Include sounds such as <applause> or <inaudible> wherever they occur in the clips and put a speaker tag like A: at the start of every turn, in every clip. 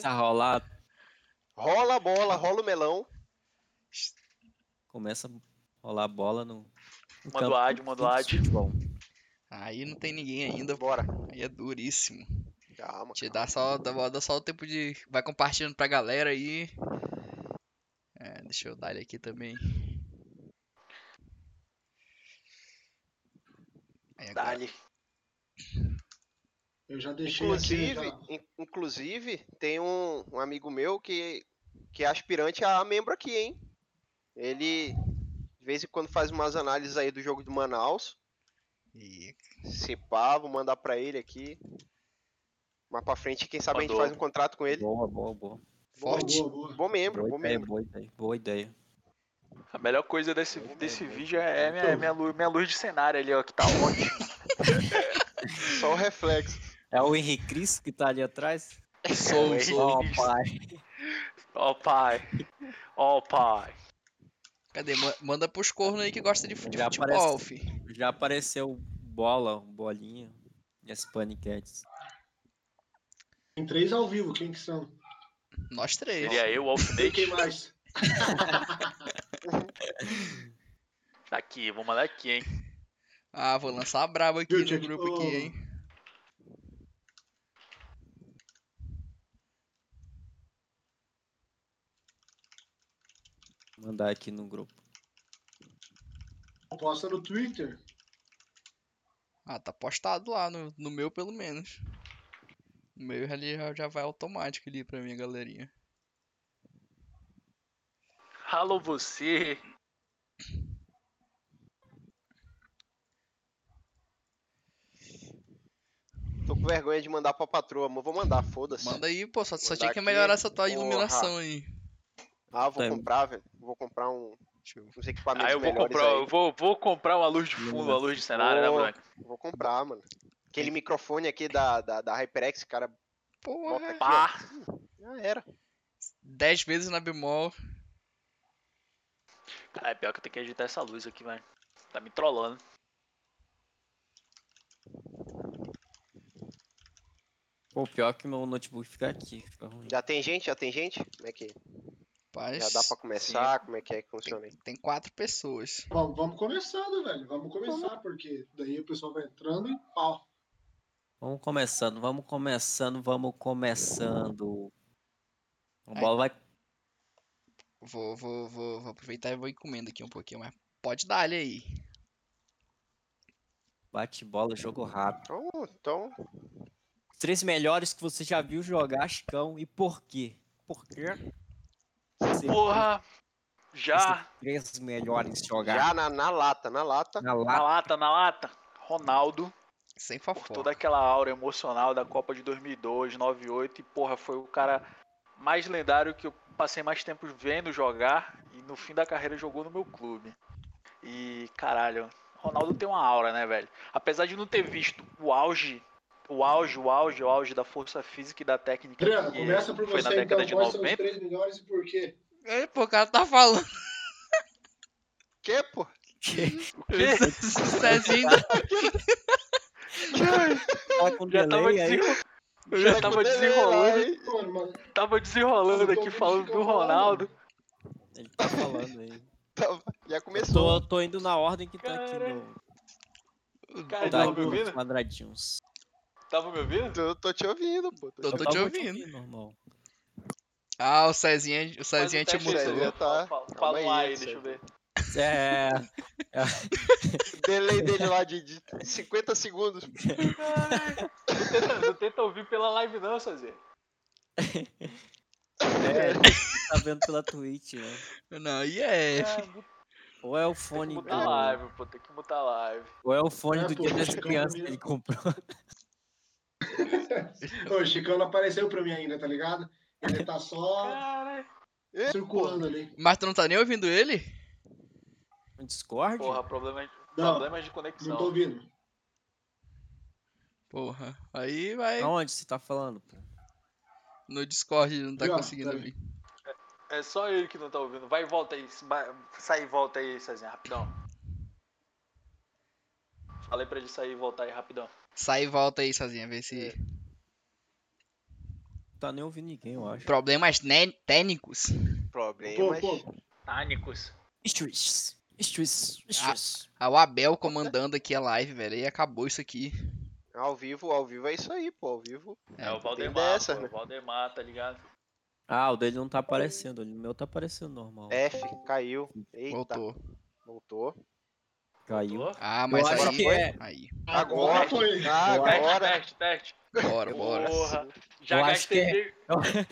A: começa a rolar,
B: Rola a bola, rola o melão.
A: começa a rolar a bola no. no
C: Manda
A: campo
C: o ad, manda o
A: de
C: ad.
A: futebol.
D: Aí não tem ninguém ainda, pô.
B: Bora.
D: Aí é duríssimo.
B: Calma.
D: Te dá só, dá, dá só o tempo de. Vai compartilhando pra galera aí. É, deixa eu dar ele aqui também. Aí agora-
B: Dali.
E: Eu já deixei aqui. né,
B: Inclusive,
E: já-
B: in- inclusive, tem um, um amigo meu que, que é aspirante a membro aqui, hein? Ele de vez em quando faz umas análises aí do jogo do Manaus.
D: Ih,
B: Se pá, vou mandar pra ele aqui. Mas pra frente, quem sabe a gente
C: Mandou.
B: faz um contrato com ele.
A: Boa, boa, boa.
E: Boa,
D: forte.
E: boa, boa.
B: Bom membro,
A: Boa
B: bom
A: ideia,
B: membro.
A: boa ideia. Boa ideia.
C: A melhor coisa desse, desse vídeo é minha, minha, luz, minha luz de cenário ali,
B: <laughs>
C: ó, que tá ótimo.
B: Só o reflexo.
A: É o Henrique Cristo que tá ali atrás?
D: Sou, sou.
A: Ó, pai.
C: Ó pai. Ó pai.
D: Cadê? Ma- Manda pros cornos aí que gosta de fu- de
A: Já
D: futebol,
A: aparece.
D: fi.
A: Já apareceu bola, bolinha. E as paniquetes.
E: Tem três ao vivo, quem que são?
D: Nós três.
C: Seria eu, o
E: E
C: Alfinete.
E: quem mais?
C: Tá Aqui, vou mandar aqui, hein.
D: Ah, vou lançar a braba aqui
E: Gente,
D: no
E: aqui-
D: grupo aqui,
E: ô.
D: hein?
A: Mandar aqui no grupo.
E: Posta no Twitter.
D: Ah, tá postado lá no, no meu, pelo menos. O meu ali já, já vai automático ali pra minha galerinha.
C: Alô você.
B: Tô com vergonha de mandar pra patroa, mas vou mandar, foda-se.
D: Manda aí, pô, só, só
B: Mandar
D: tinha que
B: aqui,
D: melhorar essa tua
B: porra.
D: iluminação aí.
B: Ah, vou
A: Tá.
B: comprar, velho. Vou comprar um,
D: Deixa eu-
B: uns equipamentos
C: Aí Ah, eu vou
B: melhores
C: comprar,
B: aí.
C: eu vou, vou comprar uma luz de fundo, uma luz de cenário, né,
B: Boa.
C: moleque?
B: Vou comprar, mano. Aquele microfone aqui da, da, da HyperX, cara, bota
D: Porra,
B: aqui, ó.
C: Pá.
B: Já era.
D: 10 vezes na bemol.
C: Cara, é pior que eu tenho que ajeitar essa luz aqui, velho. Tá me trollando.
A: Pô, pior que meu notebook fica aqui. Fica ruim.
B: Já tem gente? Já tem gente? Como é que
D: Paz,
B: já dá pra começar? Como é que é que funciona aí?
D: Tem quatro pessoas.
E: Bom, vamos começando, velho. Vamos começar, porque daí o pessoal vai entrando e pau.
A: Vamos começando, vamos começando, vamos começando. A bola vai.
D: Vou, vou, vou, vou aproveitar e vou ir comendo aqui um pouquinho, mas pode dar ali aí.
A: Bate bola, jogo rápido.
B: Então, então
A: Os Três melhores que você já viu jogar, Chicão, e por quê? Por quê? Você
C: Porra! Já!
A: viu os Três melhores jogar
B: já na, na lata, na lata.
A: na
C: Na
A: lata.
C: lata, na lata! Ronaldo,
D: Sem
C: por
D: fofoca.
C: toda aquela aura emocional da Copa de 2002, 98, e porra, foi o cara mais lendário que eu passei mais tempo vendo jogar, e no fim da carreira jogou no meu clube. E caralho, Ronaldo tem uma aura, né, velho? Apesar de não ter visto o auge, o auge, o auge, o auge da força física e da técnica
E: Adriano,
C: que
E: começa por
C: foi na
E: você,
C: década
E: então.
C: de
E: Quais são os
C: 90,
E: três melhores e por quê?
D: É, pô, o cara tá falando. <laughs>
B: Que, pô?
C: o quê?
D: Cezinho ainda-
A: Tá com
C: Já tava,
A: delay aí?
C: desen- eu já
B: Tá com
C: tava
B: delay lá,
C: desenrolando,
B: hein?
E: Mano, mano,
C: tava desenrolando aqui falando do Ronaldo.
A: Ele tá falando aí.
B: Tá, já
A: Eu
B: começou.
A: tô, tô indo na ordem que tá aqui
C: Cara,
A: no.
C: Cara,
A: Tá
C: tava me
A: aqui nos
C: ouvindo?
A: quadradinhos.
C: Tava me ouvindo?
B: Tô, tô te ouvindo, pô.
D: Tô-
A: Eu
D: tô
A: tava
D: te ouvindo.
A: irmão.
D: Ah, o Cezinha, o
C: Faz
D: Cezinha
C: o
D: te
C: teste aí,
D: mudou.
C: Zé.
B: Tá.
C: Fala,
B: Calma
C: fala um
B: aí,
C: aí,
B: Zé.
C: deixa eu ver.
A: É.
B: O delay dele lá de, de 50 segundos.
C: Caralho. Não tenta, <laughs> não tenta ouvir pela live não, Sazê.
A: é tá vendo pela Twitch, né?
D: Não, e é.
A: Ou é o fone
C: Tem que
A: do.
C: Ah, mutar a live, pô, tem que mutar a live.
A: Ou é o fone
E: É,
A: do
E: pô,
A: dia das
E: Chicão
A: crianças que
E: primeiro.
A: ele comprou.
E: Ô, o Chicão não apareceu pra mim ainda, tá ligado? Ele tá só
C: Caralho.
B: Ê, pô.
E: circulando ali.
D: Mas tu não tá nem ouvindo ele?
A: No Discord?
C: Porra, problema,
E: Não,
C: problemas de
E: não tô
C: conexão.
E: ouvindo.
D: Porra. Aí vai
A: Aonde você tá falando, pô?
D: no Discord, ele não tá
E: Aqui, ó,
D: conseguindo
E: pera
D: ouvir.
C: É só ele que não tá ouvindo. Vai e volta aí. vai- Sai e volta aí, Cezinha, rapidão. Falei pra ele sair e voltar aí rapidão.
B: É.
D: Sai e volta aí, Cezinha, vê se.
A: tá nem ouvindo ninguém, eu acho.
D: Problemas né- técnicos.
B: Problemas.
E: Pô, pô,
C: Tânicos.
A: Issues. Issues. Issues.
D: Ah, o Abel comandando aqui a live, velho. E acabou isso aqui.
B: Ao vivo, ao vivo é isso aí, pô. Ao vivo.
C: É, o
B: tem
C: Valdemar.
B: dessa,
C: pô,
B: né?
C: O Valdemar, tá ligado?
A: Ah, o dele não tá aparecendo. O meu tá aparecendo normal.
B: F, caiu. Eita,
D: Voltou.
B: voltou.
A: Caiu.
C: Voltou?
D: Ah, mas
A: acho
D: aí.
A: que é.
D: Aí.
B: Agora,
E: agora foi.
B: Ah, agora.
C: Teste, teste, teste.
D: Bora, bora.
C: Porra. Já
A: Eu acho é.
C: gastei.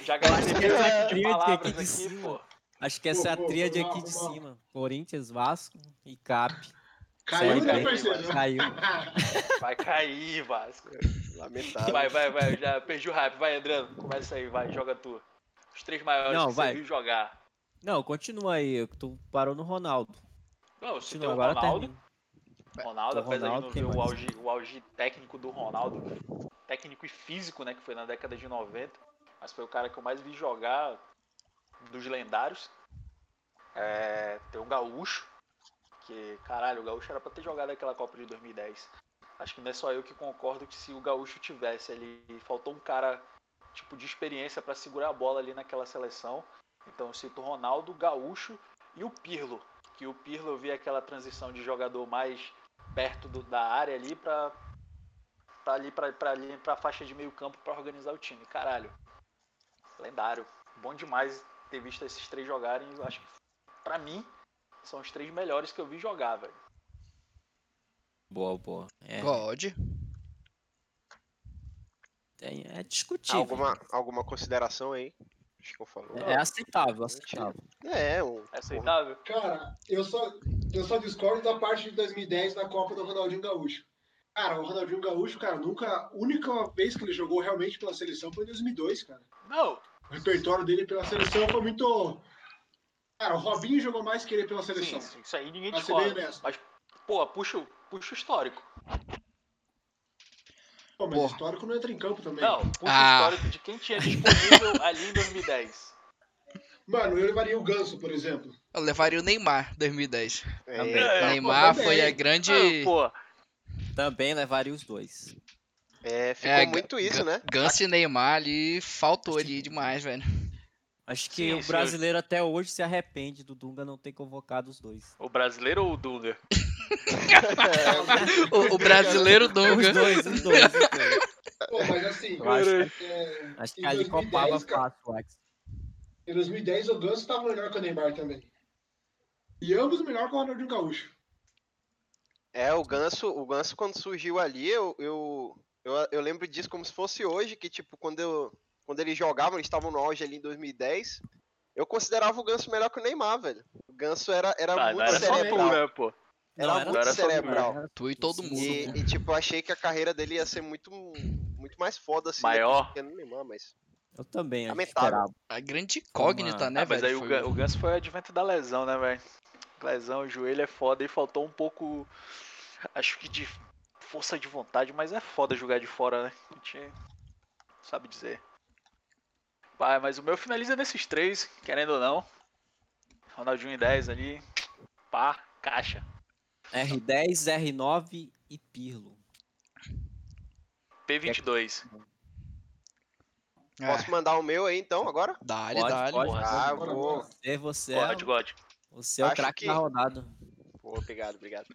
C: Já
A: acho
C: gastei
A: que é
C: minhas
A: essa crítica
C: palavras
A: aqui de
C: aqui,
A: cima.
C: pô.
A: Acho que essa é a
E: Pô, pô,
A: tríade
E: foi mal,
A: aqui de
E: foi mal.
A: cima. Corinthians, Vasco e Cap.
E: Caiu,
A: Sorry,
E: né,
A: caiu. <laughs>
E: parceiro?
A: Caiu.
E: <laughs>
C: Vai cair, Vasco.
B: Lamentável.
C: Vai, vai, vai. Já perdi o hype. Vai, Adriano. Começa aí, vai. Joga tu. Os três maiores
A: Não,
C: que
A: vai.
C: você viu jogar.
A: Não, continua aí. Tu parou no Ronaldo.
C: Não, se
A: Continua,
C: tem o
A: agora
C: Ronaldo.
A: termina.
C: Ronaldo,
A: Tem o
C: apesar de
A: É, Ronaldo,
C: não
A: quem
C: ver o
A: mais?
C: auge, o auge técnico do Ronaldo, técnico e físico, né, que foi na década de 90, mas foi o cara que eu mais vi jogar dos lendários. É, tem o Gaúcho, que, caralho, o Gaúcho era pra ter jogado aquela Copa de 2010. Acho que não é só eu que concordo que se o Gaúcho tivesse ali, faltou um cara, tipo, de experiência pra segurar a bola ali naquela seleção. Então eu cito o Ronaldo, o Gaúcho e o Pirlo. Que o Pirlo eu vi aquela transição de jogador mais perto do- da área ali pra, pra ali pra, pra ali pra faixa de meio campo pra organizar o time. Caralho. Lendário. Bom demais ter visto esses três jogarem. Eu acho que pra mim são os três melhores que eu vi jogar, velho. É
A: Boa, boa. É,
D: God.
A: tem- é discutível.
B: Alguma, alguma consideração aí? Acho que eu falo.
A: É aceitável, aceitável.
B: É, um.
C: É aceitável?
E: Cara, eu só, eu só discordo da parte de 2010 na Copa do Ronaldinho Gaúcho. Cara, o Ronaldinho Gaúcho, cara, nunca. A única vez que ele jogou realmente pela seleção foi em 2002, cara.
C: Não!
E: O repertório dele pela seleção foi muito. Cara, o Robinho jogou mais que ele pela
C: Sim,
E: seleção.
C: isso, isso aí ninguém
E: Pra ser bem
C: discorda.
E: honesto.
C: Mas, pô, puxa, o- puxa o histórico.
E: Pô, mas
D: Porra.
E: histórico não entra em campo também.
C: Não, puxa
D: Ah.
C: o histórico de quem tinha disponível ali em 2010.
E: Mano, eu levaria o Ganso, por exemplo.
D: Eu levaria o Neymar 2010.
B: É,
C: É,
D: Neymar
E: pô, também.
D: foi a grande.
C: Ah, pô,
A: Também levaria os dois.
B: é, ficou
D: É,
B: muito
D: Ga-
B: isso,
D: <laughs>
B: né? <laughs>
D: Ganso e Neymar ali faltou ali demais, velho.
A: Acho que
C: Sim,
A: o
C: sim,
A: brasileiro até hoje se arrepende do Dunga não ter convocado os dois.
C: o brasileiro ou o Dunga?
D: O, o <laughs> brasileiro
A: Os
D: Dunga.
A: dois, os dois. os dois.
E: Pô, mas assim,
A: Eu acho
E: é,
A: Acho que
E: Em
A: ali
E: 2010,
A: copava
E: cara.
A: fácil o Axel.
E: em 2010 o Ganso tava melhor que o Neymar também. E ambos melhor que o Ronaldinho Gaúcho.
B: É, o Ganso, o Ganso quando surgiu ali, eu, eu, eu, eu lembro disso como se fosse hoje, que tipo, quando, eu, quando eles jogavam, eles estavam no auge ali em 2010, eu considerava o Ganso melhor que o Neymar, velho. O Ganso era, era
C: Ah, não
B: tá muito
C: era só tu,
B: cerebral.
C: né, pô?
B: Era
A: Não,
B: muito
C: era só
A: né?
B: cerebral.
D: Tu e todo mundo.
B: E,
D: pô.
B: e, tipo, eu achei que a carreira dele ia ser muito, muito mais foda, assim,
C: Maior.
B: do que no Neymar, mas...
A: Eu também. acho que
B: Lamentável.
A: esperava.
D: A grande incógnita,
A: Uma-
D: né,
C: Ah, mas
D: velho?
C: aí o,
D: foi
C: Gan- o Ganso foi o advento da lesão, né, velho? Lesão, o joelho é foda e faltou um pouco, acho que de força de vontade, mas é foda jogar de fora, né? A gente não sabe dizer. Pai, mas o meu finaliza nesses três, querendo ou não. Ronaldinho em 10 ali, pá, caixa.
A: R10, R9 e Pirlo.
C: P22.
D: Ah,
B: Posso mandar o meu aí, então, agora?
D: Dá-lhe,
A: Pode,
D: dá-lhe.
A: pode.
B: Ah, eu
E: Bora,
B: vou...
E: bora.
A: Você, você, é,
C: God, God.
A: você é o
B: Acho
A: craque
B: que-
A: da rodada.
B: Pô, obrigado, obrigado.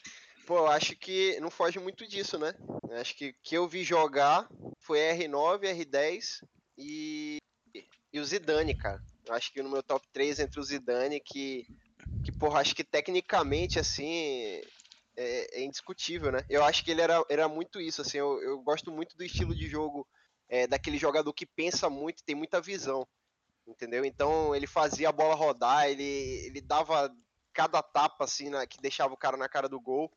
B: Pô, eu acho que não foge muito disso, né? Eu Acho que que eu vi jogar foi R9, R10 e, e o Zidane, cara. Eu acho que no meu top 3 entre o Zidane, que, que porra, acho que tecnicamente, assim, é, é indiscutível, né? Eu acho que ele era, era muito isso, assim, eu, eu gosto muito do estilo de jogo é, daquele jogador que pensa muito, tem muita visão, entendeu? Então, ele fazia a bola rodar, ele, ele dava cada tapa, assim, na- que deixava o cara na cara do gol.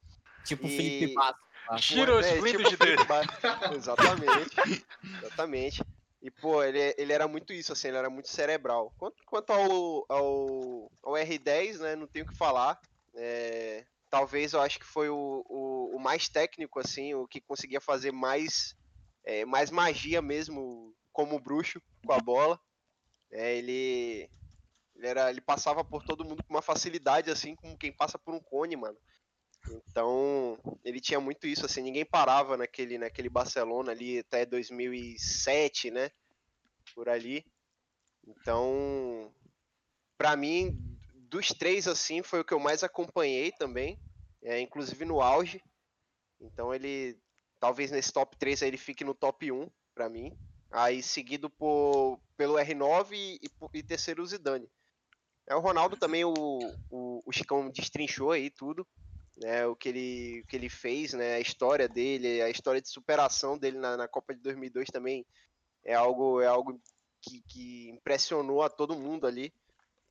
A: Tipo o
B: E-
A: Felipe Massa.
C: Tira os
B: É, tipo
C: blindos de
B: Felipe
C: dentro.
B: Ba- <laughs> Exatamente. Exatamente. E, pô, ele, ele era muito isso, assim, ele era muito cerebral. Quanto, quanto ao, ao, ao R10, né, não tenho o que falar. É, talvez eu acho que foi o, o, o mais técnico, assim, o que conseguia fazer mais, é, mais magia mesmo, como bruxo, com a bola. É, ele, ele, era, ele passava por todo mundo com uma facilidade, assim, como quem passa por um cone, mano. Então, ele tinha muito isso, assim, ninguém parava naquele, naquele Barcelona ali até 2007, né? por ali. Então, pra mim, dos três, assim, foi o que eu mais acompanhei também, é, inclusive no auge. Então, ele, talvez nesse top 3 aí ele fique no top 1 pra mim. Aí, seguido por, pelo R9 e, e por- e terceiro o Zidane. É, o Ronaldo também, o, o, o Chicão destrinchou aí tudo né, o que ele, o que ele fez, né, a história dele, a história de superação dele na, na Copa de 2002 também é algo, é algo que, que impressionou a todo mundo ali.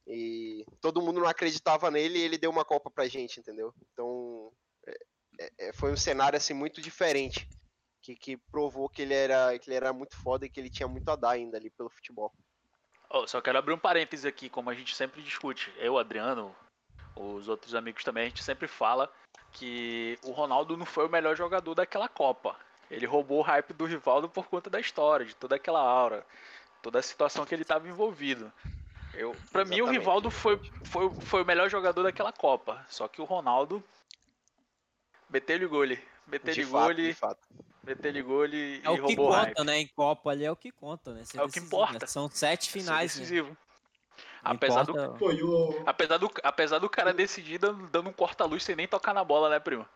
B: E todo mundo não acreditava nele e ele deu uma Copa pra gente, entendeu? Então é- é- é- foi um cenário assim muito diferente. Que, que provou que ele, era, que ele era muito foda e que ele tinha muito a dar ainda ali pelo futebol.
C: Ó, só quero abrir um parêntese aqui, como a gente sempre discute, eu, Adriano, os outros amigos também, a gente sempre fala que o Ronaldo não foi o melhor jogador daquela Copa. Ele roubou o hype do Rivaldo por conta da história, de toda aquela aura, toda a situação que ele estava envolvido. Eu, para mim, o
B: Exatamente,
C: Rivaldo foi, foi, foi o melhor jogador daquela Copa. Só que o Ronaldo. Meteu-lhe gole.
B: De
C: Meteu-lhe
B: fato, de
C: gole,
B: fato.
C: meteu-lhe gole e
A: É o que
C: roubou o hype.
A: conta, né? Em Copa ali é o que conta, né? Ser
C: É o que
A: decisivo,
C: importa.
A: né? São sete
C: Isso é
A: finais, né?
C: decisivo.
A: Não
C: Apesar do-
A: importa-
E: Foi o.
C: Apesar do, apesar do cara decidir dando, dando um corta-luz sem nem tocar na bola, né, primo?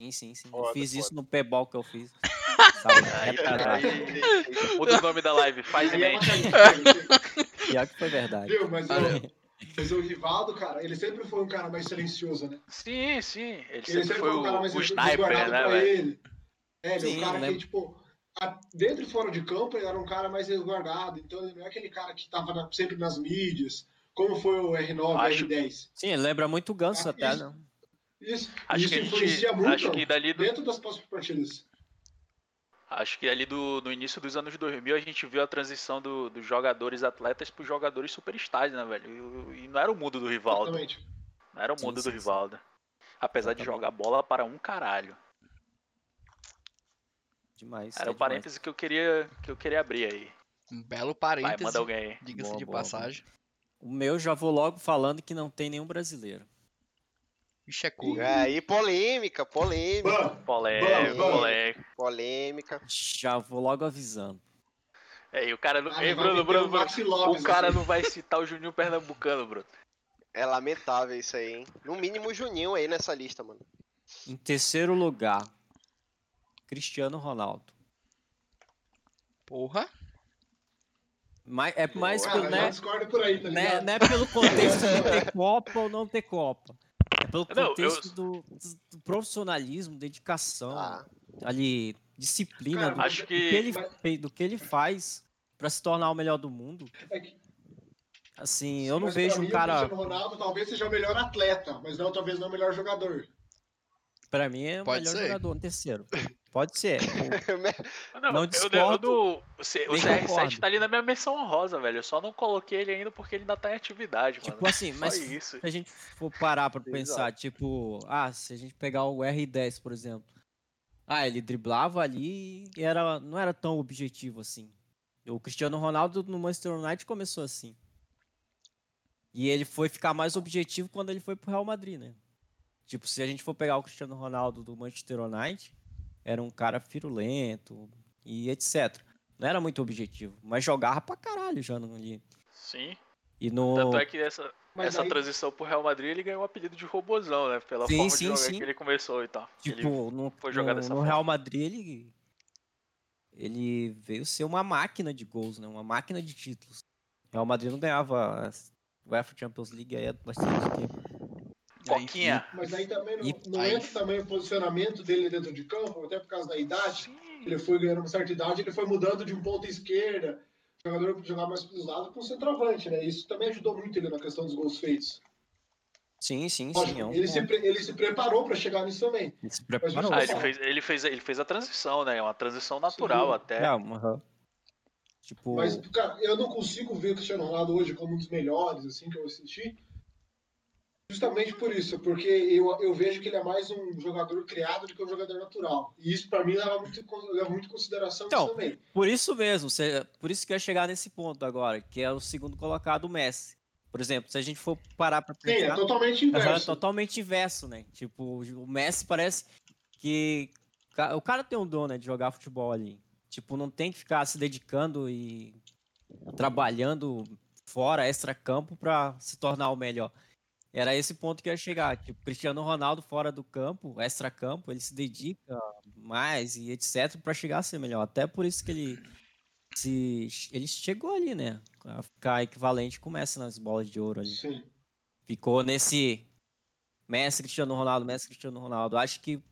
A: Sim, sim, sim.
B: Foda,
A: eu fiz isso
B: foda.
A: no P-Ball que eu fiz.
C: <laughs>
A: Sabe? é
C: Aí,
A: Retardado.
C: aí muda o nome da live, faz e
E: Aí é
C: mente.
E: sacanagem.
A: Pior que foi verdade.
E: Viu, mas,
D: Valeu.
E: o, é. mas o Rivaldo, cara, ele sempre foi um cara mais silencioso, né?
C: Sim, sim. Ele
E: Ele um
C: sempre foi o, o sniper,
E: resguardado
C: né,
E: pra
C: velho?
E: ele. É, ele é
A: Sim,
E: um cara
A: lembro.
E: que, tipo, a- dentro e fora de campo, ele era um cara mais resguardado. Então, ele não é aquele cara que tava na- sempre nas mídias, como foi o R9,
C: Acho-
E: R10.
A: Sim, lembra muito o Ganso
E: Ah,
A: até,
E: isso-
A: né?
E: Isso,
C: Acho
E: isso
C: que, a gente,
E: influencia muito
C: acho que dali, do,
E: dentro das próximas partidas.
C: acho que ali do, no início dos anos 2000 a gente viu a transição do- dos jogadores atletas para jogadores superstars, né, velho? E, o- e não era o mundo do Rivaldo.
E: Exatamente.
C: Não era o
A: Sim,
C: mundo
A: sim,
C: do
A: sim.
C: Rivaldo. Apesar de
A: Exatamente.
C: jogar bola para um caralho.
A: Demais.
C: Era
A: é
C: o parêntese que eu queria, que eu queria abrir aí.
D: Um belo
C: Vai,
D: parêntese,
C: manda alguém aí.
D: diga-se
A: Boa,
D: de
A: boa, boa.
D: passagem.
A: demais. O meu já vou logo falando que não tem nenhum brasileiro.
D: Ixi, é curva.
B: Aí, polêmica, polêmica,
E: Ban,
C: Polêmico,
E: Vamos, vamos.
C: polêmico.
B: polêmica.
A: Já vou logo avisando.
C: É, e o cara. não-
E: cara,
C: Ei,
E: vai
C: Bruno,
E: meter
C: Bruno,
E: o
C: Bruno.
E: Maxi um Lopes,
C: O cara
E: assim.
C: não vai citar o Juninho Pernambucano, Bruno.
B: É lamentável isso aí, hein? No mínimo o Juninho aí nessa lista, mano.
A: Em terceiro lugar, Cristiano Ronaldo.
D: Porra.
A: Mas, é mais
B: Boa.
A: pelo,
E: Cara, já
A: né,
E: discorda por aí, tá
A: né,
E: ligado?
A: não é pelo contexto de
E: <laughs>
A: ter Copa ou não ter Copa. É pelo
C: Não, eu-
A: contexto do, do profissionalismo, dedicação,
B: Ah, ali.
A: ali, disciplina
E: Cara,
A: do,
C: Acho
A: do que
C: que.
A: ele,
E: mas-
A: fe- do que ele faz pra se tornar o melhor do mundo.
E: É que-
A: Assim, eu não
E: mas pra
A: vejo
E: mim,
A: um cara.
E: O Cristiano Ronaldo talvez seja o melhor atleta, mas não, talvez não o melhor jogador.
A: Pra mim é o
D: Pode
A: melhor
D: ser.
A: jogador no terceiro. Pode
D: <laughs>
A: ser.
C: Ah, Não, eu-
A: discordo,
C: eu- eu- o C- o
A: nem
C: CR7
A: concordo.
C: tá ali na minha menção honrosa, velho. Eu só não coloquei ele ainda porque ele ainda tá em atividade, mano.
A: tipo assim,
C: Só
A: mas se
C: isso.
A: a gente for parar pra
B: Exato.
A: pensar, tipo, ah, se a gente pegar o R10, por exemplo. Ah, ele driblava ali e era, não era tão objetivo assim. O Cristiano Ronaldo no Manchester United começou assim. E ele foi ficar mais objetivo quando ele foi pro Real Madrid, né? Tipo, se a gente for pegar o Cristiano Ronaldo do Manchester United, era um cara firulento e etc. Não era muito objetivo, mas jogava pra caralho já no- ali.
C: Sim.
A: E no.
C: Tanto é que essa,
E: Mas
C: essa
E: aí-
C: transição pro Real Madrid ele ganhou o apelido de robozão, né? Pela
A: Sim,
C: forma
A: sim,
C: de jogar
A: sim.
C: que ele começou e tal.
A: Tipo,
C: Ele-
A: no,
C: foi jogar
A: no-
C: dessa
A: no
C: forma.
A: Real Madrid ele, ele veio ser uma máquina de gols, né? Uma máquina de títulos. O Real Madrid não ganhava a UEFA Champions League aí há bastante tempo.
C: Coquinha.
E: Mas aí também não,
A: E-
E: não
D: aí-
E: entra também o posicionamento dele dentro de campo, até por causa da idade. Ele foi ganhando uma certa idade, ele foi mudando de um ponto à esquerda, jogador para jogar mais para os lados, para o centroavante, né? Isso também ajudou muito ele na questão dos gols feitos.
A: Sim, sim, sim.
E: Lógico,
A: É um
E: ele, se,
A: ponto.
E: pre- ele se preparou para chegar nisso também.
A: Ele se preparou.
C: Ah,
E: Mas
C: ele fez, ele, fez, ele fez a transição, né? Uma transição natural
E: Sim.
A: É,
C: até.
A: aham. Tipo,
E: Mas, cara, eu não consigo ver o Cristiano Ronaldo hoje como um dos melhores, assim, que eu assisti. Justamente por isso, porque eu, eu vejo que ele é mais um jogador criado do que um jogador natural. E isso, para mim, leva muito, em con- leva muito em consideração
A: Então,
E: isso também.
A: por isso mesmo, cê- por isso que eu ia chegar nesse ponto agora, que é o segundo colocado, o Messi. Por exemplo, se a gente for parar pra
E: Sim, é
A: pensar.
E: totalmente
A: Aham,
E: inverso.
A: totalmente inverso, né? Tipo, o Messi parece que. ca- O cara tem um dom, né, de jogar futebol ali. Tipo, não tem que ficar se dedicando e trabalhando fora, extra-campo, para se tornar o melhor. Era esse ponto que eu ia chegar. Tipo, Cristiano Ronaldo fora do campo, extra-campo, ele se dedica mais e etc. para chegar a ser melhor. Até por isso que ele se ele chegou ali, né? A ficar equivalente com o Messi nas bolas de ouro ali.
E: Sim.
A: Ficou nesse Messi, Cristiano Ronaldo, Messi, Cristiano Ronaldo. Acho que o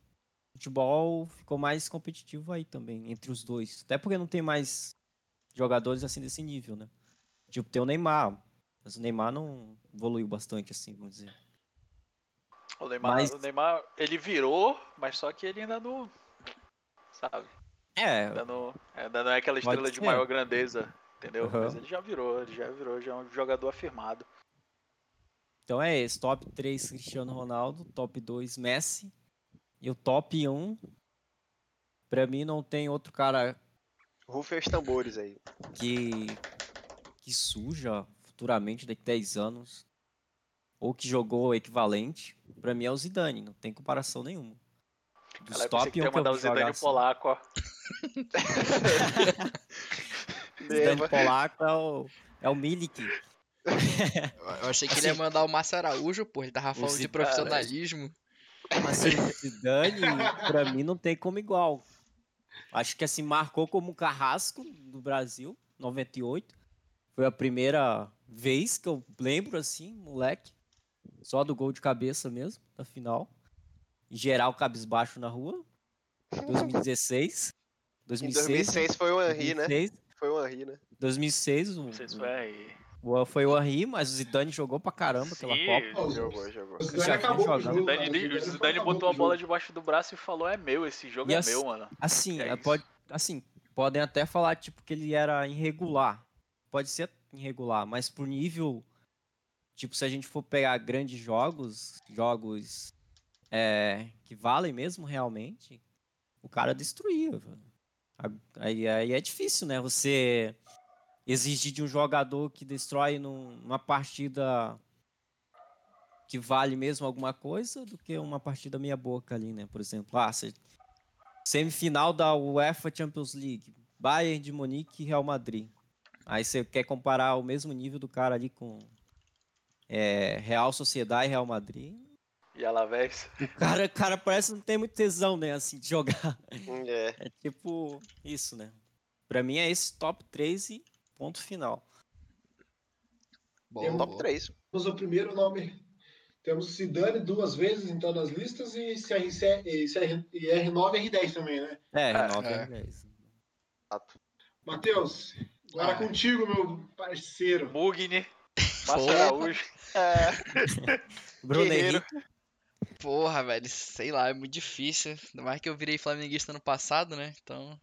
A: futebol ficou mais competitivo aí também, entre os dois. Até porque não tem mais jogadores assim desse nível, né? Tipo, tem o Neymar, mas o Neymar não evoluiu bastante, assim, vamos dizer.
C: O Neymar,
A: Mas-
C: o Neymar, ele virou, mas só que ele ainda não. Sabe?
A: É,
C: Ainda não, ainda não é aquela
A: Pode
C: estrela de
A: ser.
C: maior grandeza, entendeu?
A: Aham.
C: Mas ele já virou, ele já virou, já é um jogador afirmado.
A: então é esse. Top 3, Cristiano Ronaldo. Top 2, Messi. E o top 1, pra mim não tem outro cara
B: Rufem os tambores aí.
A: que, que suja futuramente daqui a 10 anos ou que jogou o equivalente, pra mim é o Zidane, não tem comparação nenhuma. Dos
C: Ela pensei que
A: um
C: ia
A: que eu
C: mandar o
A: vi jogar,
C: Zidane
A: assim,
C: polaco, ó.
A: Zidane
C: <laughs>
B: Deva.
A: polaco é o, é o Milik.
D: Eu achei que ele ia
A: Assim-
D: mandar o Márcio Araújo, pô. Ele tava
A: O
D: falando de
A: Zidane-
D: profissionalismo.
A: Assim, o Zidane, pra mim, não tem como igual. Acho que assim, marcou como um carrasco do Brasil, 98. Foi a primeira vez que eu lembro, assim, moleque. Só do gol de cabeça mesmo, na final. Em geral, cabisbaixo na rua. 2016.
B: Em
A: 2006.
B: 2006 foi o Henry, né?
A: 2006,
B: Foi o Henry, né?
A: 2006 o,
C: Não sei se é, foi aí.
A: o- foi o Henry, mas o Zidane jogou pra caramba aquela
C: Sim,
A: Copa.
E: Ó, o
B: Jogou, jogou.
E: O
A: já
E: Zidane
A: vi
E: acabou com o
A: jogando.
E: jogo.
C: O Zidane,
E: cara.
C: o
E: foi
C: Zidane
E: acabou
C: botou a
E: com o
C: bola
E: jogo.
C: debaixo do braço e falou: é meu, esse jogo
A: E
C: é
A: as-
C: meu, mano.
A: Assim,
C: É
A: eh,
C: isso.
A: pode, assim, podem até falar tipo que ele era irregular. Pode ser irregular, mas por nível, tipo, se a gente for pegar grandes jogos, jogos eh, que valem mesmo realmente, o cara destruía. velho. A- Aí, aí é difícil, né? Você exigir de um jogador que destrói num- numa partida que vale mesmo alguma coisa do que uma partida meia boca ali, né? Por exemplo, ah, você semifinal da UEFA Champions League, Bayern de Munique e Real Madrid. Aí você quer comparar o mesmo nível do cara ali com é, Real Sociedade e Real Madrid.
C: E Alavés.
A: O cara, cara parece que não tem muito tesão, né, assim, de jogar. <laughs>
B: É.
A: É tipo isso, né? Pra mim é esse top 3 e ponto final.
D: Bom,
B: um Top
D: bom.
B: 3.
E: Temos o primeiro nome. Temos o Zidane duas vezes, então, nas listas, e CR7 e CR e R9 e R10 também, né?
A: É,
C: É,
A: renova
D: é.
A: é. 10.
E: Matheus, agora
D: Ah.
E: contigo, meu parceiro.
A: <laughs>
E: <laughs>
C: Mugni. Márcio
D: Porra.
C: Araújo.
B: É,
A: Bruno
B: Guerreiro.
A: Henrique,
D: Porra, velho, sei lá, é muito difícil. Ainda mais que eu virei flamenguista ano passado, né? Então.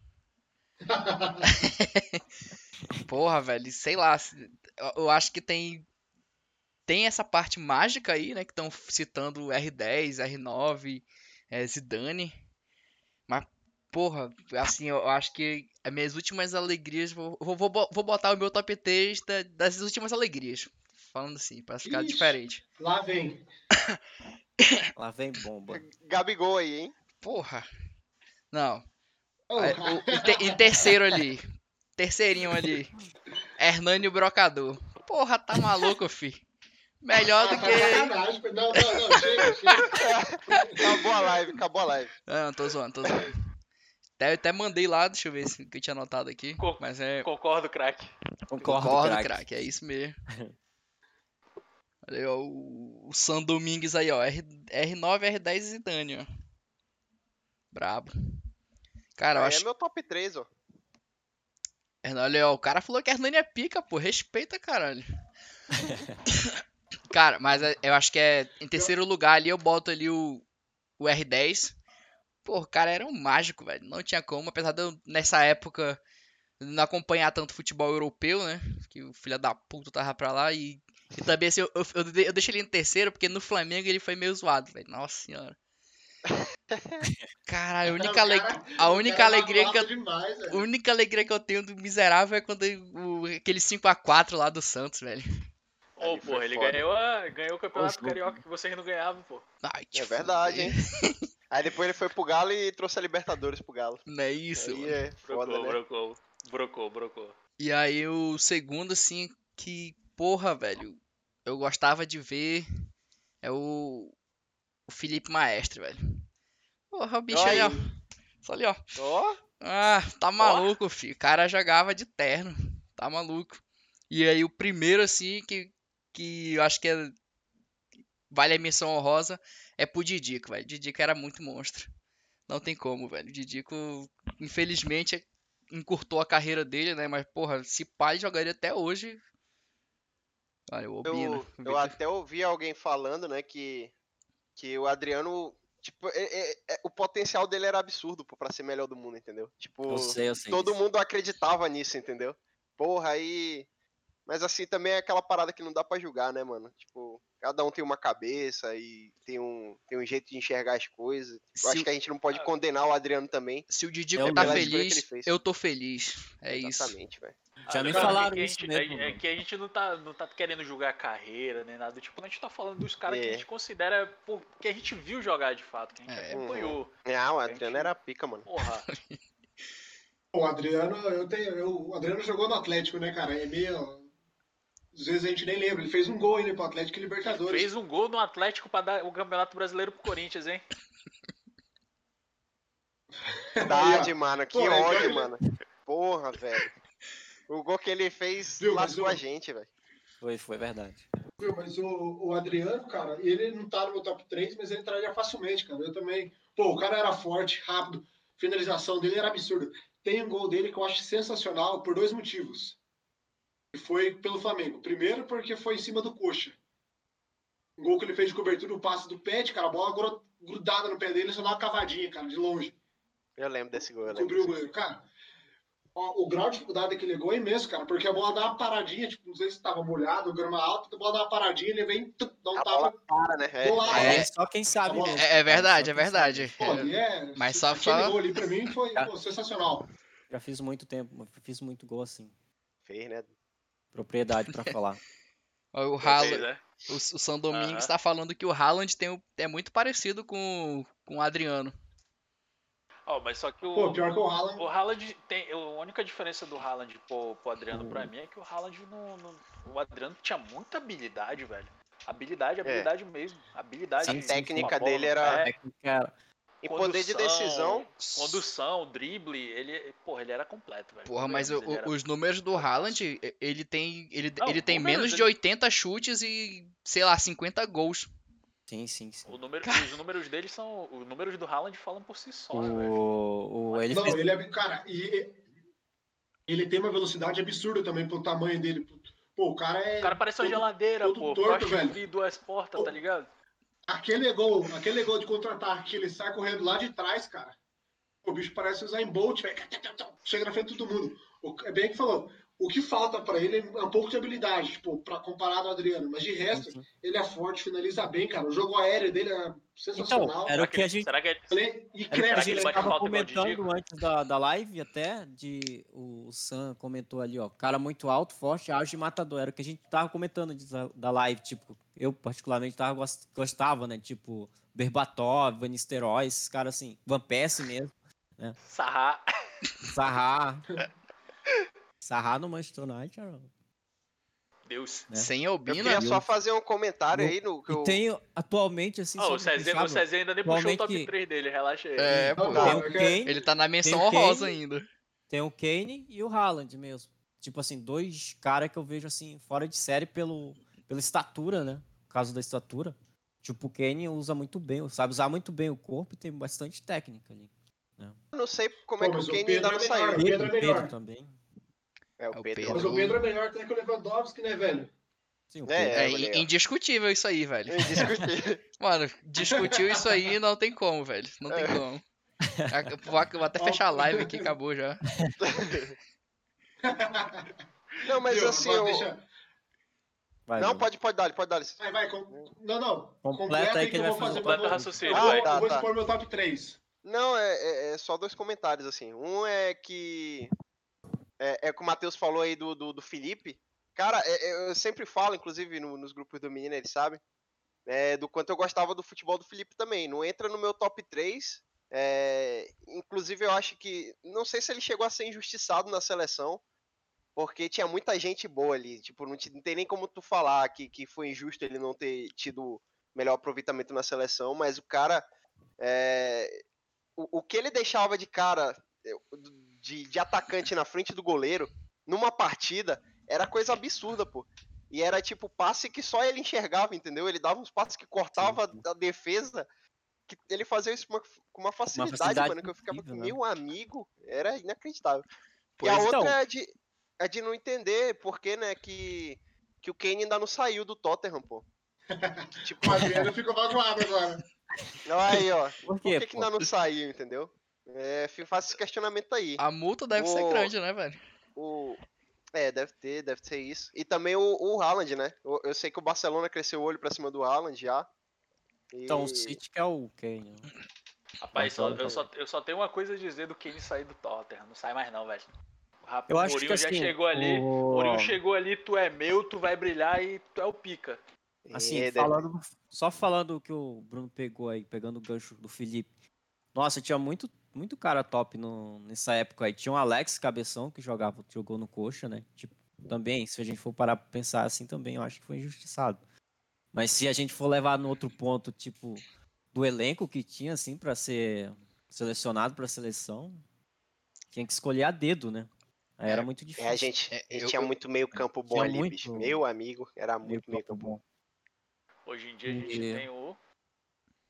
D: Porra, velho, sei lá. se- eu- Eu acho que tem. Tem essa parte mágica aí, né? Que estão citando R10, R9, eh, Zidane. Mas, porra, assim, eu eu acho que as minhas últimas alegrias. Vou, vou, vou bo- vou botar o meu top 3 da- das últimas alegrias. Falando assim, pra ficar
E: Ixi.
D: diferente.
E: Lá vem.
A: lá vem bomba.
B: Gabigol aí, hein?
D: Porra. Não.
E: Oh,
D: Aí, o- e, te- e terceiro ali. Terceirinho ali. Hernani o Brocador. Porra, tá maluco, fi. Melhor do que.
E: Sacanagem, Não, não, não, chega, chega.
B: Acabou a live, acabou a live.
D: Ah, Não, tô zoando, tô zoando. Até, até mandei lá, deixa eu ver se que eu tinha anotado aqui.
C: Co-
D: Mas é.
C: Concordo, craque.
A: Concordo, craque.
D: É
A: <laughs>
D: isso mesmo. Olha aí, ó, o, o Sam Domingues aí, ó. R, R9, R10 e Zidane, ó. Brabo. Cara, eu
B: Aí
D: acho
B: É meu top 3, ó.
D: Hernani, Olha, ó, o cara falou que Hernani é pica, pô. Respeita, caralho. <laughs> cara, mas é- eu acho que é. Em terceiro lugar ali eu boto ali o, o R10. Pô, o cara era um mágico, velho. Não tinha como. Apesar de eu, nessa época, não acompanhar tanto futebol europeu, né? Que o filho da puta tava pra lá. E, e também, assim, eu, eu, eu de- eu deixei ele em terceiro porque no Flamengo ele foi meio zoado, velho. Nossa senhora. Caralho, a
E: O
D: única,
E: um cara-
D: ale- a única
E: cara
D: alegria que eu
E: mata demais,
D: a
E: velho.
D: única alegria que eu tenho do miserável é quando o, aquele 5x4 lá do Santos, velho.
C: Ô,
B: Ali foi
C: porra, ele
B: foda.
C: ganhou, a- ganhou o campeonato
A: jogo.
C: carioca que vocês não ganhavam, pô.
D: Ai, tipo, te
B: É verdade,
D: fuder.
B: hein? Aí depois ele foi pro Galo e trouxe a Libertadores pro Galo.
D: Não é isso,
B: Aí
D: mano.
B: é foda,
C: Brocou,
B: né?
C: brocou. Brocou, brocou.
D: E aí o segundo, assim, que, porra, velho, eu gostava de ver é o, o Felipe Maestre, velho. Porra, o bicho ali, ó. Só ali, ó.
B: Ó,
D: Ah, tá maluco, filho. O cara jogava de terno. Tá maluco. E aí o primeiro, assim, que, que eu acho que é- vale a menção honrosa é pro Didico, velho. Didico era muito monstro. Não tem como, velho. Didico, infelizmente, encurtou a carreira dele, né? Mas, porra, se pai jogaria até hoje. Olha, o Obina.
B: eu,
D: <laughs> o
B: eu
D: Victor-
B: até ouvi alguém falando, né, que, que o Adriano, tipo, é- é- é- o potencial dele era absurdo, pô, pra ser melhor do mundo, entendeu? Tipo,
A: Eu sei, eu sei.
B: todo
A: disso.
B: mundo acreditava nisso, entendeu? Porra, aí. Mas assim, também é aquela parada que não dá pra julgar, né, mano? Tipo, cada um tem uma cabeça e tem um, tem um jeito de enxergar as coisas. Eu
D: Se
B: acho
D: o-
B: que a gente não pode condenar o Adriano também.
D: Se o Didico
A: É
D: tá
A: pela
B: escolha que ele
D: feliz,
B: fez.
D: eu tô feliz. É isso.
B: Exatamente, velho.
A: Já
C: Ah,
A: me
C: cara,
A: falaram
C: é que a
A: isso
C: gente-
A: mesmo,
C: É, é
A: mano.
C: que a gente não tá, não tá querendo julgar a carreira nem nada. Tipo, a gente tá falando dos caras que
B: É.
C: a gente considera por- que a gente viu jogar de fato, que a gente
D: É.
E: Uhum.
C: acompanhou.
B: Não, Ah, o Adriano era pica, mano.
E: <laughs>
C: Porra.
E: O Adriano, eu tenho, eu- o Adriano jogou no Atlético, né, cara? É meio. Às vezes a gente nem lembra. Ele fez um gol ainda pro Atlético e Libertadores.
C: Fez um gol no Atlético pra dar o Campeonato Brasileiro pro Corinthians, hein?
B: Verdade, mano. Que
E: Pô, é
B: ódio,
E: doido.
B: mano. Porra, velho. O gol que ele fez
E: Viu, mas
B: lascou
E: o-
B: a gente, velho.
A: Foi, foi verdade.
E: Viu, Mas o, o Adriano, cara, ele não tá no meu top 3, mas ele entraria facilmente, cara. Eu também. Pô, o cara era forte, rápido. Finalização dele era absurda. Tem um gol dele que eu acho sensacional por dois motivos. E foi pelo Flamengo. Primeiro, porque foi em cima do coxa. Um gol que ele fez de cobertura, o passe do pé, de, cara, a bola gru- grudada no pé dele, só dá uma cavadinha, cara, de longe.
B: Eu lembro desse gol, eu lembro.
E: cobriu o goleiro. eh, Cara, ó, o grau de dificuldade daquele gol é imenso, cara, porque a bola dá uma paradinha, tipo, não sei se tava molhado, grama alta, então a bola dá uma paradinha, ele vem, tum, dá um
B: A bola
E: tapa.
B: para, né? É.
E: Golaço.
A: Aí
D: É.
A: só quem sabe
E: É-
A: mesmo.
D: É, é verdade, é
A: Só quem
D: verdade.
A: sabe.
E: Pô,
D: É-
E: ali é,
D: Mas só
E: aquele
D: fala-
E: gol ali pra mim foi pô, sensacional.
A: Já fiz muito tempo, fiz muito gol assim.
B: Fez, né?
A: Propriedade pra
C: <laughs>
A: falar.
D: Ó, O
C: Vocês,
D: Haaland,
C: né?
D: o, o São Domingos
C: Aham.
D: tá falando que o Haaland tem, o- é muito parecido com, com o Adriano.
C: Ó, mas só que o.
E: Pô, pior que o Haaland.
C: O Haaland tem. A única diferença do Haaland pro, pro Adriano pra mim é que o Haaland não, não- O Adriano tinha muita habilidade, velho.
E: É.
C: Habilidade, habilidade mesmo. Habilidade.
A: Sim,
C: com
A: sim,
C: a
B: técnica
C: bola,
B: dele era-
C: é,
A: Cara,
B: Em poder de
C: condução,
B: decisão,
C: Condução, drible, ele. Porra, ele era completo, velho.
D: Porra, mas o-
C: Ele era-
D: o- os números do Haaland, e- ele tem, ele,
C: Não,
D: ele tem
C: números,
D: menos de
C: ele-
D: 80 chutes e, sei lá, 50 gols.
A: sim, sim, sim.
C: o número- os números dele são. Os números do Haaland falam por si só, né, velho.
A: O, o, ele
E: Não,
A: fez
E: ele é. Cara, e ele tem uma velocidade absurda também pro tamanho dele. Pô, o cara é.
C: O cara parece uma
E: todo-
C: geladeira,
E: todo
C: pô.
E: torto,
C: Torto,
E: velho.
C: de duas portas, tá ligado?
E: Aquele gol, aquele gol de contra-ataque que ele sai correndo lá de trás, cara. O bicho parece usar em Bolt, velho. Chega na frente de todo mundo. O- é bem que falou. O que falta pra ele é um pouco de habilidade, tipo, pra, comparado ao Adriano. Mas de resto,
A: Uhum.
E: ele é forte, finaliza bem, cara. O jogo aéreo dele é sensacional.
A: Então, Era o que
C: ele-
A: a gente-
C: Será que ele-
E: Ele- e
A: Era o
C: Será
A: que
E: cresce,
A: a
E: né?
A: gente
C: bate
A: tava
C: falta igual o
A: comentando
C: Didico?
A: antes da, da live até, de o Sam comentou ali, ó, cara muito alto, forte, ágil e matador. Era o que a gente tava comentando antes da, da live, tipo, eu particularmente tava, gos- gostava, né, tipo, Berbatov, Van Nistelrooy, esses caras assim, Van Persie mesmo,
C: Sarrar. <laughs>
A: Sarrar. Sarrar no Manchester United, era-
C: Deus.
A: né?
D: Sem
B: É. eu
D: Albina,
B: queria só fazer um comentário
A: No-
B: aí no que
A: E
B: eu.
A: tem atualmente, assim,
C: Ó,
A: só
C: Ah, o
A: pra
C: Cezinha
A: fechar,
C: o Cezinha ainda nem puxou o
A: Atualmente
C: top
A: que-
C: 3 dele, relaxa aí.
D: É, pô.
E: Tá.
A: tem
B: um
A: o Kane,
D: Ele tá na menção
A: Tem o Kane.
D: honrosa ainda.
A: Tem o Kane e o Haaland mesmo. Tipo assim, dois caras que eu vejo assim, fora de série pelo, pela estatura, né? No caso da estatura. Tipo, o Kane usa muito bem, sabe usar muito bem o corpo e tem bastante técnica ali.
B: Eu não sei como
E: Pô,
B: é que
E: mas
B: o
E: o
B: Kane ainda
E: Pedro
B: não
E: é melhor.
B: saiu.
E: Pedro é melhor.
A: também.
B: É,
D: É
B: o
D: o
B: Pedro. <laughs>
E: Mas o Pedro é melhor até que o Lewandowski, né, velho?
A: Sim, o
B: É,
A: Pedro.
D: É,
B: olha aí, ó.
D: indiscutível isso aí, velho.
B: Eu discuti.
D: Mano, discutiu isso aí não tem como, velho. Não tem
B: É.
D: como. Ac- Vou ac- vou até fechar a live aqui, acabou já.
E: <laughs>
B: Não, <laughs> mas
E: Viu?
B: assim,
E: Vai,
B: eu-
E: deixa-
A: Vai, né?
B: Não,
A: Bruno.
B: pode, pode dar, ele, pode dar. ele.
E: Vai, vai. com- Não, não.
A: Completa aí que ele vai
E: eu vou
A: fazer o
E: fazer. eu
C: Completa o
E: vou-
C: raciocínio,
E: eu vou-
C: vai.
B: tá,
E: Eu vou
B: tá.
E: expor meu top 3.
B: Não, é, é- é só dois comentários, assim. Um é que. É, é que o Matheus falou aí do, do, do Felipe. Cara, é- é- eu sempre falo, inclusive no- nos grupos do Menino, eles sabem, é, do quanto eu gostava do futebol do Felipe também. Não entra no meu top 3. É, inclusive, eu acho que. Não sei se ele chegou a ser injustiçado na seleção. Porque tinha muita gente boa ali. Tipo, não, te- não tem nem como tu falar que, que foi injusto ele não ter tido melhor aproveitamento na seleção, mas o cara. é, o, o que ele deixava de cara é, de, de atacante na frente do goleiro numa partida era coisa absurda, pô. E era tipo passe que só ele enxergava, entendeu? Ele dava uns passes que cortava
A: Sim,
B: a defesa. Que ele fazia isso com uma- com uma facilidade,
A: facilidade
B: mano, que eu ficava com
A: incrível, né?
B: meu amigo. Era inacreditável.
A: Pois
B: e a
A: então.
B: outra é de, é de não entender porque, né, que, que o Kane ainda não saiu do Tottenham, pô. tipo,
E: O Adriano ficou magoado agora.
B: aí, ó.
A: Por
B: Por
A: quê?
B: que, que
A: pô?
B: ainda não saiu, entendeu? É, fi- faço esse questionamento aí.
A: Ah.
D: A multa deve ser
B: Ô.
D: grande, né, velho?
B: O... É, deve ter, deve ter isso. E também o, o Haaland, né? O- Eu sei que o Barcelona cresceu o olho pra cima do Haaland já. E-
A: Então, o City que é o Kane. né?
C: Rapaz,
E: Tá
C: só-
A: Marcelo,
C: eu, só, eu só tenho uma coisa a dizer do Kane sair do Tottenham. Não sai mais não, velho. O rapaz,
A: Eu acho
C: o
A: que
C: Mourinho
A: assim,
C: já chegou ali.
A: o-
C: O Mourinho chegou ali, tu é meu, tu vai brilhar e tu é o pica.
A: Assim,
B: É, deve-
A: falando, só falando o que o Bruno pegou aí, pegando o gancho do Felipe. Nossa, tinha muito, muito cara top no- nessa época aí. Tinha o Alex Cabeção que jogava, jogou no coxa, né? Tipo, também, se a gente for parar pra pensar assim também, eu acho que foi injustiçado. Mas se a gente for levar no outro ponto, tipo, do elenco que tinha, assim, pra ser selecionado pra seleção, tinha que escolher a dedo, né? Aí era
D: É,
A: muito difícil.
B: É, a gente,
D: É,
B: a gente
D: eu-
B: tinha
D: eu-
B: muito meio campo bom
A: Tinha
B: ali,
A: muito-
B: bicho. Meu amigo, era
A: Meio
B: é muito meio
A: campo
B: campo bom.
A: bom.
C: Hoje em dia a gente
A: Entendi.
C: tem o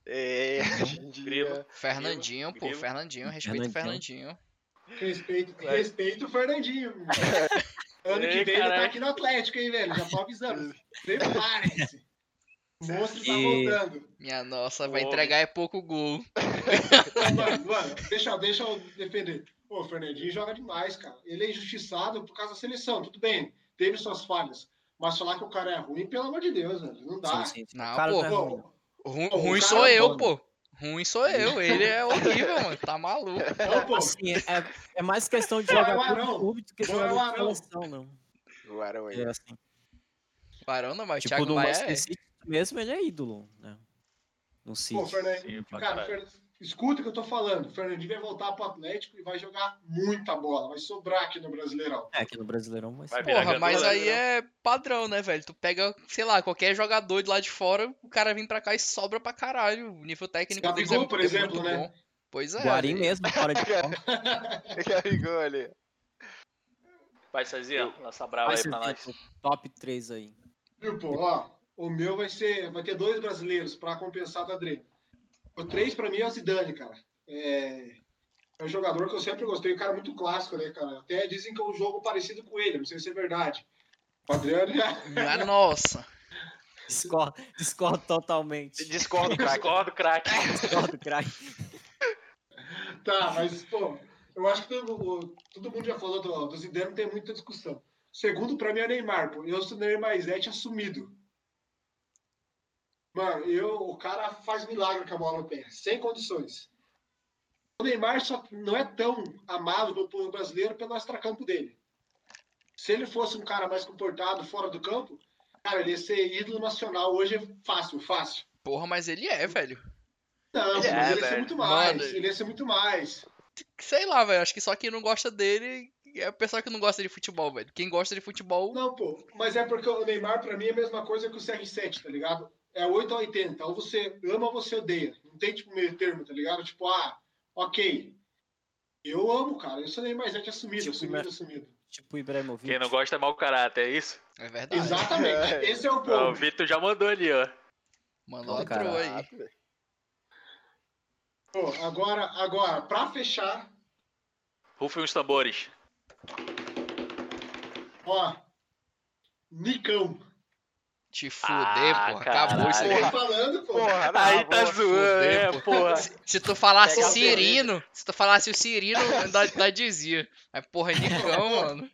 B: É, hoje em dia-
C: Grilo.
D: Fernandinho, pô,
C: Grilo.
D: Fernandinho, respeito o
A: Fernandinho.
D: Fernandinho.
E: Respeito,
C: Vai.
E: respeito o Fernandinho.
C: <laughs>
E: mano. Ano que
C: Ei,
E: vem ele tá
C: caralho.
E: aqui no Atlético, hein, velho? Já
C: <laughs>
E: tô avisando. Preparem-se. O monstro tá
A: E-
E: voltando.
D: Minha nossa, vai
C: Ô,
D: entregar é pouco gol.
E: Mas, Mano, mano, deixa, deixa eu defender. Pô, o Fernandinho joga demais, cara. Ele é injustiçado por causa da seleção, tudo bem. Teve suas falhas. Mas falar que o cara é ruim, pelo amor de Deus, velho. Não dá.
A: Sim, sim, sim.
D: Não,
A: Cara,
D: pô.
A: não é ruim.
E: Pô,
D: Ru-
E: Pô, o
D: ruim
E: cara
D: sou
E: é
A: bom,
D: eu, pô. Ruim sou
E: <laughs>
D: eu. Ele é horrível, mano. Tá maluco.
E: não, pô,
A: Assim, é, é mais questão de
E: Bora,
A: jogador de
E: Arão.
A: clube do que
E: Bora,
A: jogador de
E: Arão.
A: seleção, não.
B: Agora, ué. <laughs>
A: É assim,
D: Parou, não, mas o
A: tipo,
D: Thiago
A: no
D: Maia
A: Manchester
D: é.
A: City mesmo, ele é ídolo, né? No City.
E: pô, Fernandinho.
C: Sim, pra
E: Cara,
C: caralho.
E: Fer- escuta o que eu tô falando. O Fernandinho vai voltar pro Atlético e vai jogar muita bola. Vai sobrar aqui no Brasileirão.
A: É, aqui no Brasileirão, mas...
C: Vai virar
D: Porra, mas
C: grandão,
D: aí é padrão, né, velho? Tu pega, sei lá, qualquer jogador de lá de fora, o cara vem pra cá e sobra pra caralho. O nível técnico
E: Gabigol,
D: deles é,
E: por
D: é
E: exemplo,
D: muito
E: né?
D: bom. Pois é.
A: Guarim
D: velho.
A: mesmo, fora de forma.
B: Gabigol ali.
C: Vai, Cezinha, lança brava
A: Vai
C: aí
A: ser tipo
C: pra nós.
A: top 3 aí.
E: Viu, pô? Tipo, Ó, o meu vai ser. Vai ter dois brasileiros pra compensar da Dre. O três pra mim é o Zidane, cara. É... é um jogador que eu sempre gostei, um cara muito clássico, né, cara? Até dizem que é um jogo parecido com ele, não sei se é verdade. O Adriano já.
D: Mas, nossa.
A: Discordo, discordo totalmente.
B: Discordo, craque.
C: Discordo, craque.
A: Discordo, craque.
E: Tá, mas, pô, eu acho que todo, o- todo mundo já falou do, do Zidane, não tem muita discussão. Segundo, pra mim, é o Neymar, pô. Eu sou o Neymarzete assumido. Mano, eu, o cara faz milagre com a bola no pé, sem condições. O Neymar só não é tão amado pelo povo brasileiro pelo extracampo dele. Se ele fosse um cara mais comportado fora do campo, cara, ele ia ser ídolo nacional hoje é fácil, fácil.
D: Porra, mas ele é, velho.
E: Não,
C: Ele é,
E: mas ele ia ser
C: velho.
E: muito mais.
D: Mano.
E: Ele ia ser muito mais.
D: Sei lá, velho. Acho que só quem não gosta dele é o pessoal que não gosta de futebol, velho. Quem gosta de futebol.
E: Não, pô, mas é porque o Neymar pra mim é a mesma coisa que o CR7, tá ligado? É 8 a 80. Ou você ama ou você odeia. Não tem tipo meio termo, tá ligado? Tipo, ah, ok. Eu amo, cara. Eu sou Neymar 7 assumido,
A: Tipo,
E: assumido,
A: mas-
E: assumido.
A: Tipo o Ibrahimovic.
C: Quem não gosta é mau caráter, é Tá isso?
D: É verdade.
E: Exatamente. Esse é o
C: Ó, o
E: ponto.
C: Vitor já mandou ali, ó.
D: Mandou a
A: Pô, cara.
D: troa aí.
E: Pô, agora, agora, pra fechar,
C: Rufem os tambores.
E: ó. Nicão.
D: Te fuder,
C: Ah,
D: porra. Acabou isso
C: caralho.
E: Tô
D: aqui.
E: falando, pô.
B: Porra, não,
C: aí tá
B: boa.
C: zoando,
D: fudeu,
C: é, porra.
D: Se, se tu falasse
B: Pega a
D: Cirino, se tu falasse o Cirino, ainda, ainda dizia. Mas porra, é Nicão, mano.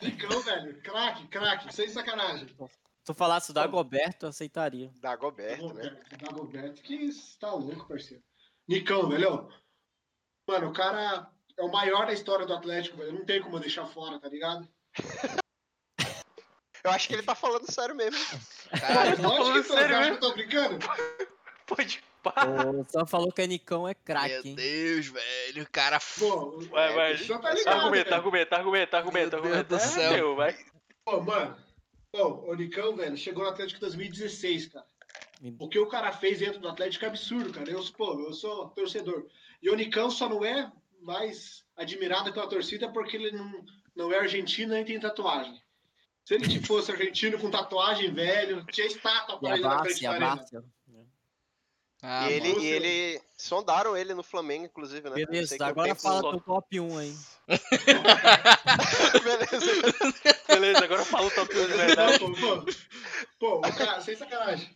E: Nicão, velho. Craque, craque. Sem sacanagem.
A: Se eu falasse o Dagoberto, eu aceitaria.
B: Dagoberto, né?
E: Dagoberto, Dagoberto, que isso, tá louco, parceiro. Nicão, velho. Mano, o cara é o maior da história do Atlético, velho. Não tem como eu deixar fora, tá ligado?
B: Eu acho que ele tá falando sério mesmo.
D: Caralho,
E: Lógico que eu
C: sério
E: tô, você acha que
C: mesmo?
E: eu tô brincando?
C: Pode
A: O Sam falou que Anicão é craque,
D: Meu
A: hein?
D: Deus, velho. O cara. f-
E: Pô,
C: Vai, vai.
E: o senhor tá ligado,
C: Argumenta,
E: velho.
C: argumenta, argumenta, argumenta,
D: Meu Deus
C: argumenta.
D: do
C: É
D: céu.
C: meu, vai.
E: Pô, mano. Pô, o Nicão, velho, chegou no Atlético em 2016, cara.
A: Me-
E: O que o cara fez dentro do Atlético é absurdo, cara. Eu, pô, eu sou torcedor. E o Nicão só não é mais admirado pela torcida porque ele não, não é argentino nem tem tatuagem.
A: <laughs>
E: Se ele fosse argentino com tatuagem, velho, tinha estátua
A: E
E: pra
A: a
E: ele na frente
A: Bárcia,
E: da
A: a
E: arena.
A: Bárcia.
D: Ah,
B: e ele, é
E: mano.
B: e ele- sondaram ele no Flamengo, inclusive, né?
A: Beleza,
B: Sei que eu
A: agora
B: penso-
A: fala
C: só-
A: teu top 1
E: <laughs>
A: aí.
B: <laughs> Beleza.
C: Beleza, agora fala o tatu de verdade.
E: Não, pô, pô, pô, o cara, sem sacanagem.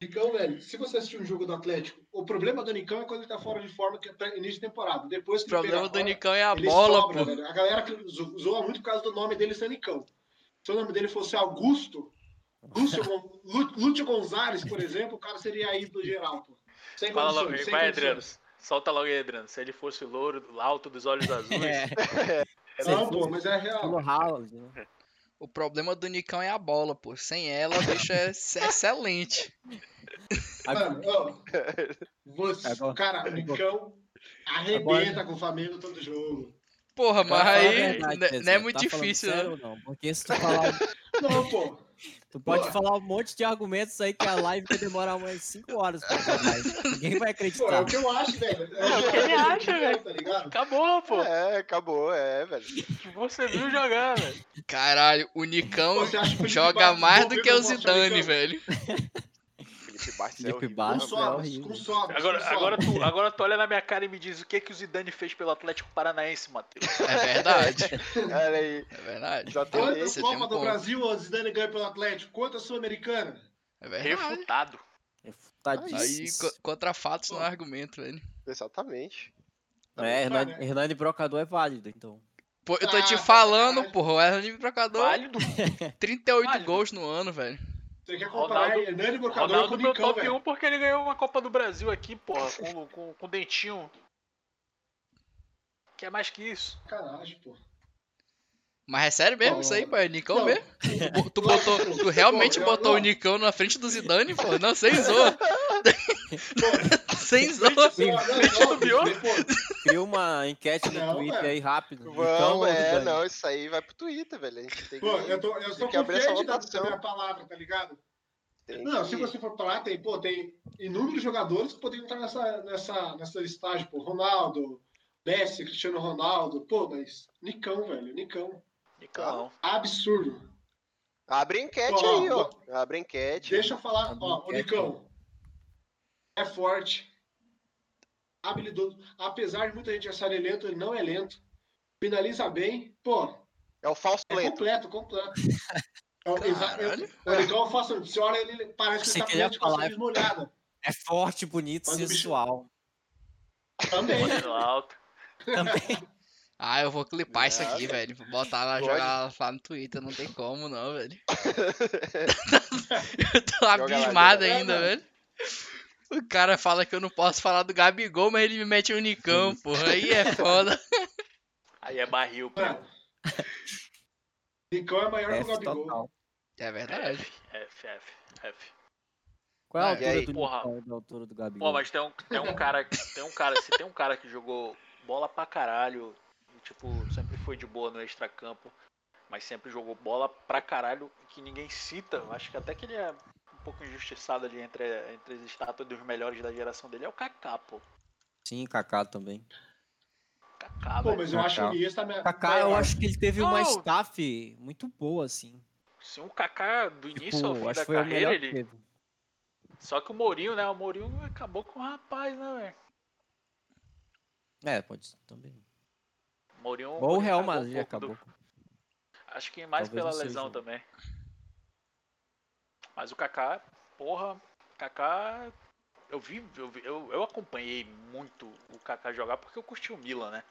E: Nicão, velho, se você assistir um jogo do Atlético, o problema do Nicão é quando ele tá fora de forma que é pra início de temporada. Depois
D: O
E: que ele
D: problema do
E: pega a bola,
D: Nicão é a
E: Ele
D: bola,
E: sobra, né?
D: pô.
E: velho. A galera que zo- zoa muito por causa do nome dele ser Nicão. Se o nome dele fosse Augusto, Lúcio, Gon- Lú- Lúcio Gonzalez, por exemplo, o cara seria ídolo geral, pô. Sem
C: Fala
E: condições,
C: logo aí,
E: sem
C: vai, Adriano.
E: condições.
C: Solta logo aí, Adriano. Se ele fosse louro, alto, dos olhos azuis.
A: É,
E: Não, pô, mas é real.
A: pelo Howard, né?
D: O problema do Nicão é a bola, pô. Sem ela, o bicho é ex- excelente.
A: Agora-
E: Mano, ó, você-
A: Agora-
E: cara, o Nicão arrebenta com o Flamengo todo jogo.
D: Porra,
A: agora
D: mas
A: fala a
D: aí
A: Tá verdade,
D: né-
A: Cezão,
D: não é muito
A: tá falando
D: difícil,
A: sério
D: né?
A: ou não? Porque se tu falar.
E: Não, pô.
A: Tu pode
E: Pô.
A: falar um monte de argumentos aí que a live vai demorar umas 5 horas pra acabar. Ninguém vai
E: Pô, é
A: acreditar.
E: o que eu acho, velho.
C: É o que ele
E: eu acho,
C: acha, velho.
E: Tá ligado?
C: Acabou, pô. <laughs>
B: É, acabou, é, velho.
C: Você viu jogar, velho.
D: Caralho, o Nicão
E: Você acha que o Felipe
D: Então, joga
E: <laughs> Bastos
D: mais do
E: envolveu
D: que o
E: no nosso
D: Zidane,
E: Nicão?
D: velho.
B: Felipe Bastos é
A: Felipe
B: horrível.
E: Com
A: Bastos. Ah, é
E: sobras,
A: horrível.
E: com sobras.
C: Agora,
E: com sobras.
C: agora, tu, agora tu olha na minha cara e me diz o que, que o Zidane fez pelo Atlético Paranaense, Matheus.
D: É verdade,
B: <laughs> Olha aí,
D: é verdade.
B: exatamente.
E: Quantas
D: Você tem um
E: Copa do
D: ponto.
E: Brasil o Zidane ganha pelo Atlético? Quantas Sul-Americana?
D: É verdade.
C: Refutado.
D: Aí,
A: Refutadíssimo.
D: co- contra fatos não é argumento, velho.
B: Exatamente.
A: É,
E: Tá,
A: Hernani,
E: né?
A: Hernani Brocador é válido, então.
D: Pô, eu tô te
E: Ah,
D: falando,
E: caralho.
D: porra, o Hernani Brocador,
C: Válido.
D: 38
C: válido.
D: gols no ano, velho.
E: Você quer comparar
C: Ronaldo-
E: Hernani Brocador com
C: Ronaldo
E: o
C: meu
E: Nicão,
C: top
E: é velho?
C: 1 porque ele ganhou uma Copa do Brasil aqui, porra, com, com, com dentinho. Que é mais que isso.
E: Sacanagem, pô.
D: Mas é sério mesmo isso aí, pô? É Nicão
E: Não.
D: mesmo? Tu, bo- tu botou, tu realmente
E: Pô, eu-
D: botou o
E: não.
D: Nicão na frente do Zidane, pô? Não, sem
E: <laughs>
D: zoa. <laughs> sem zoa.
E: Sei
C: um.
E: lá, não,
C: Bion?
E: não, depois-
A: Cria uma enquete no
E: Não, é.
A: Twitter
E: velho.
A: aí rápido.
B: Vamos,
A: Então,
B: é,
A: Zidane,
B: não, isso aí vai pro Twitter, velho. A gente tem que.
E: Pô, eu, tô, eu sou
B: que abrir essa
E: confiante da, da
B: votação.
E: minha palavra, tá ligado?
B: tem
E: Não, tipo
B: que-
E: se você for parar, tem, pô, tem inúmeros jogadores que poderiam estar nessa, nessa, nessa listagem, pô. Ronaldo, Messi, Cristiano Ronaldo, pô, mas Nicão, velho, Nicão.
C: Nicão.
E: Absurdo.
B: Abre enquete
E: Ó,
B: aí, ó. Abre enquete.
E: Deixa eu falar,
A: Tá
E: ó,
A: bom,
E: o
A: quer-
E: Nicão é forte, habilidoso, apesar de muita gente achar ele lento, ele não é lento, finaliza bem, pô,
B: É o falso
E: é
B: lento.
E: completo, completo. É o- exa-
D: Caralho.
E: é- O Nicão faça, você olha ele, parece que
A: Você
E: ele tá
A: queria
E: com de calça
A: falar-
E: desmolhada.
A: É forte, bonito,
E: Mas o bicho-
A: sensual.
E: Também.
A: <laughs>
E: né?
C: Modelo alto.
A: Também.
D: Ah, eu vou clipar isso aqui, velho. Vou botar lá,
B: Pode.
D: jogar lá no Twitter, não tem como não, velho. eu tô
B: lá, joga
D: abismado
B: lá.
E: É,
D: ainda,
E: mano.
D: velho. O cara fala que eu não posso falar do Gabigol, mas ele me mete um Nicão, porra. Aí é foda.
C: Aí é barril, pô.
E: Mano, Nicão é maior que o
A: F
E: Gabigol.
A: total.
D: É verdade.
C: F, F, F.
A: Qual é a
D: Ah, e
A: altura
B: aí,
A: do
C: porra?
A: Nicão e da altura do Gabigol?
C: Pô, mas tem um, tem um cara. Tem um cara, se tem um cara que jogou bola pra caralho. e, tipo, sempre foi de boa no extracampo. Mas sempre jogou bola pra caralho que ninguém cita. Eu Acho que até que ele é um pouco injustiçado ali entre, entre as estátuas dos melhores da geração dele. É o Kaká, pô.
A: Sim, Kaká também.
C: Kaká,
E: Pô,
C: velho.
E: mas eu acho que
A: Kaká.
E: o Iniesta é me-
A: Kaká, eu
E: maior.
A: acho que ele teve uma
C: Não.
A: staff muito boa, assim.
C: Se um Kaká do início ao
A: Tipo,
C: fim
A: acho que
C: da
A: foi o melhor
C: carreira,
A: que
C: ele.
A: teve.
C: Só que o Mourinho, né? O Mourinho acabou com o rapaz, né, velho?
A: É, pode ser também.
C: O Mourinho.
A: Ou o
C: Mourinho
A: Real
C: cagou um
A: Madrid
C: pouco do-
A: acabou.
C: Acho que mais
A: Talvez
C: pela
A: não seja.
C: lesão também. Mas o Kaká, porra, Kaká, eu vi, eu, vi- eu, eu acompanhei muito o Kaká jogar porque eu curti o Milan, né?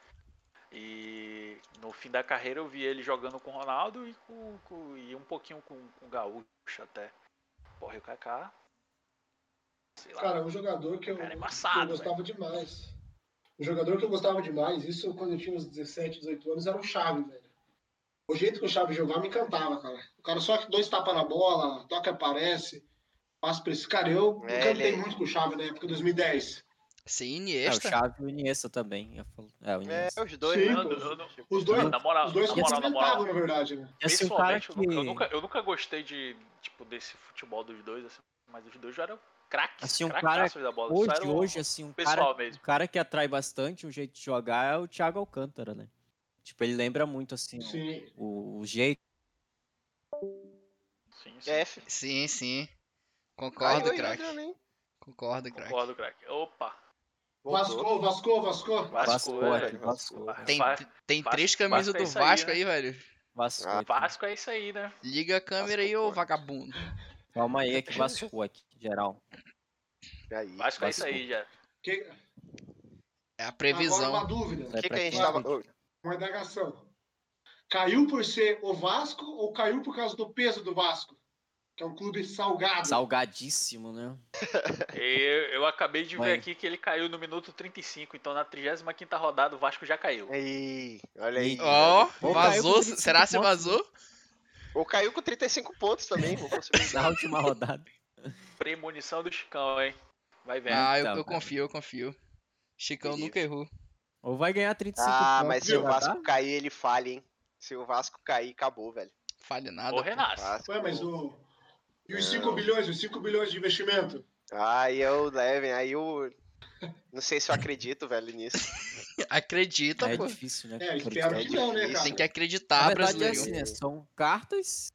C: E no fim da carreira eu vi ele jogando com o Ronaldo e, com, com- e um pouquinho com, com o Gaúcho até. Porra, e o Kaká. Sei lá,
E: Cara, um jogador que eu,
C: Cara, é
E: que
C: embaçado,
E: eu gostava demais. Um jogador que eu gostava demais, isso quando eu tinha uns 17, 18 anos, era o Chave, velho. O jeito que o Chave jogava me encantava, cara. O cara só que dois tapas na bola, toca e aparece. passo pra esse cara. Eu
B: É,
E: eu cantei
B: ele-
E: muito com o Xavi na época de 2010.
D: Sim,
A: É, o
D: Iniesta.
A: Xavi e o Iniesta também. eu falo- É, o
B: É,
A: Iniesta.
B: os dois.
E: Sim,
B: né?
C: Eu- eu- eu-
E: Os dois,
C: Na moral,
E: os dois
C: na moral, na
E: complementavam,
C: moral.
E: na verdade, né?
A: Ia ser um cara que...
C: Pessoalmente, eu nunca- eu, nunca, eu nunca gostei de, tipo, desse futebol dos dois, assim, mas os dois já eram craques,
A: Assim, um cara
C: cracaços da bola. só
A: Hoje,
C: era o
A: hoje, assim, um cara,
C: pessoal
A: um
C: mesmo.
A: cara que atrai bastante um jeito de jogar é o Thiago Alcântara, né? Tipo, ele lembra muito, assim,
E: Sim.
A: o, o jeito.
C: Sim, sim.
B: F.
D: Sim, sim.
B: Ai,
D: Concordo,
B: oi,
D: craque.
B: Adriano, hein?
D: Concordo, craque.
C: Concordo, craque. Opa,
B: Voltou.
E: Vasco, Vasco, Vasco.
C: Vasco, é,
A: Vasco, é
C: velho.
A: aqui, Vasco.
C: Vasco. ah,
D: Tem,
C: Vasco- é
D: tem
C: Vasco-
D: três camisas
C: Vasco é
D: do
C: isso aí,
D: Vasco
C: né?
D: aí, velho.
A: Vasco. aqui.
C: Vasco é isso aí, né?
D: Liga a câmera
B: Vasco
D: aí, ô
B: pode.
D: vagabundo.
A: Calma aí, é que Vasco aqui,
E: <laughs>
A: geral.
B: Aí.
C: Vasco é isso
A: Vasco.
C: aí, já.
E: Que-
D: É a
E: Agora
D: previsão.
E: uma dúvida,
A: É
B: O que, que
A: pra
B: a gente
A: quem?
B: tava.
E: uma indagação. Caiu por ser o Vasco ou caiu por causa do peso do Vasco? Que é um clube salgado.
A: Salgadíssimo, né?
C: Eu, eu acabei de ver
A: Vai.
C: aqui que ele caiu no minuto 35, então na 35 rodada o Vasco já caiu.
B: É. Aí, olha aí.
D: Ó,
A: Ou caiu com
D: vazou.
A: 35
D: Será que você
A: pontos,
D: vazou?
B: Ou caiu com 35 pontos também. Vou <laughs> conseguir.
A: Na última rodada.
C: Premonição do Chicão, hein? Vai vendo.
D: Ah, eu,
A: Então,
D: eu
A: cara.
D: confio, eu confio. Chicão
B: Beleza.
D: nunca errou.
A: Ou vai ganhar 35
B: ah,
A: pontos.
B: mas se o
A: né,
B: Vasco
A: tá?
B: cair, ele falha, hein? Se o Vasco cair, acabou, velho.
D: Falha nada.
C: Ou
D: pô.
C: renasce.
B: Vasco.
E: Ué, mas o. E os 5
B: Não.
E: bilhões, os 5 bilhões de investimento?
B: Aí eu, Levin, aí eu. Não sei se eu acredito, velho, nisso.
D: Acredita,
A: É
D: pô.
A: difícil, né?
E: É,
A: Por
E: espero
A: isso,
E: que não, né,
B: difícil,
E: cara?
D: Tem que
A: Na
D: acreditar,
A: verdade, é
D: Tá, brasileiro.
A: assim, né? São cartas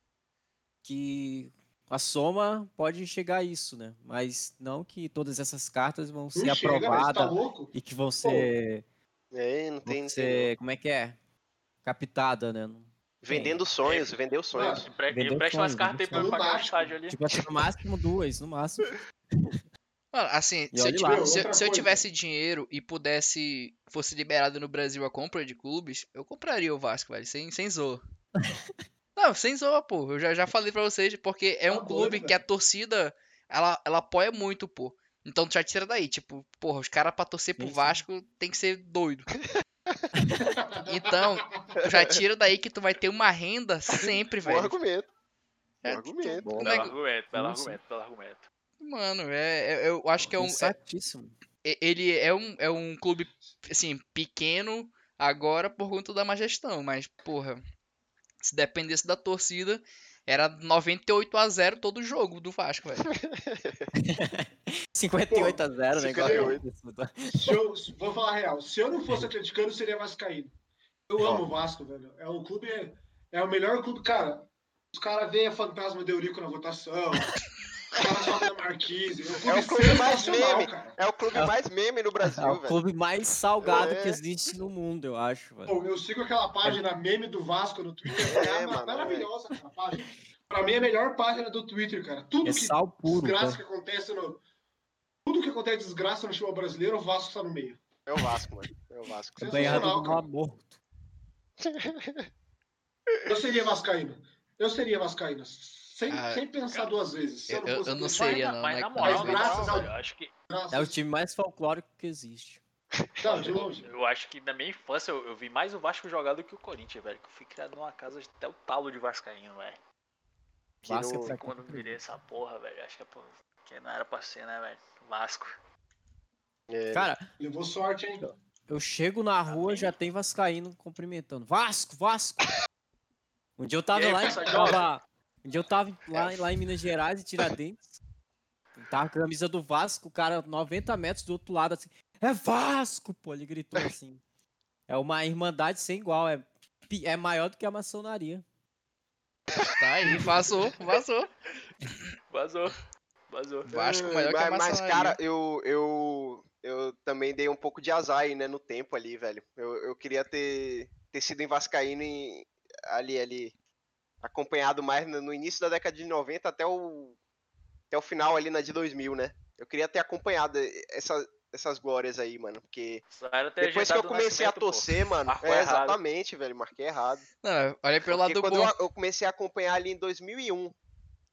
A: que a soma pode chegar a isso, né? Mas não que todas essas cartas vão ser
E: Não chega, velho, você tá
A: aprovadas
E: louco?
A: e que vão ser,
B: É, não
A: vão
B: tem. não tem-
A: ser- Como é que é? Captada, né? Não-
B: Vendendo sonhos, vendeu sonhos.
C: Empre-
A: Vendeu
C: Empresta umas
A: sonho,
C: cartas aí pra eu
E: vendeu
C: pagar o
E: sonho.
C: estádio ali.
A: Tipo, assim, no máximo duas, no máximo.
D: Mano, assim,
A: E
D: se eu,
A: olhe
D: tive-
E: lá.
D: se eu-
E: Outra
D: se eu
E: coisa.
D: tivesse dinheiro e pudesse, fosse liberado no Brasil a compra de clubes, eu compraria o Vasco, velho, sem, sem
E: <laughs>
D: zoa. Não, sem zoa, pô. Eu já, já falei pra vocês, porque é
E: Tá
D: um clube
E: doido,
D: que a torcida, ela, ela apoia muito, pô. Então tu já tira daí, tipo, porra, os caras pra torcer pro
A: Sim, sim.
D: Vasco tem que ser
E: <laughs>
D: doido. Então, tu já tira daí que tu vai ter uma renda sempre,
B: Bom
D: velho.
B: argumento. Bom
D: É,
B: argumento.
D: Como é
C: Belo
D: que-
C: argumento,
A: Sim,
C: belo
A: sim.
C: argumento, belo argumento.
D: Mano, é, é- eu acho que é um, é- <laughs>
A: Sensatíssimo.
D: e- ele é um, é um clube, assim, pequeno agora por conta da má gestão, mas, porra, se dependesse da torcida, era 98 a 0 todo jogo do Vasco, velho.
A: 58 a 0, né? igual
B: 58.
A: eu-
E: Se eu, se- vou falar a real. Se eu não fosse atleticano, eu seria vascaíno. Eu amo o Vasco, velho. É um clube. É o melhor clube, cara. Os caras veem a fantasma de Eurico na votação. os caras falam da Marquise. É um
B: É
E: clube,
B: o clube mais
E: sensacional,
B: meme.
E: cara.
B: É o clube mais meme
A: <laughs>
B: no
A: É o
B: Brasil, velho.
A: clube mais salgado
B: É.
A: que existe no mundo, eu acho, velho.
E: Pô, eu sigo aquela página meme do Vasco no Twitter.
B: É,
E: É,
B: mano,
E: maravilhosa aquela página. Pra mim é a melhor página do Twitter, cara. Tudo
A: É
E: que
A: sal puro. pô.
E: desgraça que acontece no. Tudo que acontece de desgraça no futebol brasileiro, o Vasco tá no meio.
B: É o Vasco, mano. É o Vasco.
E: É
A: Tá Banhado
E: sensacional,
A: no
E: cara.
A: amor.
E: Eu seria Vascaíno. Eu seria Vascaíno. Sem,
D: Ah,
E: sem pensar duas vezes. Se
D: eu- eu-
E: fosse
D: eu não
E: Vascaíno,
D: seria,
C: mas, na-
D: não,
C: mas
D: né,
C: na
D: cara?
C: moral, na moral,
E: Mas graças ao-
C: velho, eu acho que,
E: graças-
A: É o time mais folclórico que existe.
E: Não, de longe.
C: eu acho que na minha infância eu, eu vi mais o Vasco jogar do que o Corinthians, velho. Que eu fui criado numa casa de até o talo de Vascaíno, velho.
B: Que
A: Vasco
B: no-
A: é pra
C: Quando eu virei essa porra, velho, acho que é por- que não era pra ser, né, velho? Vasco.
B: É,
A: Cara,
E: Levou sorte, hein?
A: eu chego na rua, já tem Vascaíno cumprimentando. Vasco, Vasco! Um dia eu tava
C: E aí,
A: lá em,
C: pessoal,
A: tava, um dia eu tava em- lá, lá em Minas Gerais, em Tiradentes. Tava com a camisa do Vasco, o cara 90 metros do outro lado, assim. É Vasco, pô! Ele gritou assim. É uma irmandade sem igual, é, pi- é maior do que a maçonaria.
D: Tá aí,
B: <laughs>
D: vazou, vazou.
C: Vazou. Vazou.
D: Vasco maior que
B: mas,
C: é
D: a
B: mas,
D: maçonaria.
C: né?
B: cara, eu, eu, eu também dei um pouco de azar aí, né, no tempo ali, velho. Eu, eu queria ter, ter sido em Vascaíno em- ali, ali, acompanhado mais no, no início da década de 90 até o, até o final ali na de 2000, né? Eu queria ter acompanhado essa- essas glórias aí, mano, porque
C: Só era ter
B: depois que eu
C: ajeitado o
B: comecei a
C: nascimento, pô.
B: torcer, mano,
C: Marcou
B: é,
C: errado.
B: exatamente, velho, marquei errado.
D: Não, olha pelo lado
B: Porque quando
D: bom.
B: um, eu, eu comecei a acompanhar ali em 2001,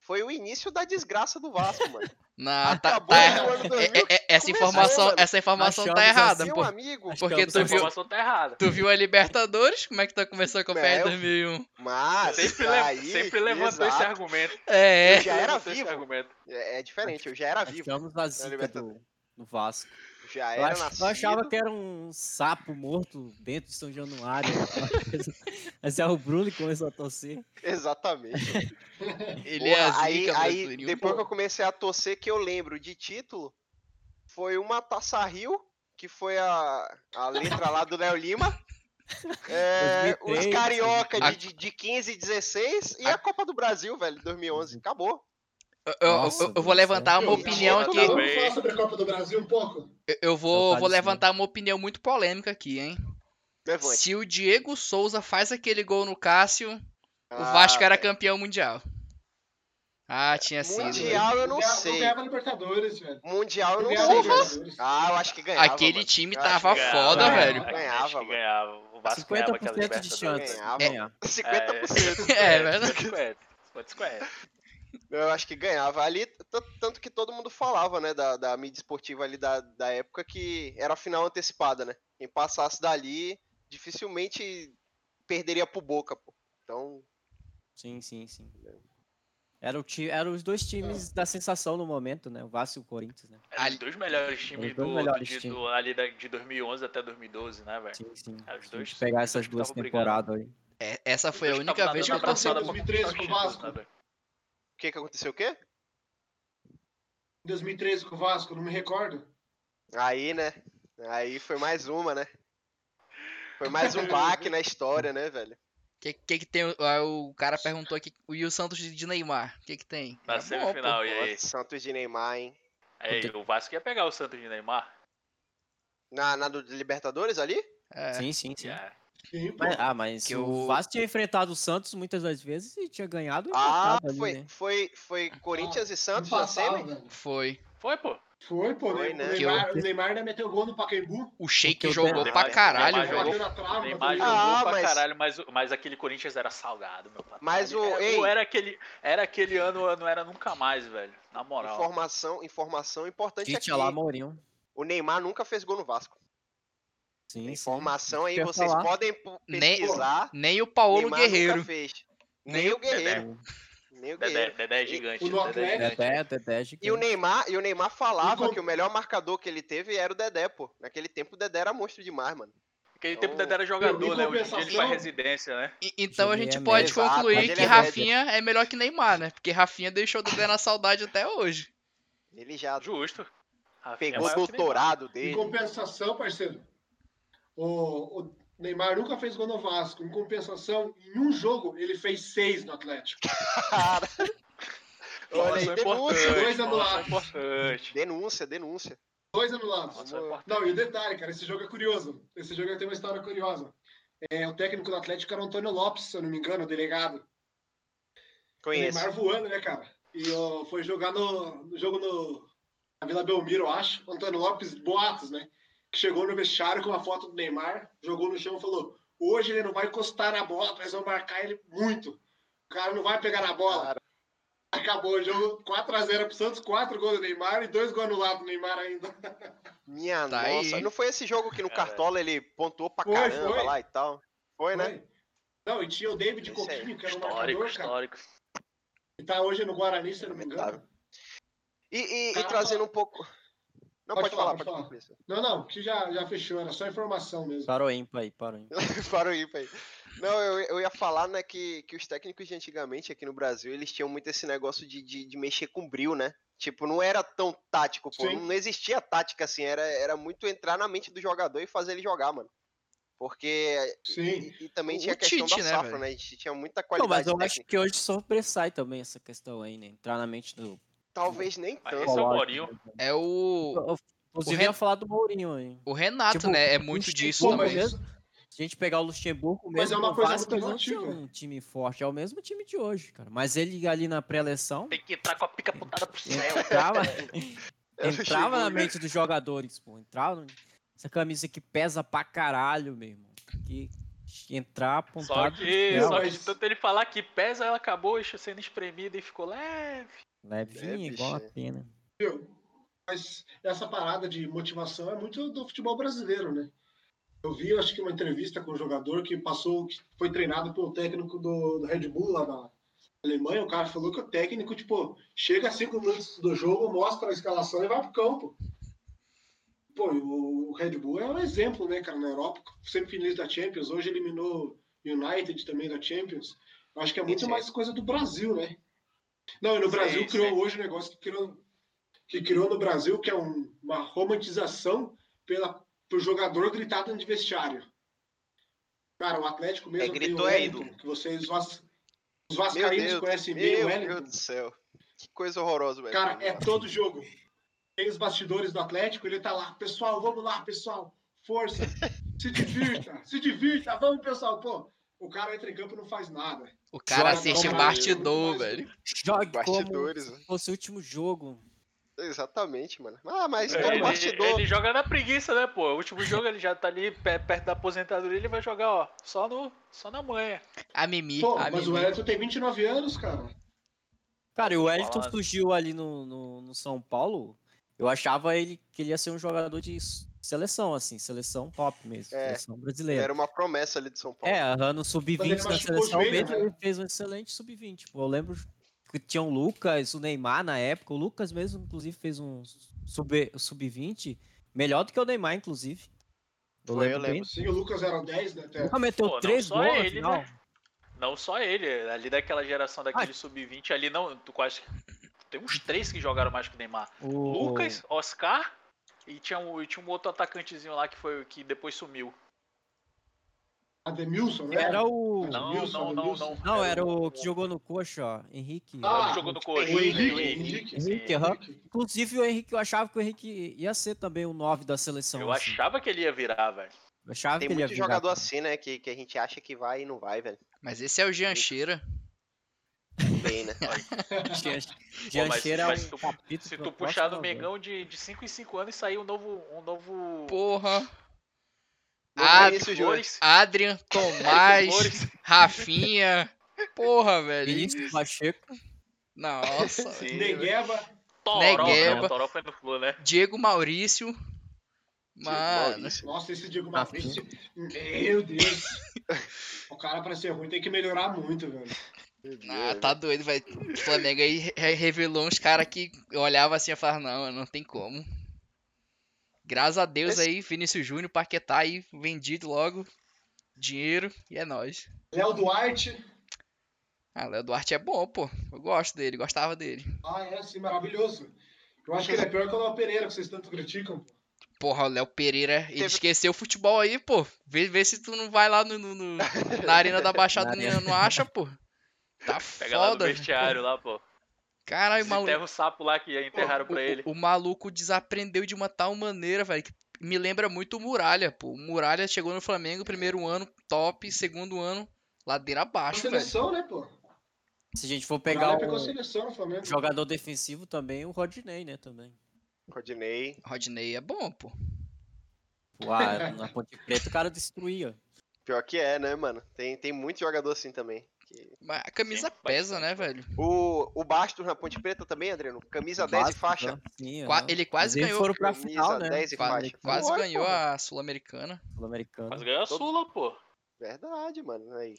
B: foi o início da desgraça do Vasco, mano.
D: Na, tá,
B: Acabou
D: tá
B: no
D: erra-
B: ano 2000.
D: é- é- é- essa
B: Começou,
D: informação,
A: mano.
D: essa informação
A: Nós
D: tá
A: chamamos
D: errada,
B: Seu
D: pô.
B: amigo,
A: Acho
D: Porque
A: assim, que
D: tu
C: Essa
A: é um
D: viu,
C: informação tá errada.
D: tu viu a Libertadores? Como é que tu começou com a
B: Não,
D: PL
B: eu-
D: 2001?
B: mas
C: Sempre,
B: tá
C: leva-
B: aí,
C: sempre levantou esse
B: exato.
C: argumento.
D: É.
B: Eu já era
C: Levantou esse
B: vivo.
C: argumento.
B: É, é diferente, eu já era vivo,
A: Achamos a
B: Na
A: zica
B: Libertadores.
A: do, do Vasco.
B: já
A: Eu,
B: era
A: ach- eu
B: nascido. <laughs>
A: achava que era um sapo morto dentro de São Januário. <laughs> aquela coisa. Mas é o Bruno que começou a torcer.
B: Exatamente.
D: Ele é a
B: Porra, aí,
D: zica,
B: aí,
D: brasileirinho.
B: depois que eu comecei a torcer, que eu lembro de título, foi uma Taça Rio, que foi a, a letra lá do Léo Lima. É,
A: 2003,
B: os carioca
D: a-
B: de, de, de 15 e 16 e a... Copa do Brasil, velho,
D: Uhum.
B: 2011. Acabou.
D: Eu- eu-
A: Nossa,
D: eu- eu vou
A: Deus,
D: levantar
E: Eu-
D: uma opinião
E: eu-
D: aqui.
E: Vamos
C: Também.
E: falar sobre a Copa do Brasil um pouco?
D: Eu- Eu vou,
A: Saudades,
D: vou
A: né?
D: levantar uma opinião muito polêmica aqui, hein?
B: Levante.
D: Se o Diego Souza faz aquele gol no Cássio, o
B: Ah,
D: Vasco era
B: velho.
D: campeão mundial. Ah, tinha sido.
B: Mundial eu
E: Não
B: não
E: ganhava-
B: sei.
E: ganhava Libertadores, velho.
B: Mundial eu não
E: ganhava né?
B: sei, velho.
E: Libertadores.
B: Ah, eu acho que ganhava.
D: Aquele
B: mano.
D: time
B: Eu acho
D: tava
B: que ganhava.
D: Tá foda,
B: Ganhava,
D: velho.
B: Ganhava,
C: Acho que
B: mano.
C: ganhava. O Vasco ganhava
A: 50%
C: aquela
A: de
C: Libertadores.
A: chance
B: Ganhava.
C: É.
A: de ganhar.
B: 50%.
D: É,
C: verdade.
D: verdade.
C: 50, 50.
B: Eu acho que ganhava. Ali, t- tanto que todo mundo falava, né, da, da mídia esportiva ali da, da época, que era a final antecipada, né? Quem passasse dali, dificilmente perderia pro Boca, pô. Então,
A: Sim, sim, sim. Era, o ti- era os dois times
C: Ah.
A: da sensação no momento, né? O Vasco e o Corinthians, né?
C: Era
D: Ali-
C: Os dois melhores times
A: Os dois
C: do,
A: melhores
C: de,
A: times.
C: do- ali da- de 2011 até 2012, né, velho?
A: Sim, sim.
C: É, os
A: Se a
C: dois-
A: gente pegar
C: os dois
A: essas duas
C: estavam
A: temporadas aí.
D: É, essa
C: Os
D: foi a
C: dois
D: única
C: estavam
D: vez que
C: nadando
E: aconteceu
D: aconteceu.
E: em
C: abraçado pra conquistar
E: 2013 com o
C: título, né,
E: Vasco.
C: sabe?
B: o que que aconteceu? O quê?
E: Em 2013 com o Vasco, não me recordo.
B: Aí, né? Aí foi mais uma, né? Foi mais um baque na história, né, velho?
D: Que, que que tem? ah, O cara perguntou aqui, o Will Santos de de Neymar, o que que tem?
C: Na
D: Era Tá bom, pô.
C: semifinal, e aí?
B: Nossa, Santos de Neymar, hein?
C: Aí, É, o Vasco ia pegar o Santos de Neymar.
B: Na, na do Libertadores ali?
D: É.
A: Sim, sim, sim.
C: Yeah.
E: Sim, pô.
A: Mas- ah, mas
D: Que
A: o
D: o-
A: Vasco tinha enfrentado o Santos muitas das vezes e tinha ganhado. e
B: Ah,
A: empatado ali,
B: foi,
A: né?
B: foi, foi Corinthians e Santos né?
E: não
B: na
E: passava,
B: semi?
E: Um velho.
D: Foi.
C: Foi, pô.
E: Foi, pô.
B: Foi,
E: o
B: né?
E: Neymar, o Neymar ainda meteu gol no Pacaembu.
D: O Sheik
A: Porque o
D: jogou
A: Neymar-
D: pra
C: Neymar-
D: caralho,
C: Neymar
D: velho.
E: Bateu
C: jogou-
E: na trava,
C: O Neymar
E: bateu
C: jogou
E: no gol.
B: Ah,
C: pra
B: mas-
C: caralho, mas, o- mas aquele Corinthians era salgado, meu patrão.
B: Mas
C: Ele-
B: o-
C: é,
B: ei.
C: era aquele, era aquele ano, não era nunca mais, velho. Na moral.
B: Informação, informação importante aqui.
A: Tinha lá Mourinho.
B: O Neymar nunca fez gol no Vasco.
A: Sim, sim.
B: Informação aí,
A: Quer
B: vocês
A: falar?
B: podem pu-
D: Nem-
B: pesquisar.
D: Nem o Paulo
B: Neymar
D: Guerreiro.
B: nunca fez.
D: Nem
B: Nem
D: o
B: o Guerreiro. Nem o
C: Dedé,
B: Guerreiro.
C: Dedé é
B: E-
C: gigante.
E: o do
C: Dedé é
E: Atlético-
C: gigante.
A: Dedé, Dedé,
B: E o
A: gigante.
B: Neymar, e o Neymar falava
E: Enquanto-
B: que o melhor marcador que ele teve era o Dedé, pô. Naquele tempo o Dedé era monstro demais, mano.
C: Aquele tempo o
B: Então,
C: Dedé era jogador,
E: em
C: né? Hoje em dia ele faz
E: compensação-
C: residência, né?
D: E- Então a
A: Juninho
D: gente
A: é
D: pode
B: médio. Exato, mas
D: concluir
B: ele
D: que
B: é médio.
D: Rafinha é melhor que Neymar, né? Porque Rafinha deixou o Dedé na saudade até hoje.
B: Ele já
C: Justo. Rafinha
D: é
C: é
B: pegou
C: um
B: o
C: maior que Neymar.
B: doutorado
E: Em
B: dele.
E: compensação, parceiro, o, o Neymar nunca fez gol no Vasco. Em compensação, em um jogo, ele fez seis no Atlético.
B: <laughs> Cara. Olha aí,
D: é
C: Informação
B: denúncia,
C: é importante.
E: dois
C: Informação
E: anulados.
C: importante.
B: denúncia, denúncia.
E: Dois anulados.
C: Informação importante.
E: Não, e o detalhe, cara, esse jogo é curioso. Esse jogo tem uma história curiosa. É, o técnico do Atlético era o Antônio Lopes, se eu não me engano, o delegado. O
B: Conheço.
E: Neymar voando, né, cara? E ó, foi jogar no, no jogo no, na Vila Belmiro, eu acho. O Antônio Lopes Boatos, né? Que chegou no vestiário com uma foto do Neymar, jogou no chão e falou: hoje ele não vai encostar na bola, nós vamos marcar ele muito. O cara não vai pegar na bola.
B: Cara.
E: Acabou o jogo 4x0 pro Santos, 4 gols do Neymar e 2 gols anulados do Neymar ainda.
B: Minha
D: Tá aí, É.
B: nossa.
D: hein?
B: Não foi esse jogo que no
C: Caralho.
B: Cartola ele pontuou pra
E: Foi,
B: caramba
E: foi.
B: lá e tal? Foi, né?
E: Não, e tinha o David
B: Isso é aí,
E: Coquinho, que era um
C: Histórico,
E: marcador, cara.
C: histórico.
E: Que tá hoje no Guarani, se eu não me engano.
B: E, e- e
E: Cara,
B: trazendo um pouco. Não,
E: pode
B: pode, falar,
E: falar, pode
B: pode
E: falar.
B: falar. Cris.
E: Não, não, que já, já fechou, era só informação mesmo.
A: Parou ímpar aí, parou ímpar.
B: <laughs> Para o ímpar aí. Não, eu, eu ia falar, né, que, que os técnicos de antigamente aqui no Brasil, eles tinham muito esse negócio de, de, de mexer com bril, né? Tipo, não era tão tático, pô.
E: Sim.
B: Não existia tática assim, era, era muito entrar na mente do jogador e fazer ele jogar, mano. Porque.
E: Sim.
B: E, e também
D: O
B: tinha a questão
D: Tite,
B: da
D: né,
B: safra,
D: velho?
B: né? A gente tinha muita
A: Não, mas
B: qualidade
A: eu acho
B: técnica.
A: que hoje sobressai também essa questão aí, né? Entrar na mente do.
B: Talvez nem
C: Mas
B: tanto. <laughs>
C: Esse é o
A: Paulo.
C: Mourinho.
D: É o,
A: Eu- Inclusive,
D: Ren-
A: ia falar do Mourinho aí.
D: o Renato,
A: Tipo,
D: né? É
A: o
D: muito
A: Chico
D: disso
E: Pô, é
A: Gomes
D: também.
A: mesmo. Se a gente pegar o Luxemburgo mesmo,
E: Mas é uma
A: o
E: coisa
A: Vasco
E: muito
A: não tinha
E: antiga.
A: um time forte, é o mesmo time de hoje, cara. Mas ele ali na pré-eleção
C: Tem que entrar com a pica apontada pro céu.
A: entrava,
B: É o
A: entrava na
B: Luxemburgo.
A: mente dos jogadores, pô. Entrava. no- Essa camisa que pesa pra caralho, meu irmão. Tem Que entrar
C: Só
A: apontado. pro
C: que,
A: céu.
C: só que
E: mas-
C: tanto ele falar que pesa, ela acabou sendo espremida e ficou leve.
A: Levinha,
B: É,
A: igual a
B: bicho,
A: pena.
E: Viu? Mas essa parada de motivação é muito do futebol brasileiro, né? Eu vi, acho que uma entrevista com um jogador que passou, que foi treinado pelo técnico do, do Red Bull lá da Alemanha. O cara falou que o técnico, tipo, chega a cinco minutos do jogo, mostra a escalação e vai pro campo. Pô, e o, o Red Bull é um exemplo, né, cara, na Europa, semifinalista da Champions, hoje eliminou United também da Champions. Eu Acho que é muito
C: Sim.
E: mais coisa do Brasil, né? Não, e no
C: Sim,
E: Brasil
C: sim.
E: criou hoje um negócio que criou, que criou no Brasil, que é um- uma romantização pela, pro jogador gritar dentro de vestiário. Cara, o Atlético mesmo tem
B: grito
E: o
B: é
E: Wellington,
B: ídolo.
E: que vocês, os, vas- os
B: Meu
E: vascaínos
B: Deus,
E: conhecem bem o
B: meu
E: Wellington.
B: Deus do céu. Que coisa horrorosa, velho.
E: Cara, é todo jogo. Tem os bastidores do Atlético, ele tá lá. Pessoal, vamos lá, pessoal.
B: <laughs>
E: Força. Se divirta, se divirta. Vamos, pessoal. Pô, o cara entra em campo e não faz nada.
D: O cara
E: Joga
D: assiste
E: como-
D: bastidor, velho.
A: Jogue como
E: né?
B: Bastidores,
A: se fosse o último jogo.
B: Exatamente, mano. Ah, mas
C: É,
B: todo
C: ele,
B: bastidor.
C: ele joga na preguiça, né, pô? O último jogo ele já tá ali pe- perto da aposentadoria, ele vai jogar, ó, só, no, só na manha.
D: A Mimi,
E: Pô,
D: a
E: mas o
D: Mimi.
E: Wellington tem 29 anos, cara.
A: Cara, e o Wellington
C: Falado.
A: surgiu ali no, no, no São Paulo. Eu achava ele que ele ia ser um jogador de s- seleção, assim, seleção top mesmo,
B: É,
A: seleção brasileira.
B: Era uma promessa ali de São Paulo.
A: É, aham, no
E: Quando ele
A: sub-20 da
E: machucou o
A: seleção
E: joelho,
A: mesmo,
E: né?
A: ele fez um excelente sub-20. Pô, eu lembro que tinha o Lucas, o Neymar na época. O Lucas mesmo, inclusive, fez um sub- sub-20 melhor do que o Neymar, inclusive. Eu
B: Foi, eu
A: lembro bem.
B: lembro.
E: Sim, o Lucas era o 10, né? Até.
A: Nunca meteu
C: Pô, não
A: três
C: só
A: gols na
C: ele,
A: final.
C: né? Não só ele, ali daquela geração daquele sub-20 ali, não, tu quase. Tem uns três que jogaram mais que o Neymar.
A: O...
C: Lucas, Oscar e tinha, um, e tinha um outro atacantezinho lá que foi que depois sumiu.
E: Ademilson, né?
A: Era o...
C: Não,
E: Wilson,
C: não, não,
E: Wilson.
C: não.
A: Não, era o que jogou no coxa, ó. Henrique.
E: Ah,
C: que jogou no
E: o
C: Corinthians.
E: Henrique.
C: o
E: Henrique.
C: sim.
A: Henrique, aham. É, Inclusive, o Henrique, eu achava que o Henrique ia ser também o 9 da seleção.
C: Eu
A: assim.
C: achava que ele ia virar, velho.
A: Eu achava
B: Tem
A: que ele ia
B: muito
A: virar.
B: jogador assim, né? Que, que a gente acha que vai e não vai, velho.
D: Mas esse é o Jean Shearer. <laughs>
B: Bem, né?
A: Jean-
C: <laughs> Pô,
A: Jean
C: mas-
A: Shearer é
C: mas
A: um
C: se tu-
A: capítulo
C: Se
A: que
C: tu
A: eu gosto
C: puxar no
A: também.
C: Mengão de, de 5 em 5 anos, saiu um novo. Um novo
D: Porra.
B: Não
D: Ah,
B: conheço o Júnior. <laughs>
C: Flores.
D: Adrian, Tomás,
C: Flores.
D: Rafinha. Porra, velho.
C: <laughs>
A: Vinícius Pacheco.
D: Nossa. velho.
C: Sim, velho.
E: Negueba.
C: Toró,
D: Negueba.
C: não, Toró foi no Flu, né?
D: Diego Maurício. Mano.
B: Maurício.
E: Nossa, esse Diego
A: Ah,
E: Maurício. Meu Deus. <laughs> o cara, pra ser ruim, tem que melhorar muito, velho.
B: Meu Deus,
D: Ah,
B: velho.
D: tá doido, velho. O Flamengo aí re- revelou uns caras que eu olhava assim e falava, não, não tem como. Graças a Deus
B: Esse-
D: aí, Vinícius Júnior, Paquetá aí, vendido logo. Dinheiro e é nóis.
E: Léo Duarte.
D: Ah, Léo Duarte é bom, pô. Eu gosto dele, gostava dele.
E: Ah, é, sim, maravilhoso. Eu acho que ele é pior que o Léo Pereira, que vocês tanto criticam.
D: Porra, o Léo Pereira, ele
B: Teve-
D: esqueceu o futebol aí, pô. Vê, vê se tu não vai lá no, no- no- na Arena da
A: Na
D: Baixada e
A: Arena.
D: não acha, pô. Tá
C: Pega lá no
D: foda.
C: vestiário lá, pô.
D: Caralho,
C: Se
D: maluco.
C: enterra o sapo lá que enterraram
D: o,
C: pra
D: o-
C: ele.
D: o maluco desaprendeu de uma tal maneira, velho, que me lembra muito o Muralha, pô. O Muralha chegou no Flamengo, primeiro ano top, segundo ano, ladeira
E: A
D: abaixo, velho.
E: seleção, né, pô?
A: Se a gente for
E: O
A: pegar
E: cara pegou a
A: o
E: seleção no Flamengo.
A: jogador defensivo também, o Rodinei, né, também.
B: Rodinei.
D: Rodney é bom, pô.
A: Pô, ah, na Ponte Preta o cara destruía.
B: Pior que é, né, mano? Tem, tem muito jogador assim também. Que-
D: Mas a camisa
C: Sim,
D: pesa, né, velho?
B: O, o Bastos na Ponte Preta também, Adriano. Camisa 10 e
A: Vasco,
B: faixa.
A: né? Sim,
D: Qua-
A: aham.
D: ele quase
A: Eles
D: ganhou,
A: foram pra
B: Camisa
A: final, né?
B: 10 e
D: Qua-
B: faixa.
D: quase
B: Foi,
D: ganhou
B: pô.
D: a Sul-Americana.
C: Mas
A: Sul-Americano.
C: ganhou a Sula, pô.
B: Verdade, mano. Aí.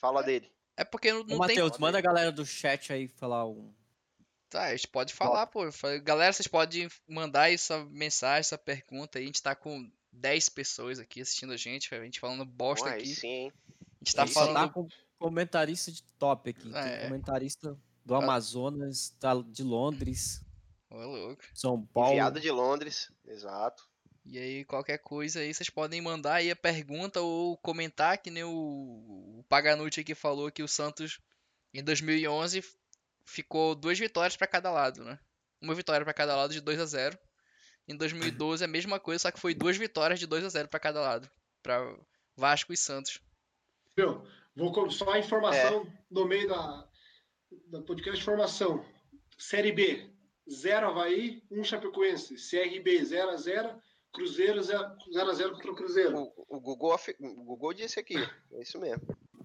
B: Fala dele.
D: É porque não,
A: Ô,
D: não tem.
A: Matheus, manda a galera do chat aí falar um.
D: Tá, a gente pode falar, pô. Eu falei, Galera, vocês podem mandar aí sua mensagem, sua pergunta aí. A gente tá com 10 pessoas aqui assistindo a gente, velho. A gente falando bosta
B: Pô, aí
D: aqui.
B: sim, hein?
D: A gente tá
A: Ele só
D: falando
A: tá com comentarista de top aqui. Tem
D: É.
A: comentarista do Amazonas, tá de Londres,
D: Ô, louco.
A: São Paulo.
B: Enviado de Londres. Exato.
D: E aí, qualquer coisa aí, vocês podem mandar aí a pergunta ou comentar, que nem o, o Paganucci aqui falou que o Santos em 2011 f- ficou duas vitórias pra cada lado, né? Uma vitória pra cada lado de 2 a 0. Em 2012 a mesma coisa, só que foi duas vitórias de 2 a 0 pra cada lado, Pra Vasco e Santos.
E: Viu? Vou co- só a informação no meio da, da podcast de formação. Série B, 0 Havaí, 1 Chapecoense. CRB, 0x0. Cruzeiro, 0x0 contra o Cruzeiro.
B: O, o, Google, af- o Google disse aqui. É isso mesmo.
E: um,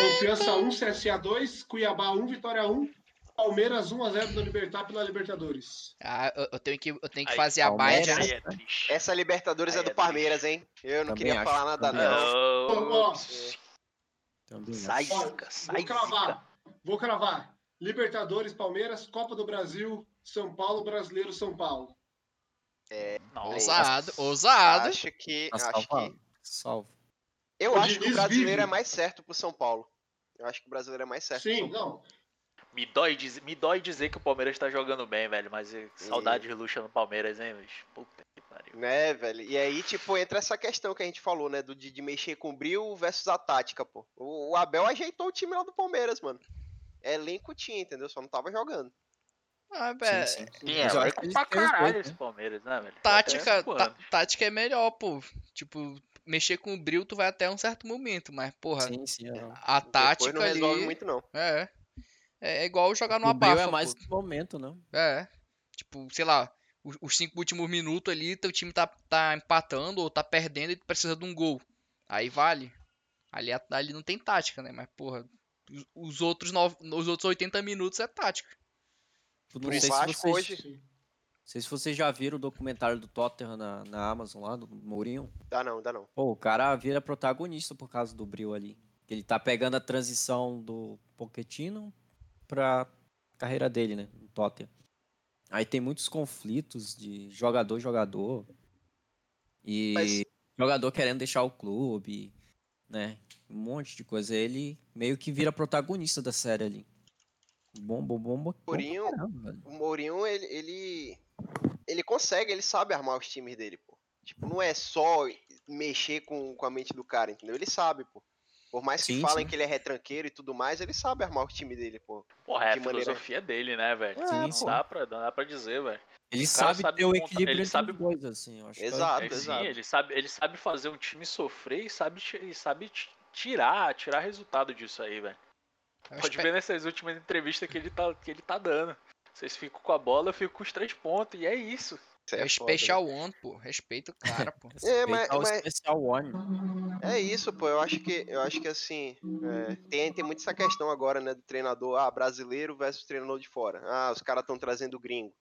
E: Confiança, 1 CSA, 2. Cuiabá, 1 Vitória, 1. Palmeiras 1x0 da Libertar pela Libertadores.
D: Ah, eu, eu tenho que, eu tenho que
C: Aí,
D: fazer a né? baia
B: Palmeiras.
D: de.
C: Aí é triste.
B: Essa Libertadores
C: Aí
B: é do
C: é
B: Palmeiras, hein? Eu não
A: Também
B: queria
A: acho,
B: falar nada,
A: também
B: não.
C: Não.
E: Então, Ó,
A: Também né? acho.
C: Sai,
E: Olha,
C: zica, sai,
E: Vou
C: zica.
E: cravar. Vou cravar. Libertadores, Palmeiras, Copa do Brasil, São Paulo, Brasileiro, São Paulo.
C: Nossa.
D: Ousado, ousado.
B: Acho que.
A: Tá
B: acho que-
A: salvo. Salvo.
B: Eu
E: O
B: acho que o
E: Diniz
B: brasileiro
E: vive.
B: é mais certo pro São Paulo. Eu acho que o brasileiro é mais certo. pro
E: Sim,
B: São Paulo.
E: não.
C: Me dói, dizer, me dói dizer que o Palmeiras tá jogando bem, velho. Mas eh, saudade de luxa no Palmeiras, hein, bicho? Puta que pariu.
B: Né, velho? E aí, tipo, entra essa questão que a gente falou, né? Do de, de mexer com o Bril versus a tática, pô. O, o Abel ajeitou o time lá do Palmeiras, mano. É Elenco tinha, entendeu? Só não tava jogando.
D: Ah, velho,
A: Sim, sim.
C: Quem é?
A: Mas eu
C: Vai
A: acho que
C: pra
A: eles têm os dois,
C: caralho esse
A: né?
C: Palmeiras, né, velho?
D: tática,
C: Até-
D: tá- tática é melhor, pô. Tipo, mexer com o bril tu vai até um certo momento, mas porra,
A: Sim, sim. é.
D: a
B: Depois
D: tática
B: não resolve
D: ali
B: muito, não.
D: é é é igual jogar no
A: O Bill
D: abafa,
A: é
D: pô.
A: mais do momento, né?
D: É. Tipo, sei lá, os, os cinco últimos minutos ali, teu time tá, tá empatando ou tá perdendo e tu precisa de um gol. Aí vale. Ali, a- ali não tem tática, né? Mas, porra, os, os outros, nove, os outros 80 minutos é tática.
A: Tu
B: O
A: não sei se
B: Vasco
A: vocês-
B: hoje-
E: Sim.
A: Não sei se vocês já viram o documentário do Tottenham na, na Amazon lá, do Mourinho.
B: Dá não, dá não.
A: Pô, o cara vira protagonista por causa do Bril ali. Ele tá pegando a transição do Pochettino pra carreira dele, né? No Tottenham. Aí tem muitos conflitos de jogador jogador. E
B: Mas-
A: jogador querendo deixar o clube, né? Um monte de coisa. Ele meio que vira protagonista da série ali. Bom, bom, bom, bom. pra
B: Mourinho-
A: caramba, velho.
B: O Mourinho, ele, ele. Ele consegue, ele sabe armar os times dele, pô. Tipo, não é só mexer com, com a mente do cara, entendeu? Ele sabe, pô. Por mais que
A: Sim,
B: falem
A: sim.
B: que ele é retranqueiro e tudo mais, ele sabe armar o time dele, pô.
C: Porra, é a
B: de maneira- É,
C: filosofia dele, né, velho?
A: Sim,
C: não,
A: sim.
C: dá pra, não dá pra dizer, velho.
A: Ele
C: cara
A: sabe
C: sabe
A: ter o
C: montar-
A: equilíbrio
C: ele
A: entre
C: sabe-
A: os dois, assim. eu acho que é-
B: Exato,
C: É, sim,
B: Ah, exato.
C: ele sabe, ele sabe fazer um time sofrer e sabe, ti- e sabe ti- tirar, tirar resultado disso aí, velho. Pode
D: Eu É
B: é
D: espe-
C: ver nessas últimas entrevistas que ele tá, que ele tá dando. Vocês ficam com a bola, eu fico com os três pontos, e é isso.
B: Isso
D: é
B: é foda,
D: special one, pô. Respeita o cara, pô.
B: É, mas-
A: Respeitar o
B: mas-
A: especial One.
B: É isso, pô. Eu acho que, eu acho que assim, é, tem, tem muito essa questão agora, né, do treinador ah, brasileiro versus treinador de fora. Ah, os caras estão trazendo gringo.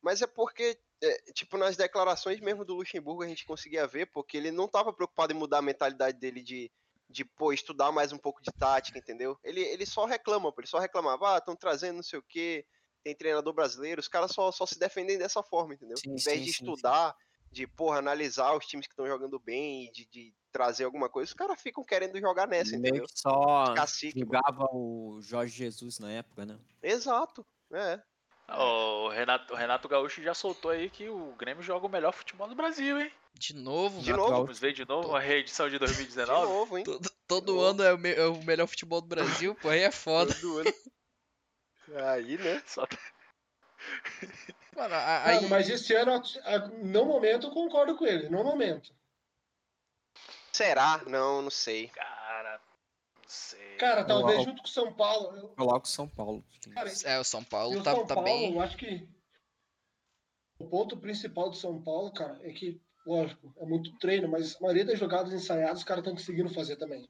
B: Mas é porque, é, tipo, nas declarações mesmo do Luxemburgo a gente conseguia ver, porque ele não tava preocupado em mudar a mentalidade dele de, de pô, estudar mais um pouco de tática, entendeu? Ele, ele só reclama, pô. Ele só reclamava, ah, estão trazendo não sei o quê, tem treinador brasileiro. Os caras só, só se defendem dessa forma, entendeu?
A: Sim,
B: em vez
A: sim,
B: de
A: sim, sim.
B: estudar de porra, analisar os times que estão jogando bem e de, de trazer alguma coisa, os caras ficam querendo jogar nessa,
A: Meio
B: entendeu?
A: que só
E: assim,
B: Cacique.
E: tipo
B: mano.
A: julgava o Jorge Jesus na época, né?
B: Exato. É.
C: Ó, O Renato, o Renato Gaúcho já soltou aí que o Grêmio joga o melhor futebol do Brasil, hein?
D: De novo,
B: De
D: mano.
B: novo,
C: Vamos ver de novo a reedição de
B: de
C: 2019.
B: novo, hein?
D: <laughs> Todo, todo
B: novo.
D: ano é o, me- é o melhor futebol do Brasil, pô. Aí é foda.
B: Todo ano. Aí, né?
C: Só
D: <laughs> Mano, a-
E: Mano,
D: aí,
E: mas esse ano, a- a- no momento, eu concordo com ele. No momento.
B: Será? Não, não sei.
C: Cara, não sei.
E: Cara, talvez
A: Uau.
E: junto com o São Paulo. Eu,
A: Coloca o São Paulo.
E: cara,
D: é, o São
E: e
D: Paulo
E: o
D: tá,
E: São
D: tá
E: Paulo,
D: bem.
E: eu acho que o ponto principal do São Paulo, cara, é que, lógico, é muito treino, mas a maioria das jogadas ensaiadas os caras estão conseguindo fazer também.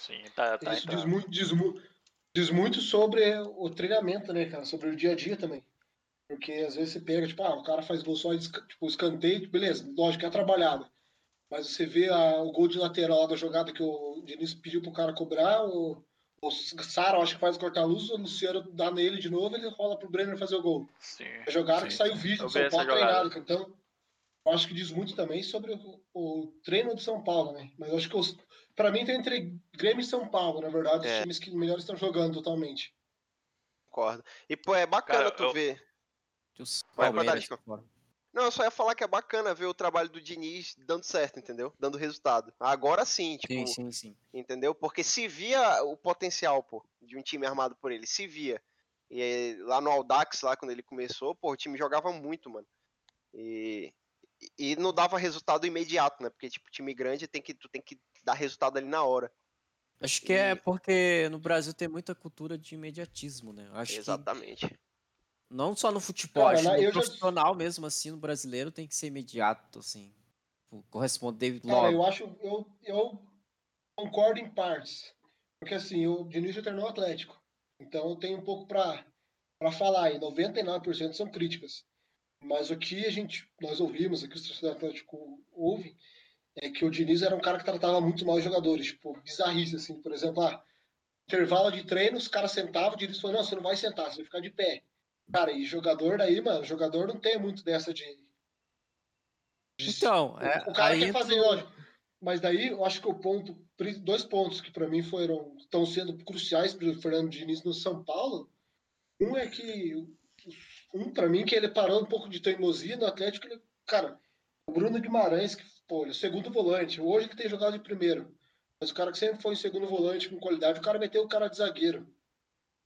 C: Sim, tá, tá
E: Isso diz
C: entrando.
E: muito, diz, mu- diz muito sobre o treinamento, né, cara? Sobre o dia a dia também. Porque às vezes você pega, tipo, ah, o cara faz gol só, de esca- tipo, escanteio, beleza, lógico, é trabalhado. Mas você vê a- o gol de lateral lá da jogada que o Diniz pediu pro cara cobrar, o, o Sara, acho que faz cortar a luz, o Luciano dá nele de novo, ele rola pro Brenner fazer o gol.
C: Sim.
E: É jogada
A: Sim,
E: que saiu vídeo
C: eu
E: do
C: vi
E: São
C: essa
E: Paulo
C: jogada.
E: treinado, cara. então eu acho que diz muito também sobre o, o treino de São Paulo, né? Mas eu acho que os, pra mim tá entre Grêmio e São Paulo, na verdade, os
B: É.
E: times que melhor estão jogando totalmente.
B: Concordo. E, pô, é bacana
C: Cara,
B: tu
C: eu-
B: ver.
E: é
B: Vai,
A: Vai, Palmeiras,
E: tipo,
B: Bradesco.
A: fora.
B: Não, eu só ia falar que é bacana ver o trabalho do Diniz dando certo, entendeu? Dando resultado. Agora sim, tipo,
A: sim, sim, sim.
B: entendeu? Porque se via o potencial, pô, de um time armado por ele, se via. E aí, lá no Aldax, lá quando ele começou, pô, o time jogava muito, mano. E, e não dava resultado imediato, né? Porque, tipo, time grande tem que, tu tem que dar resultado ali na hora.
A: Acho que é porque no Brasil tem muita cultura de imediatismo, né? Acho
B: Exatamente.
A: que não só no futebol,
E: Cara,
A: acho
E: lá
A: que
E: eu
A: no
E: já-
A: profissional mesmo, assim, no brasileiro tem que ser imediato, assim. Tipo, Corresponder
E: Cara,
A: logo.
E: eu acho, eu, eu concordo em partes, porque assim, o Diniz já treinou o Atlético, então eu tenho um pouco pra para falar, e 99% são críticas. Mas o que a gente, nós ouvimos, o que os torcedores do Atlético ouvem, é que o Diniz era um cara que tratava muito mal os jogadores, tipo, bizarrice, assim, por exemplo, ah, intervalo de treino, os caras sentavam, o Diniz falou, não, você não vai sentar, você vai ficar de pé. Cara, e jogador daí, mano, jogador não tem muito dessa de... de-
A: Então, é,
E: o cara
A: aí
E: quer fazer, lógico. Mas daí, eu acho que o ponto, pri- dois pontos que para mim foram estão sendo cruciais para o Fernando Diniz no São Paulo. Um é que um para mim que ele parou um pouco de teimosia no Atlético, ele, cara, o Bruno Guimarães que pô, ele é o segundo volante, hoje que tem jogado de primeiro, mas o cara que sempre foi em segundo volante com qualidade, o cara meteu o cara de zagueiro.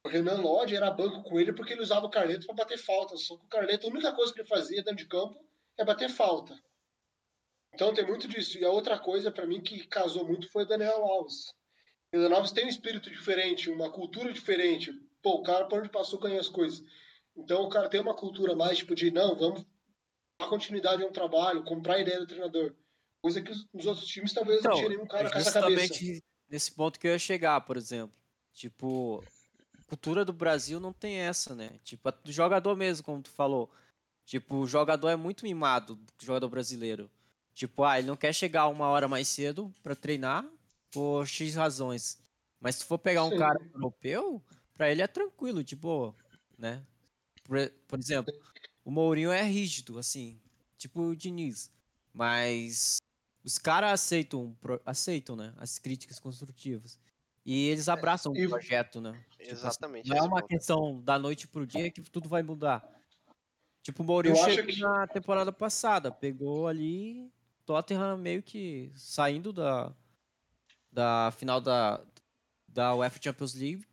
E: O Renan Lodge era banco com ele porque ele usava o Carleto para bater falta. Só que o Carleto, a única coisa que ele fazia dentro de campo é bater falta. Então tem muito disso. E a outra coisa para mim que casou muito foi o Daniel Alves. O Daniel Alves tem um espírito diferente, uma cultura diferente. Pô, o cara por onde passou ganha as coisas. Então o cara tem uma cultura mais tipo de não, vamos dar continuidade a um trabalho, comprar a ideia do treinador. Coisa que os, os outros times talvez
A: Então,
E: não tinha nenhum cara
A: É
E: com essa cabeça.
A: justamente nesse ponto que eu ia chegar, por exemplo. Tipo, a cultura do Brasil não tem essa, né? Tipo, a do jogador mesmo, como tu falou. Tipo, o jogador é muito mimado, o jogador brasileiro. Tipo, ah, ele não quer chegar uma hora mais cedo pra treinar por X razões. Mas se for pegar um
E: Sim.
A: cara europeu, pra ele é tranquilo, de boa, né? Por, por exemplo, o Mourinho é rígido, assim, tipo o Diniz. Mas os caras aceitam, um pro- aceitam, né? As críticas construtivas. E eles abraçam
E: e-
A: o projeto, né? Tipo,
B: É, Exatamente.
A: Não é
B: esse
A: uma
B: ponto.
A: questão da noite pro dia que tudo vai mudar. Tipo, o Mourinho
E: Eu acho
A: chegou
E: que-
A: na temporada passada, pegou ali Tottenham meio que saindo da, da final da, da UEFA Champions League,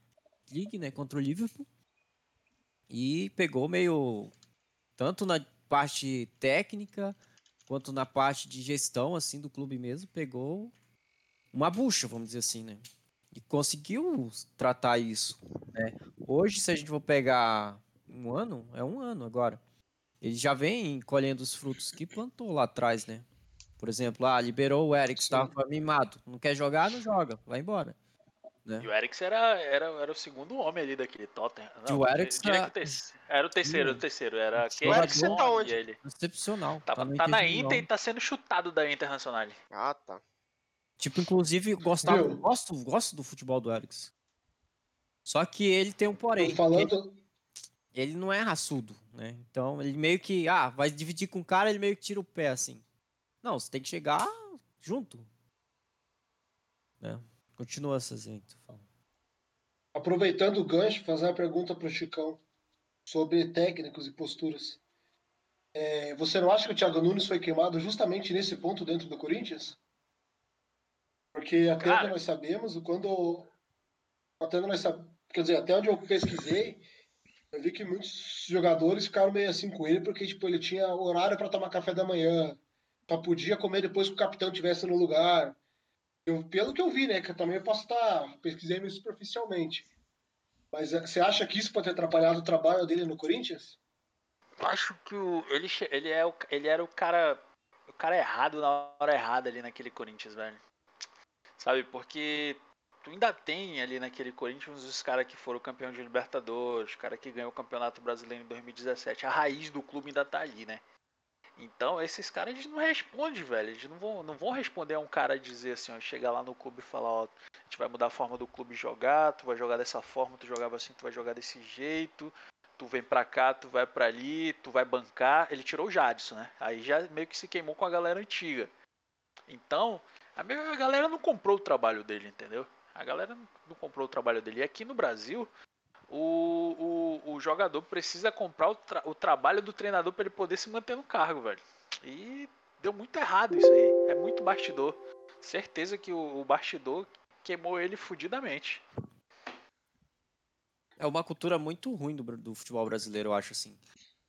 A: League, né, contra o Liverpool. E pegou meio tanto na parte técnica quanto na parte de gestão assim do clube mesmo, pegou uma bucha, vamos dizer assim, né? E conseguiu tratar isso, né? Hoje, se a gente for pegar um ano, é um ano agora. Ele já vem colhendo os frutos que plantou lá atrás, né? Por exemplo, ah, liberou o Eric,
E: Sim.
A: estava mimado. Não quer jogar, não joga. Vai embora.
C: E o Eriksen era, era, era o segundo homem ali daquele Tottenham.
A: E o Eriksen
C: diria que
A: é-
C: o terceiro, era o terceiro, era o terceiro. Era
A: O
C: Kane,
A: Eriksen
B: tá
C: Son
B: onde?
C: e ele.
A: Excepcional.
C: Tá,
A: no
C: tá na
A: de Milão.
C: Inter e tá sendo chutado da Internacional.
B: Ah, tá.
A: Tipo, inclusive, gostava,
E: Viu?
A: gosto, gosto do futebol do Eriksen. Só que ele tem um porém.
E: Falando,
A: Ele, ele não é raçudo, né? Então, ele meio que, ah, vai dividir com o cara, ele meio que tira o pé, assim. Não, você tem que chegar junto. Né? Continua, Cezinha, que tu fala.
E: aproveitando o gancho, fazer uma pergunta para o Chicão sobre técnicos e posturas. É, você não acha que o Thiago Nunes foi queimado justamente nesse ponto dentro do Corinthians? Porque até
C: Cara.
E: onde nós sabemos, quando. Até onde nós sab... Quer dizer, até onde eu pesquisei, eu vi que muitos jogadores ficaram meio assim com ele, porque tipo, ele tinha horário para tomar café da manhã, só podia comer depois que o capitão estivesse no lugar. Eu, pelo que eu vi, né? Que eu também posso estar pesquisando isso superficialmente. Mas eh, você acha que isso pode ter atrapalhado o trabalho dele no Corinthians?
C: Eu acho que o, ele, che- ele, é o, ele era o cara. O cara errado na hora errada ali naquele Corinthians, velho. Sabe, porque tu ainda tem ali naquele Corinthians os caras que foram campeão de Libertadores, os caras que ganhou o Campeonato Brasileiro em 2017. A raiz do clube ainda tá ali, né? Então, esses caras eles não respondem, velho. Eles não vão, não vão responder a um cara dizer assim, ó, chegar lá no clube e falar, ó, a gente vai mudar a forma do clube jogar, tu vai jogar dessa forma, tu jogava assim, tu vai jogar desse jeito tu vem pra cá, tu vai pra ali, tu vai bancar. Ele tirou o Jadson, né? Aí já meio que se queimou com a galera antiga. Então, a me- a galera não comprou o trabalho dele, entendeu? A galera não- não comprou o trabalho dele. E aqui no Brasil, o, o, o jogador precisa comprar o, tra- o trabalho do treinador pra ele poder se manter no cargo, velho. E deu muito errado isso aí. É muito bastidor. Certeza que o, o bastidor queimou ele fudidamente.
A: É uma cultura muito ruim do, bra- do futebol brasileiro, eu acho, assim.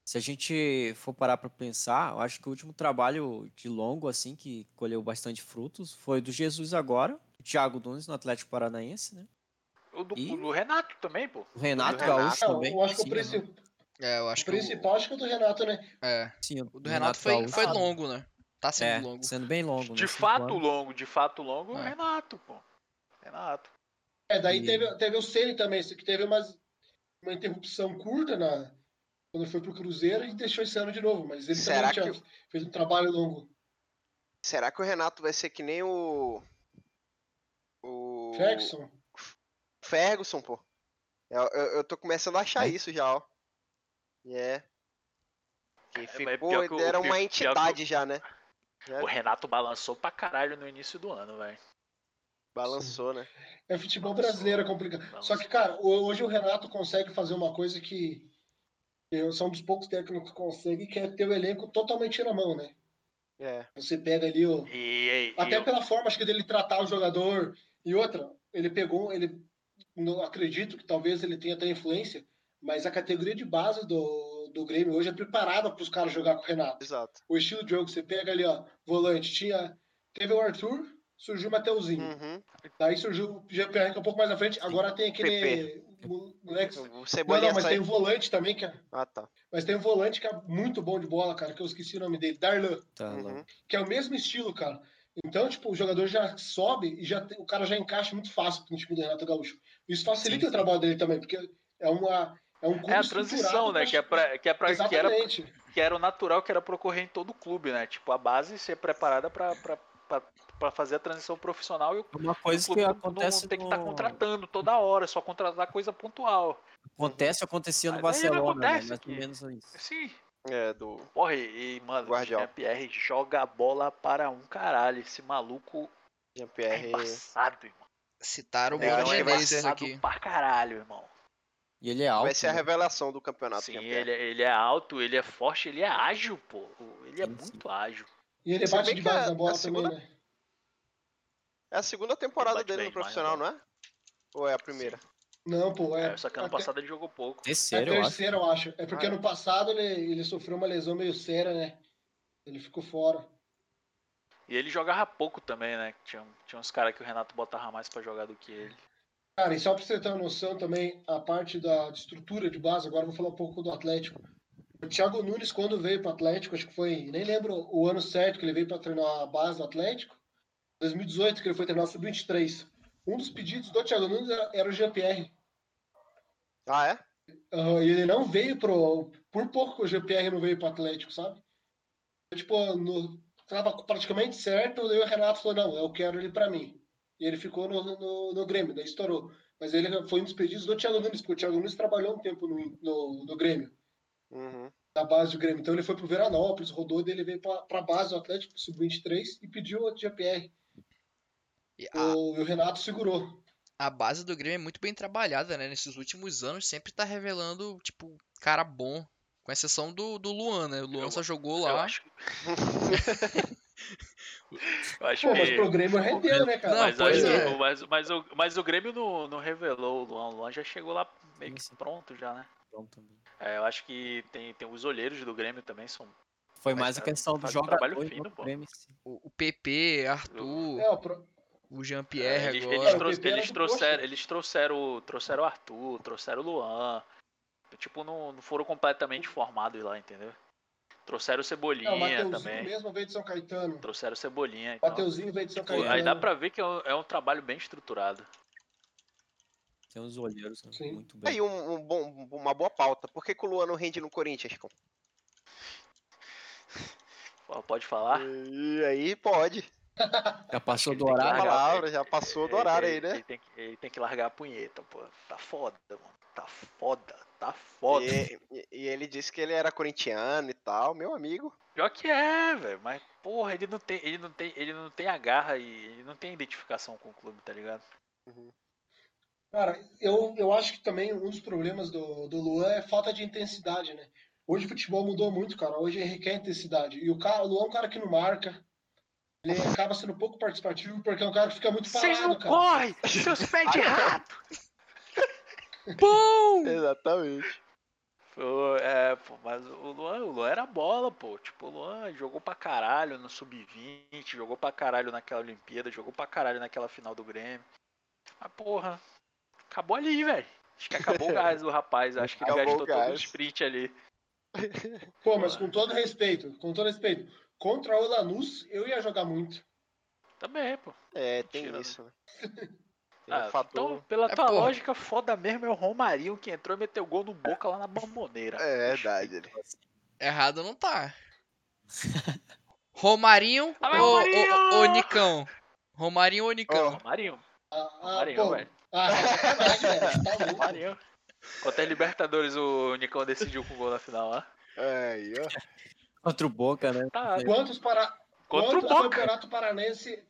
A: Se a gente for parar pra pensar, eu acho que o último trabalho de longo, assim, que colheu bastante frutos, foi do Jesus agora, do Thiago Nunes no Atlético Paranaense, né?
C: O do,
A: Ih.
C: o do Renato também, pô.
A: O Renato,
B: Renato,
A: Gaúcho
E: Ah,
A: também.
E: eu acho que
A: sim,
E: o, princi-
D: É, eu acho
E: o
D: que o,
E: principal acho que é o do Renato, né?
D: é,
A: sim,
D: o do Renato, foi, foi
A: Gaúcho.
D: longo, né? Tá sendo
A: É,
D: longo.
A: sendo bem longo. né?
C: De
A: Cinco
C: fato
A: anos.
C: longo, de fato longo, é o
D: É.
C: Renato, pô. Renato.
E: É, daí
A: E-
E: teve, teve o Ceni também, que teve umas uma interrupção curta na, quando foi pro Cruzeiro e deixou esse ano de novo, mas ele
B: Será
E: também tinha- fez um trabalho longo.
B: Será que o Renato vai ser que nem o. O.
E: Ferguson,
B: Ferguson, pô. Eu, eu, eu tô começando a achar
A: Ai.
B: isso já, ó. É. Que
C: mas é
B: ficou,
C: pior que o-
B: era
C: pior- pior
B: uma
C: que o-
B: entidade já, né?
E: É.
B: Já
C: O Renato balançou pra caralho no início do ano, velho.
B: balançou, né?
E: é futebol brasileiro, é complicado.
C: Balançou.
E: Só que, cara, ho- hoje o Renato consegue fazer uma coisa que eu- são dos poucos técnicos que conseguem, que é ter o elenco totalmente na mão, né?
B: É.
E: Você pega ali o.
C: E, e-
E: Até
C: e o-
E: pela forma, acho que, dele tratar o jogador. E outra, ele pegou, ele. Não acredito que talvez ele tenha até influência, mas a categoria de base do, do Grêmio hoje é preparada para os caras jogar com o Renato.
B: Exato.
E: O estilo de jogo que você pega ali, ó, volante, tinha. Teve o Arthur, surgiu o Mateuzinho.
B: Uhum.
E: Daí surgiu o GPR que é um pouco mais à frente. Agora tem aquele. mo- Moleque.
B: O
E: Não, não,
B: Cebolinha
E: mas tem
B: saiu.
E: o volante também, que é,
B: Ah, tá.
E: mas tem um volante que é muito bom de bola, cara, que eu esqueci o nome dele, Darlan,
A: Tá lá.
B: Uhum.
E: que é o mesmo estilo, cara. Então, tipo, o jogador já sobe e já tem- o cara já encaixa muito fácil no time do Renato Gaúcho. Isso facilita
A: Sim,
E: o trabalho dele também, porque é uma é um clube
C: é a
E: estruturado
C: transição, né?
E: pra-
C: Que é pra, que é pra que era
E: Exatamente.
C: que era o natural que era pra ocorrer em todo o clube, né? Tipo, a base ser preparada pra, pra, pra, pra fazer a transição profissional e o
A: É Uma coisa
C: clube
A: que
C: não-
A: acontece
C: não tem que tá estar
A: no-
C: contratando toda hora, só contratar coisa pontual.
A: acontece, acontecia no
C: Mas aí não
A: Barcelona,
C: acontece
A: né? mais
C: aqui.
A: ou menos isso.
C: Sim.
B: É, do.
C: Porra, e, e, mano, o
B: Guardiol.
C: Jean-Pierre joga a bola para um caralho. Esse maluco é
B: Jean-Pierre.
C: embaçado, irmão.
D: Citaram o
B: É, eu
D: Bruno
B: acho que vai
D: Menezes
C: embaçado
D: aqui.
C: pra caralho, irmão.
A: E ele é alto.
B: Vai ser a
A: né?
B: revelação do campeonato.
C: Sim,
B: Jean-Pierre.
C: ele, ele é alto, ele é forte, ele é ágil, pô. Ele é
A: Sim, sim.
C: muito ágil.
E: E ele
B: Se
E: bate
B: bem
E: de
B: que
E: base
B: a-
E: na bola
C: assim,
B: a segunda-
E: também, né?
B: É a segunda temporada
C: Bate
B: dele
C: bem
B: no
C: demais,
B: profissional, não é? Ou é a primeira?
E: Não, pô, é.
C: É, só que ano
E: até-
C: passado ele jogou pouco.
E: É
A: né? Terceiro, eu acho.
E: terceiro, eu acho. É porque
B: Ah, é.
E: ano passado ele, ele sofreu uma lesão meio séria, né? Ele ficou fora.
C: E ele jogava pouco também, né? Tinha, tinha uns caras que o Renato botava mais pra jogar do que ele.
E: Cara, e só pra você ter uma noção também, a parte da de estrutura de base, agora eu vou falar um pouco do Atlético. O Thiago Nunes, quando veio pro Atlético, acho que foi, nem lembro o ano certo que ele veio pra treinar a base do Atlético, 2018, que ele foi treinar o Sub-23. Um dos pedidos do Thiago Nunes era, era o GPR.
B: Ah, é?
E: Aham, e ele não veio pro. Por pouco que o GPR não veio pro Atlético, sabe? Tipo, no, tava praticamente certo, daí o Renato falou: não, eu quero ele pra mim. E ele ficou no, no, no Grêmio, daí estourou. Mas ele foi um dos pedidos do Thiago Nunes, porque o Thiago Nunes trabalhou um tempo no, no, no Grêmio,
B: Uhum.
E: na base do Grêmio. Então ele foi pro Veranópolis, rodou, daí ele veio pra, pra base do Atlético, pro Sub-23, e pediu o GPR.
D: E a-
E: O, e o Renato segurou.
D: a base do Grêmio é muito bem trabalhada, né? Nesses últimos anos sempre tá revelando, tipo, cara bom. Com exceção do, do Luan, né? O Luan
C: Eu-
D: só jogou
C: Eu
D: lá.
C: acho. eu acho
E: Pô, mas
C: que.
E: pro Grêmio rendeu, né, cara?
D: Não,
C: Mas,
D: pois
C: acho que-
D: é.
C: mas, mas o, mas o Grêmio não, não revelou o Luan. O Luan já chegou lá meio que
A: Sim.
C: pronto já, né?
A: Então, também.
C: É, eu acho que tem, tem os olheiros do Grêmio também, são
A: Foi
C: Mas
A: mais a
C: tá-
A: questão do
C: faz um
A: jogador.
C: trabalho
A: e
C: fino,
A: não do
C: pô.
A: Grêmio em si.
D: O, o PP, Arthur,
E: É, o pro-
D: o Jean-Pierre
C: É, eles, eles,
D: agora.
E: trouxeram-
C: troux-
E: o PP era
C: eles
E: do
C: trouxeram,
E: Coxa.
C: eles trouxeram, trouxeram o Arthur, trouxeram o Luan. Tipo, não, não foram completamente formados lá, entendeu? Trouxeram o
E: é, o
C: Cebolinha
E: Mateuzinho
C: também.
E: mesmo veio de São Caetano.
C: Trouxeram o Cebolinha. Então,
E: Mateuzinho veio de São
C: tipo,
E: Caetano.
C: aí dá pra ver que é um, é um trabalho bem estruturado.
A: Tem uns olheiros né?
E: Sim.
A: muito bem.
B: Aí um, um bom, uma boa pauta. Por que, que o Luan não rende no Corinthians, com?
C: Fala, Pode falar?
B: E aí pode.
A: Já passou
C: ele
A: do
C: tem que
A: horário.
C: largar.
B: Palavra, já passou do horário aí,
C: Ele-
B: né?
C: Ele tem, que- ele tem que largar a punheta, pô. Tá foda, mano. Tá foda, tá foda.
B: E, e- e ele disse que ele era corintiano e tal, meu amigo.
C: Pior que é, velho. Mas, porra, ele não tem, ele não tem, ele não tem a garra e ele não tem identificação com o clube, tá ligado?
E: Cara, eu, eu acho que também um dos problemas do, do Luan é falta de intensidade, né? Hoje o futebol mudou muito, cara. Hoje requer intensidade. E o, cara, o Luan é um cara que não marca. Ele acaba sendo pouco participativo porque é um cara que fica muito
C: Vocês não
E: parado, cara.
C: correm,
B: <laughs>
C: seus pés de rato!
D: Bom!
B: Exatamente.
C: Pô, é, pô, mas o Luan, o Luan era bola, pô. Tipo, o Luan jogou pra caralho no Sub-20, jogou pra caralho naquela Olimpíada, jogou pra caralho naquela final do Grêmio. Mas, porra, acabou ali, velho. Acho que
B: <laughs>
C: acabou o gás do rapaz. Acho que ele
B: Acabou o
C: gastou todo o
B: gás.
C: sprint ali.
E: Pô, mas com todo respeito, com todo respeito. Contra o Lanús, eu ia jogar muito.
C: Também, pô.
B: É, tem
C: <laughs> Mentira, né?
B: isso, né? Ele é um
C: Ah,
B: fator.
C: Então, pela
D: É,
C: tua
D: porra.
C: lógica, foda mesmo é o Romarinho que entrou e meteu gol no boca lá na bomboneira.
B: É verdade. Ele.
D: Errado não tá. Romarinho
C: Ah,
D: ou,
C: Romarinho!
D: ou, ou Nicão? Romarinho ou Nicão?
C: Romarinho,
E: Ah, ah,
C: Romarinho,
E: pô.
C: velho.
E: Ah, sacanagem, velho. Tá louco.
C: Romarinho. Contra a é Libertadores, o Nicão decidiu com o gol na final lá.
B: Aí, ó.
A: Contra o Boca, né?
C: Tá,
E: Quantos para...
C: contra o
E: Quantos
C: Boca.
E: campeonato paranaense...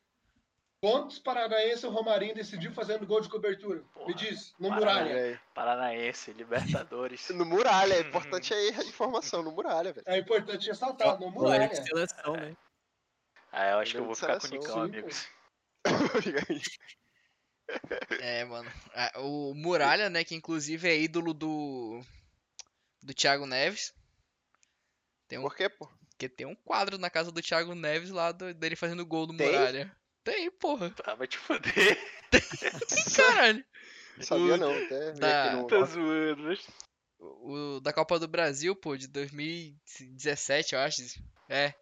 E: Quantos paranaenses o Romarinho decidiu fazendo gol de cobertura?
C: Porra,
E: Me diz, no
C: Paraná.
E: Muralha.
B: Olha aí.
C: Paranaense, Libertadores.
B: No muralha, é importante aí a informação, no muralha, velho.
E: É importante ressaltar, no
A: Goleiro
E: Muralha.
A: de seleção, né?
C: Ah, eu acho que
B: Goleiro
C: eu vou
B: de
C: ficar com o
B: seleção,
C: Nicão,
E: sim, pô.
C: amigos.
D: É, mano. Ah, O Muralha, né, que inclusive é ídolo do do Thiago Neves,
B: Por quê, pô?
D: que tem um quadro na casa do Thiago Neves lá do- dele fazendo gol no
B: Tem?
D: Muralha. Tem,
C: <laughs>
D: porra.
C: Tá, vai te foder.
D: Caralho.
B: Sabia não, até vi
D: Tá.
B: aqui no-
C: Tá zoando. né?
D: o da Copa do Brasil, pô, de 2017, eu acho. É.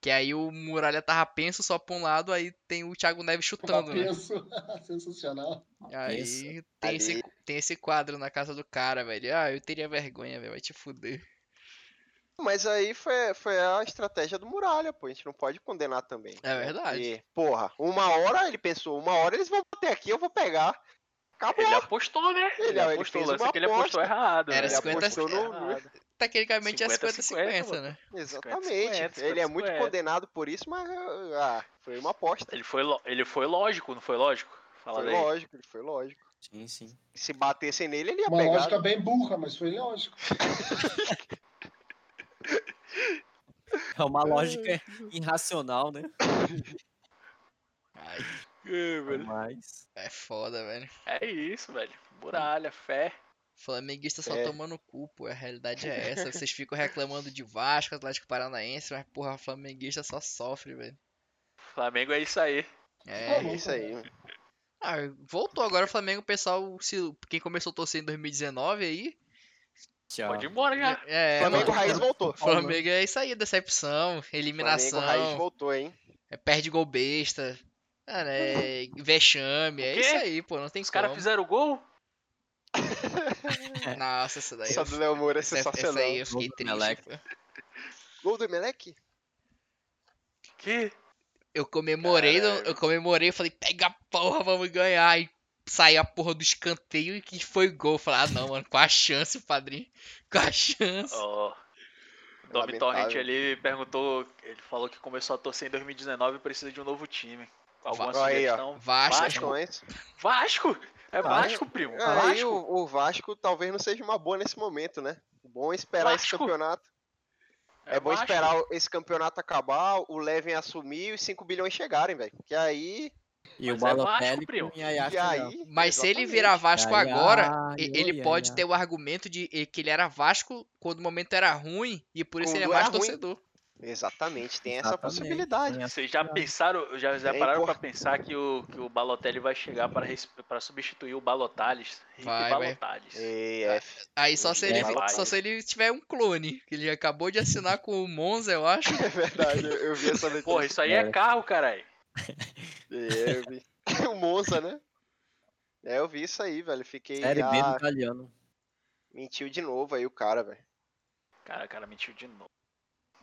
D: Que aí o Muralha tava penso só pra um lado, aí tem o Thiago Neves chutando, né?
E: Penso. <laughs> Sensacional.
D: Aí tem esse,
B: Ali.
D: tem esse quadro na casa do cara, velho. Ah, eu teria vergonha, velho. Vai te fuder.
B: Mas aí foi, foi a estratégia do Muralha, pô. A gente não pode condenar também.
D: É
B: né?
D: verdade.
B: Porque, porra, uma hora ele pensou, uma hora eles vão bater aqui, eu vou pegar. Acabou.
C: Ele apostou, né?
B: Ele-
C: Ele,
B: É. ele
C: apostou.
B: fez
C: Lança
B: uma
C: que ele apostou errado.
D: Era
C: né?
D: 50
C: apostou
B: no-
C: errado.
D: Tecnicamente
C: 50,
D: é 50-50,
C: 50,
D: né?
B: Exatamente.
C: 50,
B: ele é muito
C: 50.
B: condenado por isso, mas ah, foi uma aposta.
C: Ele foi, lo- ele foi lógico, não foi lógico? Fala
B: Foi
C: daí.
B: lógico, ele foi lógico.
A: Sim, sim.
B: Se batessem nele, ele ia
E: Uma
B: pegar.
E: lógica bem burra, mas foi lógico.
A: É uma lógica <laughs> irracional, né?
D: Ai,
C: É, velho.
A: Mas.
D: é foda, velho.
C: É isso, velho. Muralha, fé.
D: Flamenguista só
B: É.
D: tomando cu, pô. A realidade é essa. Vocês ficam reclamando de Vasco, Atlético Paranaense, mas, porra, flamenguista só sofre, velho.
C: Flamengo é isso aí.
D: É.
B: É
E: né?
B: isso aí. mano.
D: Ah, voltou agora o Flamengo, o pessoal, se, quem começou a torcer em 2019 aí.
A: Tchau.
C: Pode ir embora já.
D: É,
B: Flamengo
D: mano,
B: Raiz voltou.
D: Flamengo é isso aí, decepção, eliminação,
B: Flamengo Raiz voltou, hein?
D: é, perde gol besta, cara, é vexame, é
C: quê?
D: isso aí, pô, não tem
C: Os
D: como.
C: caras fizeram o gol?
D: Nossa, essa daí,
B: Essa
D: eu-
B: do Léo Moura é
D: essa, essa
B: sensacional.
D: aí eu
A: Gol
D: fiquei
A: do
D: triste.
A: Meleque.
D: pô.
B: Gol do Emelec?
C: Que?
D: Eu comemorei, não- eu
C: Caralho.
D: comemorei, falei, pega a porra, vamos ganhar, e saiu a porra do escanteio e que foi gol. Eu Falei, ah não, mano, com a chance, padrinho, com a chance.
C: Ó. O Domi
B: É Lamentável.
C: Torrent ali perguntou. Ele falou que começou a torcer em 2019 e precisa de um novo time. Alguma
B: Va- Aí, ó.
C: sugestão?
D: Vasco,
C: Vasco.
B: Vasco, é antes.
C: Vasco! É Vasco, primo.
B: Aí
C: Vasco.
B: Ah, o, o Vasco talvez não seja uma boa nesse momento, né? Bom esperar esse
C: Vasco.
B: campeonato. É, bom
C: Vasco.
B: esperar o- esse campeonato acabar, o Levin assumir e os 5 bilhões chegarem, velho. Que aí.
A: E o
C: Mas é Vasco,
A: Balotelli
C: primo.
A: e Yaya
B: e
A: Fernandes.
B: aí
D: Mas se ele
B: exatamente.
D: virar Vasco
A: Ai,
D: agora,
A: ai,
D: e- ele
A: ai,
D: pode
A: ai.
D: ter o argumento de eh, que ele era Vasco quando o momento era ruim e por isso ele é
B: Quando era
D: Vasco
B: ruim.
D: torcedor.
B: Exatamente, tem essa
A: Exatamente.
B: possibilidade.
A: Tem essa-
C: Vocês já pensaram, já, já
B: É
C: pararam pra
B: importante.
C: pensar que o, que o Balotelli vai chegar pra, res- pra substituir o Balotales? Rick
D: Vai, vai.
C: Balotales.
B: E, F.
D: Aí só se,
A: É,
D: ele,
C: vai.
D: só se ele tiver um clone, que ele acabou de assinar com o Monza, eu
B: <laughs>
D: acho.
B: É verdade, eu, eu vi essa letra.
C: Porra, isso aí é,
A: É.
C: carro, caralho.
B: É, eu vi. <laughs> o Monza, né? É, eu vi isso aí, velho. Fiquei.
A: Série B do
B: Ah,
A: italiano.
B: mentiu de novo aí o cara, velho.
C: Cara, o cara mentiu de novo.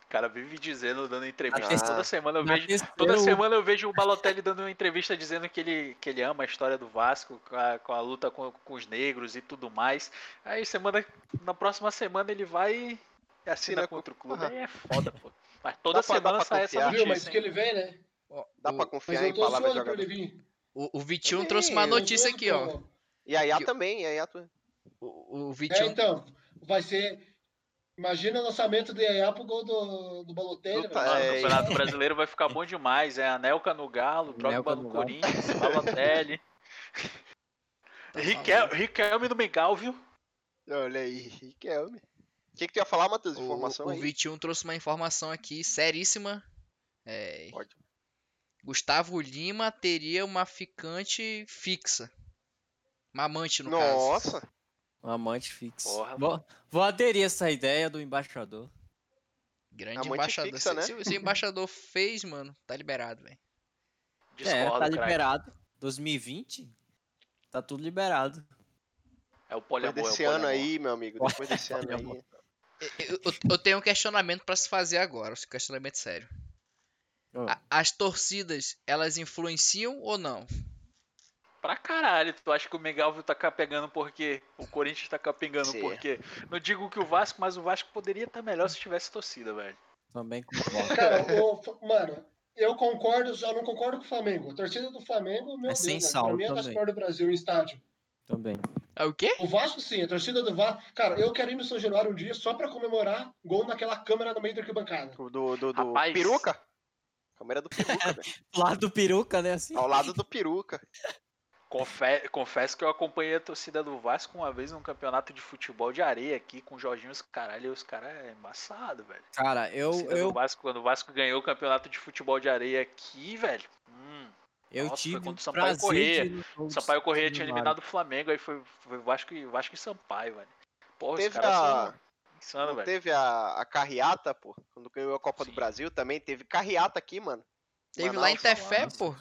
C: O cara vive dizendo, dando entrevista.
B: terceira-
C: Toda semana eu
A: Na
C: vejo.
A: terceira, um,
C: Toda
A: o-
C: semana eu vejo o Balotelli dando uma entrevista dizendo que ele, que ele ama a história do Vasco, com a, com a luta com, com os negros e tudo mais. Aí semana, na próxima semana ele vai e assina
B: Assina
C: com
B: com-
C: outro clube.
B: Aham.
C: Aí é foda, pô. Mas toda
B: Dá pra- dá
C: semana
B: pra
C: sai essa
B: confiar.
E: Viu? Mas
C: notícia.
E: que
C: hein?
E: ele vem, né?
D: Ó,
B: Dá
D: o,
B: pra
E: Mas
B: confiar
E: eu
B: em
E: tô
B: palavras
E: zoando pra
B: jogadas.
E: ele vir.
D: o, o Vitinho
B: Ei,
D: trouxe uma
B: eu tô
D: notícia
E: zoando,
D: aqui, ó.
E: pô.
B: E aí
D: Eu-
B: também, aí também.
D: O, um o
E: É,
D: Vitinho.
E: então, vai ser... Imagina o lançamento do Yaya pro gol do, do Balotelli,
B: Do-
E: velho.
C: Mano, o
B: É,
C: Campeonato Brasileiro vai ficar bom demais. É Anelka no Galo,
A: Anelka
C: Drogba
A: no
C: no
A: Galo.
C: Corinthians, Balotelli.
D: Tá
C: Riquel-
D: falando.
C: Riquelme no Bengal, viu?
B: Olha aí, Riquelme. O que, que tu ia falar, Matheus?
D: O-
B: Informação
D: o,
B: aí?
D: Vitinho trouxe uma informação aqui seríssima. É,
B: Pode.
D: Gustavo Lima teria uma ficante fixa. Uma amante, no caso.
B: Nossa,
A: Um amante fixo.
C: Porra,
A: vou, vou aderir essa ideia do embaixador.
D: Grande
B: Amante
D: embaixador.
B: fixa,
D: se,
B: né?
D: se- se o
B: <laughs>
D: embaixador fez, mano, tá liberado, velho.
A: é, tá
C: Discordo, cara.
A: liberado. 2020? Tá tudo liberado.
C: É o
B: Depois
C: poliamor. é o
B: desse ano
C: poliamor.
B: aí, meu amigo, depois desse ano
A: Poliamor.
B: aí.
D: Eu, eu- eu tenho um questionamento pra se fazer agora, um questionamento sério.
A: Ah.
D: A- As torcidas, elas influenciam ou não?
C: Pra caralho, tu acha que o Miguel tá capengando por quê? O Corinthians tá capengando
B: Sim.
C: por quê? Não digo que o Vasco, mas o Vasco poderia estar melhor se tivesse torcida, velho.
A: Também concordo.
E: Cara, o F- mano, eu concordo, só não concordo com o Flamengo. A torcida do Flamengo, meu
A: É
E: Deus,
A: sem
E: né?
A: sal
E: pra mim é
A: também.
E: das maiores do Brasil em estádio.
A: Também.
D: É o quê?
E: O Vasco, sim, a torcida do Vasco. Cara, eu quero ir no São Januário um dia só pra comemorar gol naquela câmera no meio da arquibancada.
B: Do, do, do
C: Rapaz.
B: peruca? Câmera do peruca, velho.
A: Lá do peruca, né? Assim.
B: Ao lado do peruca.
C: Confe- confesso que eu acompanhei a torcida do Vasco uma vez num campeonato de futebol de areia aqui com o Jorginho e os caralho, e os caras é embaçado, velho.
A: Cara, eu,
C: torcida do
A: eu,
C: Vasco, quando o Vasco ganhou o campeonato de futebol de areia aqui, velho. Hum,
A: eu
C: Nossa, foi
A: tive o
C: contra o Sampaio
A: prazer
C: Corrêa.
A: de ir no jogo
C: o
A: do
C: Sampaio Corrêa tinha
A: Januário.
C: eliminado o Flamengo, aí foi, foi Vasco, e, Vasco e Sampaio, velho. Porra, os
B: Teve
C: caras
B: a,
C: são insanos,
B: não
C: velho.
B: teve a, a carreata, pô. Quando ganhou a Copa do
C: Sim.
B: Brasil também, teve carreata aqui, mano.
D: Teve lá em
B: Manaus,
D: Tefé,
B: Manaus.
D: pô.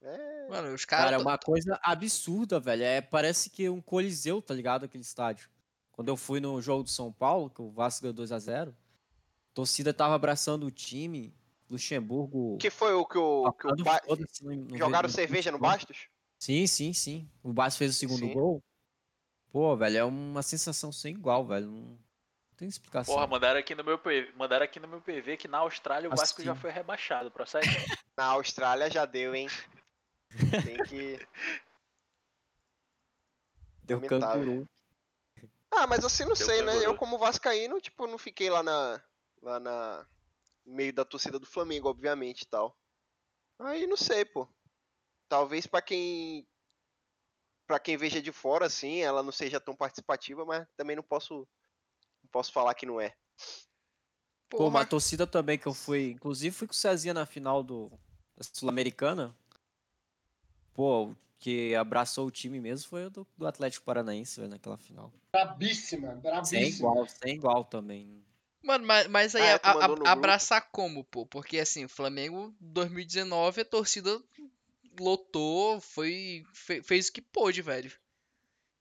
B: É,
D: Mano, os
A: Cara,
D: caras.
A: é uma coisa absurda, velho. É, parece que é um coliseu, tá ligado? Aquele estádio. Quando eu fui no jogo do São Paulo, que o Vasco ganhou 2x0, torcida tava abraçando o time, Luxemburgo...
B: que foi o que o. Que o
A: tacando
B: Ba-
A: foda-se no- no-
B: Jogaram
A: no-
B: cerveja no Bastos?
A: Sim, sim, sim. O Bastos fez o segundo
B: Sim.
A: gol. Pô, velho, é uma sensação sem igual, velho. Não, não tem explicação.
C: Porra, mandaram aqui, no meu PV, mandaram aqui no meu PV que na Austrália o Vasco já
A: Assim.
C: foi rebaixado pra sair.
B: Na Austrália já deu, hein? Tem que.
A: Deu
B: lamentável.
A: canguru.
B: Ah, mas assim não
C: Deu
B: sei, né? Eu
C: canguru.
B: como vascaíno, tipo, não fiquei lá na lá na no meio da torcida do Flamengo, obviamente, e tal. Aí não sei, pô. Talvez pra quem para quem veja de fora assim, ela não seja tão participativa, mas também não posso não posso falar que não é.
A: Pô, uma torcida também que eu fui. Inclusive, fui com o Cezinha na final do da Sul-Americana. Pô, o que abraçou o time mesmo foi o do, do Atlético Paranaense velho, naquela final.
E: Brabíssima,
A: Sem
E: brabíssima.
A: igual, sem igual também.
D: Mano, mas, mas aí
B: Ah, é,
D: a-
B: tu mandou
D: a-
B: no grupo.
D: abraçar como, pô? Porque assim, Flamengo 2019, a torcida lotou, foi, fe- fez o que pôde, velho.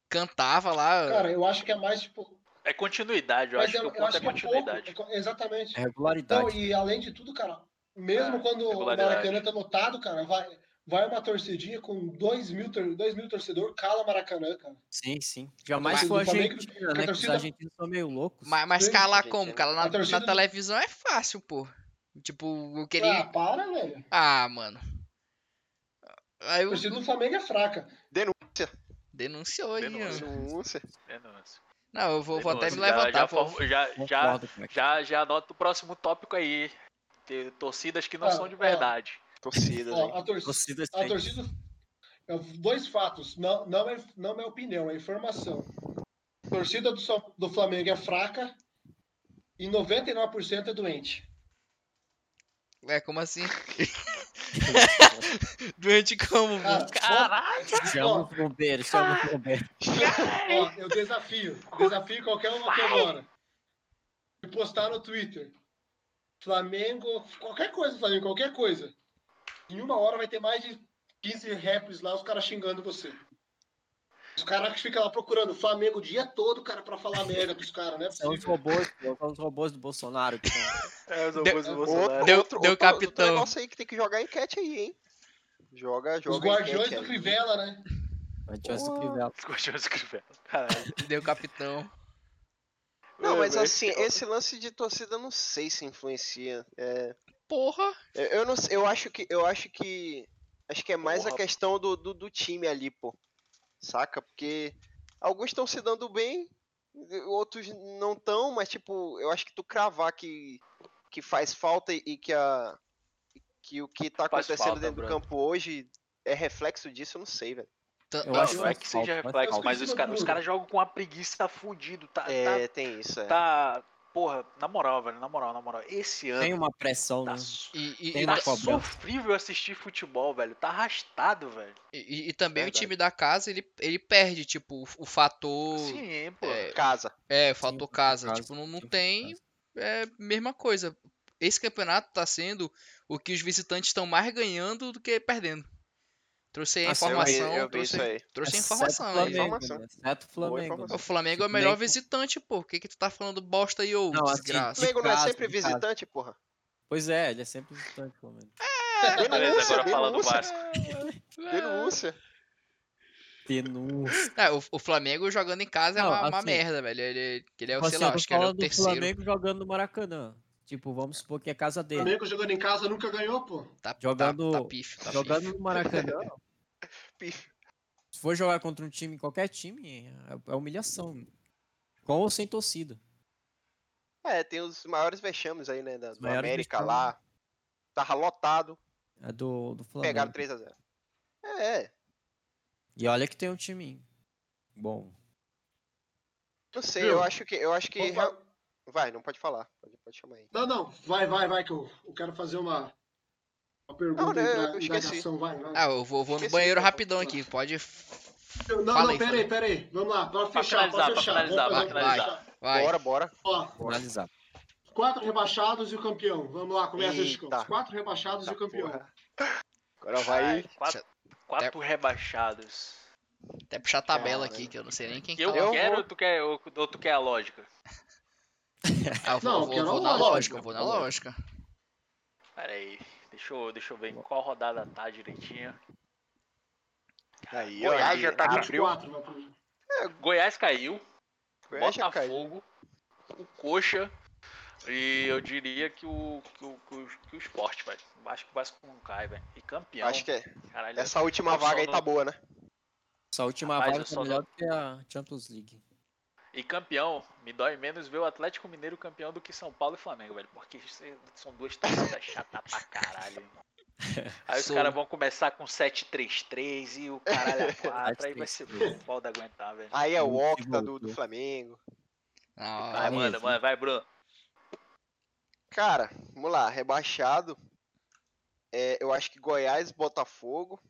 D: Cantava lá.
E: Cara, eu acho que é mais, tipo.
C: É continuidade, eu
E: Mas
C: acho
E: eu,
C: que o
E: eu
C: ponto
E: acho
C: é
E: que é
C: continuidade.
E: pouco. Exatamente.
A: É
E: Não,
A: Regularidade.
E: e além de tudo, cara, mesmo
C: É,
E: quando o
C: regularidade.
E: Maracanã tá lotado, cara, vai, vai uma torcidinha com 2 mil, tor- dois mil torcedor, cala Maracanã, cara.
A: Sim, sim. Jamais
E: Mas
A: foi a
E: o Flamengo-
A: Argentina, né?
E: a
A: Que os
E: torcida-
A: argentinos são meio loucos.
D: Mas, mas
E: Sim,
D: calar
B: gente,
D: como?
B: é-
D: Calar
E: a
D: na,
E: torcida
D: na
E: do-
D: televisão é fácil, pô. Tipo, eu
E: Ah,
D: queria.
E: para, velho.
D: Ah, mano. Aí
E: A
D: eu
E: torcida do Flamengo é fraca.
B: Denúncia,
D: denunciou aí, ó.
C: Denúncia.
B: denúncia.
C: Denúncia.
D: Não, eu vou, vou até me
C: Denúncia. é Já-
D: levantar.
C: Já,
D: vou-
C: form- já, já,
A: Concordo com o que-
C: já, já anota o próximo tópico aí. Ter torcidas que não
E: Ah,
C: são de
E: ah.
C: verdade.
B: Torcida, né?
E: Ó, a torcida.
A: torcida
E: A
A: tem.
E: torcida. eu- Dois fatos, não, não, é, não é opinião, é informação. A torcida do, São- do Flamengo é fraca e 99% é doente.
D: É, como assim? <laughs> Doente
A: Ah.
D: como, pô?
E: Cara,
C: Caralho!
A: <laughs> Chama o bombeiro, chama o bombeiro.
E: ó, ó, eu desafio, desafio qualquer um aqui agora. E postar no Twitter. Flamengo, qualquer coisa, Flamengo, qualquer coisa. Em uma hora vai ter mais de 15 raps lá, os caras xingando você. Os caras que ficam lá procurando Flamengo o dia todo, cara, pra falar merda pros caras, né?
A: São os robôs, pô, são os robôs do Bolsonaro. que são-
C: É, os
D: Deu-
C: robôs do Bolsonaro.
D: Deu- deu
B: Outro
D: capitão.
B: negócio aí que tem que jogar é enquete aí, hein? Joga, joga.
E: Os guardiões
B: enquete
E: do
B: aí.
E: Crivella, né?
A: Mas tinha esse
B: Porra.
A: crivela.
C: Os coxões do Crivella. Caralho.
D: Deu capitão.
B: Não,
C: É,
B: mas
C: velho.
B: assim, esse lance de torcida eu não sei se influencia. É,
D: Porra!
B: eu, eu não sei- eu acho que eu acho que acho que é mais a
C: Porra.
B: questão do, do, do time ali, pô. Saca? Porque alguns estão se dando bem, e outros não estão, mas tipo, eu acho que tu cravar que que faz falta e, e que a que o que tá
C: Faz
B: acontecendo
C: falta,
B: dentro do
C: Bruno.
B: campo hoje é reflexo disso, eu não sei, velho.
D: Tan-
A: Eu
C: Não,
A: acho
C: não é que
A: faz falta,
C: seja
A: faz
C: reflexo,
E: falta.
C: mas os caras os caras jogam com a preguiça fudido. Tá,
B: É, tem isso, é.
C: tá, tá. Porra, na moral, velho, na moral, na moral. Esse ano.
A: Tem uma pressão, né?
C: Tá, su-
D: E, e-
A: Tem
D: e
C: tá
A: uma cobrança.
C: sofrível assistir futebol, velho. Tá arrastado, velho.
D: E, e também
B: Verdade.
D: o time da casa, ele, ele perde, tipo, o, o fator.
C: Sim, hein, pô.
D: É,
B: Casa.
D: é,
A: Sim,
D: fator
A: o
D: casa.
A: caso,
D: Tipo, não, não
A: sim, o
D: tem.
A: caso.
D: É a mesma coisa. Esse campeonato tá sendo o que os visitantes estão mais ganhando do que perdendo. Trouxe a
A: Ah, sim, eu
D: informação.
B: eu vi, eu vi
D: trouxe,
B: isso aí.
D: trouxe a
A: Exceto
D: informação aí.
A: É Flamengo,
B: Informação.
A: né? Exceto o
B: Boa
A: Flamengo.
B: informação.
D: O Flamengo é o melhor
A: Nem-
D: visitante, pô. O que, que tu tá falando bosta aí, ô
A: Não, assim,
D: desgraça?
A: nem-
B: Flamengo não é
A: Casa,
B: sempre
A: de casa.
B: visitante, porra.
A: Pois é, ele é sempre visitante, pelo menos.
C: Tá, Beleza, agora fala do Vasco.
B: Denúncia.
A: Denúncia.
D: É, o, o Flamengo jogando em casa é
A: Não,
D: uma, uma
A: assim,
D: merda, velho. Ele, ele é, o,
A: Assim,
D: sei
A: eu
D: lá,
A: tô
D: acho que ele é o
A: falando do
D: terceiro.
A: Flamengo jogando no Maracanã. Tipo, vamos supor que é casa
E: O
A: dele.
E: Flamengo jogando em casa nunca ganhou, pô.
D: Tá, tá-
A: Jogando-
D: tá pífio, tá
A: Jogando
D: pífio.
A: no
D: <laughs>
A: Maracanã,
B: Pif.
A: se for jogar contra um time, qualquer time, é- é humilhação. Com ou sem torcida.
B: É, tem os maiores vexames aí, né? Da, do
A: maiores
B: América
A: vexames.
B: lá. Tava lotado,
A: É do, do Flamengo.
B: pegaram 3x0. É, é.
A: E olha que tem um time bom.
B: Não sei,
E: Viu?
B: eu acho que. Eu acho que.
E: Opa.
B: real- Vai, não pode falar. Pode, pode chamar aí.
E: Não, não, vai, vai, vai, que eu, eu quero fazer uma, uma pergunta
B: Não, né,
E: inda-
B: eu esqueci.
E: indagação, vai, vai.
D: Ah, eu vou, vou no
B: Esqueci,
D: banheiro
B: pô.
D: rapidão aqui. Pode. f-
E: não,
D: fala aí,
E: não, pera
D: fala
E: aí, pera aí, vamos lá, pra
C: finalizar,
E: fechar, pra
C: pra
E: fechar.
C: finalizar,
E: vamos
D: pra
E: fazer-
D: finalizar. Vai.
B: Bora, bora.
E: Ó,
A: Finalizar.
E: quatro rebaixados e o campeão, vamos lá, começa os
B: Eita.
E: campos. Quatro rebaixados e
B: Tá,
E: o campeão.
B: porra. Agora vai.
C: Ai, quatro, quatro rebaixados.
D: Até puxar a tabela
B: Cara.
D: aqui, que eu não sei nem quem
C: Eu,
D: tá. lá.
B: Eu
C: quero
B: vou-
C: ou tu quer, ou, ou tu quer a lógica?
D: Ah, eu vou,
E: Não, eu
D: vou-
E: quero
D: vou
E: a
D: na
E: lógica,
D: lógica, eu vou na
E: pô.
D: lógica.
C: Pera aí, deixa eu, deixa eu ver em qual rodada tá direitinho.
B: Aí, ó,
C: Goiás
B: aí,
C: já tá
B: abriu.
E: 24, vai pro-
C: Goiás caiu,
B: Goiás já caiu.
C: Botafogo, o Coxa e eu diria que o, que o, que o, que o esporte, velho. Acho que o Vasco não cai, velho. E campeão.
B: Acho que é.
C: Caralho,
B: Essa última
C: Eu só
B: vaga aí
C: não-
B: tá boa, né?
A: Essa última
C: Rapaz, eu
A: vaga
C: só
A: tá melhor do que a Champions League.
C: E campeão, me dói menos ver o Atlético Mineiro campeão do que São Paulo e Flamengo, velho. Porque cê- são duas torcidas chatas pra caralho, irmão. Aí os
D: Sou.
C: caras vão começar com 7-3-3 e o caralho a 4. aí vai ser foda aguentar, velho.
B: Aí é o
A: Hum, que
B: Octa do, do
A: loucura.
B: Flamengo.
D: Na
C: Vai,
A: Ah,
D: hora.
C: manda,
A: isso.
C: manda, vai, Bruno.
B: Cara, vamos lá, rebaixado. É, eu acho que Goiás, Botafogo.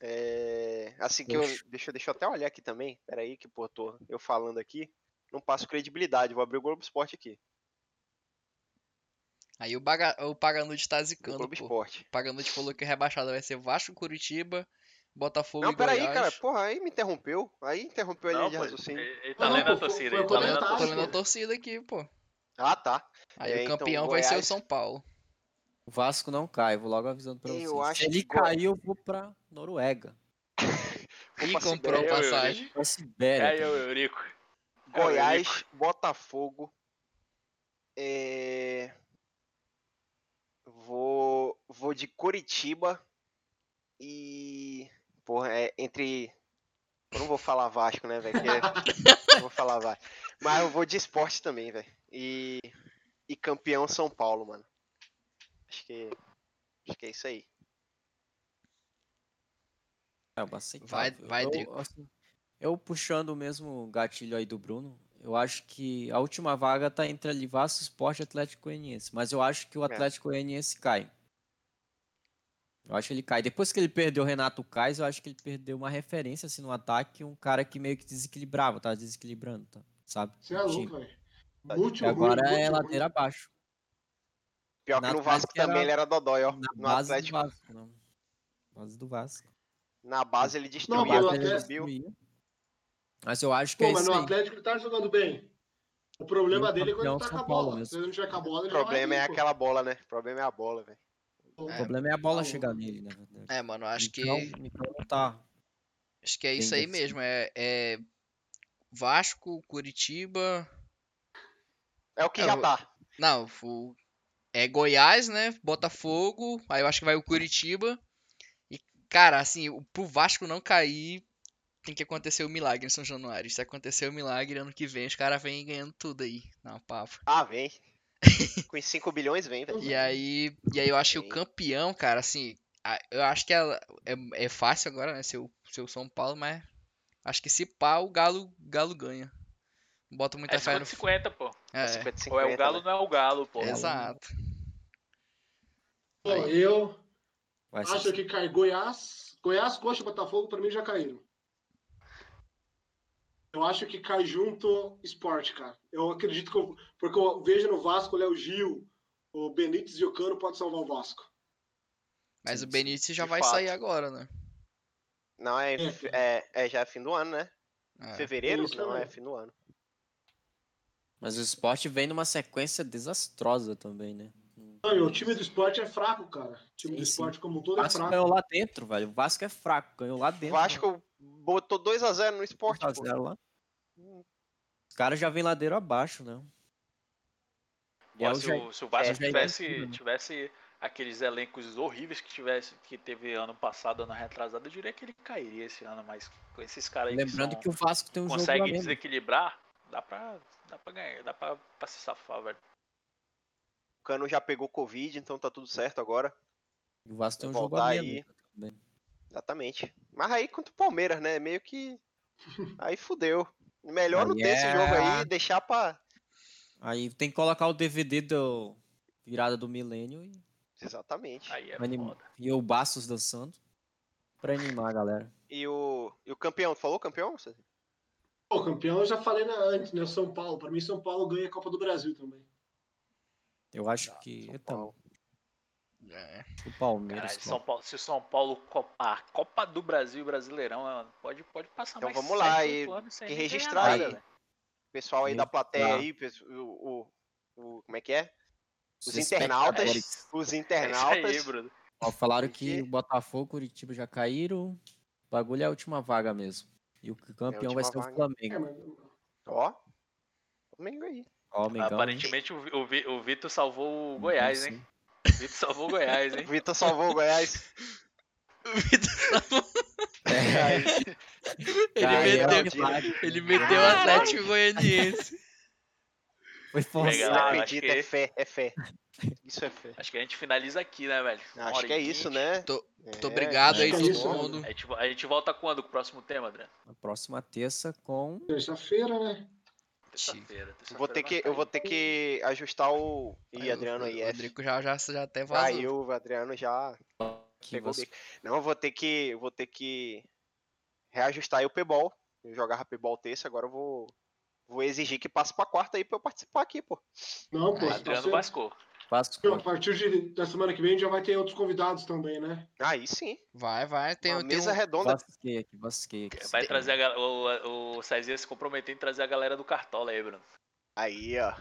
B: É, assim que eu.
A: Deixa.
B: Deixa, eu- deixa eu até olhar aqui também. Peraí, que pô, tô eu falando aqui. Não passo credibilidade, vou abrir o Globo Esporte aqui.
D: Aí o, Baga, o Paganude tá
B: O
D: zicando,
B: Globo
D: pô.
B: Esporte.
D: O Paganude falou que rebaixada vai ser Vasco, Curitiba, Botafogo
B: Não,
D: e
B: peraí,
D: Goiás.
B: cara. Porra, aí me interrompeu. Aí interrompeu ele
C: Não,
B: de
C: pô,
B: raciocínio.
C: ele ele tá
E: Não,
C: lendo a
E: pô,
C: torcida,
E: foi
C: ele tá lendo a
E: comentário,
D: Tô
C: torcida.
D: lendo a
E: pô.
D: torcida aqui, pô.
B: Ah, tá.
D: Aí
B: É,
D: o
B: então,
D: campeão vai ser o
B: Goiás-
D: São Paulo.
A: O Vasco não cai, vou logo avisando pra vocês.
B: Eu acho
A: Se ele
B: que go-
A: cair, eu vou pra Noruega.
B: Vou
D: E
B: pra
D: comprou
B: Sibéria.
D: a
C: eu, eu,
D: passagem.
A: Pra Sibéria.
C: Caiu o É, Eurico. Caiu o Eurico.
B: Goiás, Botafogo. É... Vou, vou de Curitiba e. Porra, é entre. Eu não vou falar Vasco, né, velho? que é- não vou falar Vasco. Mas eu vou de esporte também, velho. E... e campeão São Paulo, mano. Acho que. Acho que é isso aí.
A: É, bastante.
D: Vai-
A: óbvio.
D: vai,
A: eu,
D: Drico.
A: assim, eu puxando o mesmo gatilho aí do Bruno, eu acho que a última vaga tá entre ali Vasco, Sport e Atlético Goianiense. Mas eu acho que o
B: É.
A: Atlético Goianiense cai. Eu acho que ele cai. Depois que ele perdeu o Renato Caes, eu acho que ele perdeu uma referência assim, no ataque, um cara que meio que desequilibrava, tava desequilibrando, tá? sabe?
E: Você é
A: O time.
E: louco, velho.
B: Tá,
A: E
E: Último
A: agora
E: ruim,
A: é
E: último
A: ladeira abaixo.
B: Pior
A: Na
B: que no Vasco
A: tática era-
B: também ele era Dodói, ó.
A: Na
B: No
A: base
B: Atlético.
A: do Vasco, não. Base do Vasco.
B: Na base ele destruía,
E: mas o
B: ele
A: é
E: Atlético-
B: subiu.
A: destruía. Mas eu acho que
E: Pô,
A: é
E: mas
A: isso
E: no
A: aí.
E: Atlético ele tá jogando bem. O
A: E
E: problema
A: o
E: dele é quando
A: campeão
E: ele tá
A: São
E: com a
A: Paulo
E: bola.
A: mesmo.
E: Se ele não tiver com a bola,
B: O
E: ele
B: problema é
E: vai vir, pô.
B: aquela bola, né? O problema é a bola, velho.
D: É,
A: O problema é a bola
E: tá
A: chegar
E: louco.
A: nele, na verdade.
D: É, mano, acho que
A: Então, então não tá.
D: acho que é isso
A: bem
D: aí
A: definido.
D: mesmo. É, é Vasco, Curitiba.
B: É o que
D: É,
B: já
D: o-
B: tá.
D: Não, o- é Goiás, né? Botafogo. Aí eu acho que vai o Curitiba. E, cara, assim, o- pro Vasco não cair, tem que acontecer o milagre em São Januário. Se acontecer o milagre, ano que vem os caras vêm ganhando tudo aí. Não, papo.
B: Ah, vem. Com os 5 bilhões vem, velho.
D: E é. aí, e aí eu acho que o
B: Sim.
D: campeão, cara, assim, a- eu acho que ela- é, é fácil agora, né? Ser o, ser o São Paulo, mas acho que se pá, o Galo, Galo ganha. Não boto muita
C: É
D: fé no.
C: 50-50, pô.
D: É,
B: 50,
C: Ou é o Galo,
B: né?
C: não é o Galo, pô.
D: exato.
E: Pô,
A: é.
E: eu
A: Vai ser
E: acho que cai Goiás. Goiás, Coxa e Botafogo, pra mim, já caíram. Eu acho que cai junto esporte, cara. Eu acredito que eu. Porque eu vejo no Vasco o Léo Gil, o Benítez e o Cano podem salvar o Vasco.
D: Mas o
A: Sim, sim,
D: Benítez já
B: de
D: vai
B: fato.
D: sair agora, né?
B: Não, é,
E: É.
B: é, é já fim do ano, né?
D: É.
B: Fevereiro?
E: Isso
B: Não,
E: mesmo.
B: é fim do ano.
A: Mas o esporte vem numa sequência desastrosa também, né?
E: Não, e o time do esporte é fraco, cara. O time do
A: Sim, sim.
E: esporte como um
A: O
E: todo é
A: Vasco
E: fraco.
A: ganhou lá dentro, velho. O Vasco é fraco, ganhou lá dentro.
B: Vasco botou 2x0 no
A: mano.
B: esporte, pô.
A: 2 a 0 lá. Os caras já vêm ladeira abaixo, né? E é
C: Pô,
A: o
C: se,
A: Jair-
C: o, se o Vasco
A: é, já é
C: tivesse,
A: impossível.
C: tivesse aqueles elencos horríveis que tivesse que teve ano passado, ano retrasado, eu diria que ele cairia esse ano, mas com esses caras aí
A: Lembrando
C: que,
A: que o Vasco tem um
C: são,
A: jogo a
C: consegue
A: menos.
C: desequilibrar, dá pra, dá pra ganhar, dá pra, pra se safar, velho.
B: O Cano já pegou Covid, então tá tudo certo agora.
A: O Vasco tem um
B: Vou
A: jogo a
B: voltar
A: menos. também.
B: Exatamente. Mas aí contra o Palmeiras, né? Meio que.
E: <laughs>
B: Aí fudeu. Melhor não
A: Aí
B: ter esse
A: é-
B: jogo aí, deixar pra.
A: Aí tem que colocar o DVD do Virada do Milênio e,
B: Exatamente.
C: Aí é
A: anim-
C: foda.
A: e o Bastos dançando pra animar a galera.
B: E o, e o campeão, tu falou campeão?
E: Pô, campeão, eu já falei na, antes, né? São Paulo. Pra mim, São Paulo ganha a Copa do Brasil também.
A: Eu acho que.
B: São
A: Então,
B: <laughs>
D: É.
A: o Palmeiras.
C: Caralho, São Paulo, se o São Paulo copar a Copa do Brasil e Brasileirão, mano, pode, pode passar
B: Então
C: mais
B: vamos lá,
C: sete,
B: e
C: oito anos sem
B: que
C: ninguém ganhar
B: registrar
C: nada,
B: aí.
C: velho.
B: Pessoal aí da
A: Eita.
B: plateia aí, pes- o, o, o- Como é que é? Os internautas.
A: espectadores.
B: Os
C: É isso aí,
B: internautas.
C: Bruno.
A: Ó, falaram
B: Porque-
A: que o Botafogo e o Curitiba já caíram. O bagulho é a última vaga mesmo. E o campeão vai
B: última
A: ser o
B: vaga.
E: É,
A: Flamengo.
E: mas
B: Ó. Domingo aí.
A: Ó, o Mengão.
C: Aparentemente o Vi- o, Vi- o Vitor salvou o
A: Então,
C: Goiás,
A: sim.
C: hein? O Vitor salvou o Goiás, hein?
B: Vitor salvou o
C: <laughs>
B: Goiás.
A: <laughs> É.
D: Ele
A: Cara,
B: meteu-
A: realidade.
B: é
D: Ele meteu o Atlético Goianiense.
B: <laughs>
A: Foi
B: Não
A: forçado.
C: Legal.
B: acredita,
C: acho que-
B: é fé, é fé. Isso é fé.
C: Acho que a gente finaliza aqui, né, velho? Uma
B: Acho
C: hora
B: que é
C: e
B: isso,
C: vinte.
B: né?
D: Tô-
B: É,
D: Muito obrigado
E: acho
D: aí
E: que é
D: todo
E: isso, né?
D: mundo.
C: A gente, a gente volta quando com o próximo tema, Adriano?
A: Na próxima terça com.
E: Terça-feira, né?
C: Terça-feira. terça-feira
B: Vou ter
C: nós
B: que,
C: tá
B: eu
C: aí.
B: vou ter que ajustar o. Ih,
D: Aí o-
B: Adriano
D: o
B: aí, F.
D: Rodrigo já, já, já até vazou.
B: Caiu, o Adriano já
A: Que
B: pegou o
A: você-
B: bico. Não, eu vou ter que. eu Vou ter que reajustar aí o Pebol. Eu jogava Pebol terça, agora eu vou. Vou exigir que passe pra quarta aí pra eu participar aqui, pô.
E: Não, pô. se
C: Adriano
E: você-
C: Bascou.
A: Vasco
E: A partir de- da semana que vem já vai ter outros convidados também, né?
B: Aí sim.
D: Vai, vai. Tem,
B: uma
D: tem
B: mesa
D: um-
B: redonda.
A: Vasquei aqui, vasquei aqui.
C: Vai trazer a, gal- o, o Cezinha se comprometeu em trazer a galera do Cartola aí, Bruno.
B: Aí, ó.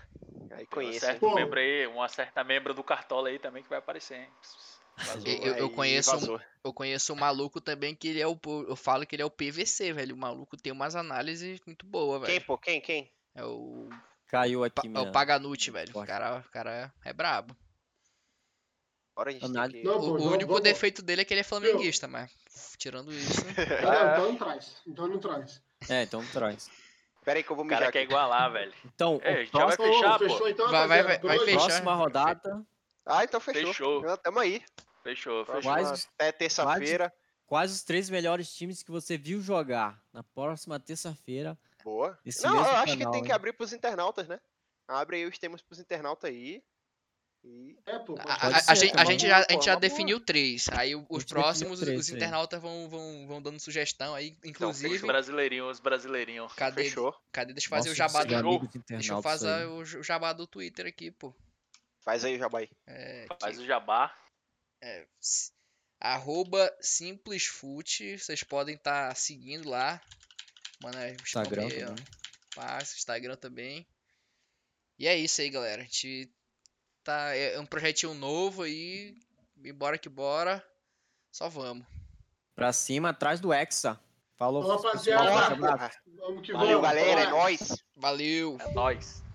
B: Aí
C: Um
B: conheço.
C: certo
E: Pô.
C: membro aí, uma certa membro do Cartola aí também que vai aparecer, hein?
D: Eu- eu- eu
B: Aí
D: conheço um-
B: vazou.
D: Eu conheço um maluco também que ele é o. po- Eu falo que ele é o PVC, velho. O maluco tem umas análises muito boas,
B: Quem,
D: velho.
B: pô? Quem? Quem?
D: É o.
A: Caiu
D: Pa-
A: aqui,
D: É
A: minha.
D: o Paganucci, velho. O
A: Forte.
D: cara, o cara é brabo.
B: Agora a gente tem
A: Análise.
B: que...
E: Não,
D: O,
E: pô,
D: o
E: vamos-
D: único
E: vamos-
D: defeito dele é que ele é flamenguista, mas tirando isso.
E: Ah, não, então não traz. Então não traz.
A: É, então traz.
B: Pera aí que eu vou
C: O
B: mijar
C: cara quer
B: aqui.
C: igualar, velho.
A: Então, o
C: É, a gente já vai
A: próximo-
E: Ô,
C: fechar,
E: fechou
C: pô.
E: então,
D: Vai- vai-
E: rapaziada?
D: vai
E: Por hoje?
D: fechar.
A: próxima rodada,
B: Ah, então fechou.
C: Fechou.
B: Então, Tamo aí.
C: Fechou,
A: Vai-
C: fechou.
B: Próxima-
A: Quais-
B: Até terça-feira.
A: quais os três melhores times que você viu jogar na próxima terça-feira?
B: Boa.
A: Esse
B: Não, eu
A: mesmo
B: acho que
A: canal,
B: tem que
A: hein?
B: abrir pros internautas, né? Abre aí os temas pros internautas aí. E
E: É, pô. pode
D: A, a-
A: <laughs> Pode ser,
D: a gente,
A: tá
D: a gente
B: bom.
D: já, a
B: Pô,
D: gente já
B: uma boa.
D: definiu três. Aí o- os
A: gente definiu
D: próximos, os-
A: três,
D: os
A: é.
D: internautas vão, vão, vão dando sugestão aí.
C: Então, Os
D: Inclusive,
C: brasileirinhos, os brasileirinhos.
D: cadê,
B: fechou.
D: cadê? Deixa eu fazer o
A: Nossa, é
D: jabá do.
A: seus
C: jogo.
A: amigos
D: Deixa eu
A: internautas
D: fazer
A: aí.
D: o j- o jabá do Twitter aqui, pô.
B: Faz aí, Jabai.
D: É,
C: Faz
D: que-
C: o jabá.
D: s- arroba simplesfute, vocês podem estar seguindo lá. Mano, é,
A: Instagram
D: também, ó,
A: também.
D: passa, Instagram também. E é isso aí, galera. A gente tá é é um projetinho novo aí, e bora que bora. Só vamos.
A: Pra cima, atrás do Hexa. Falou,
E: Ô, rapaziada.
A: pessoal.
B: Bora,
A: Abraço.
B: porra.
E: Vamos que
B: Valeu,
E: vamos.
B: galera. É
E: Vai.
B: nóis.
D: Valeu.
C: É nóis.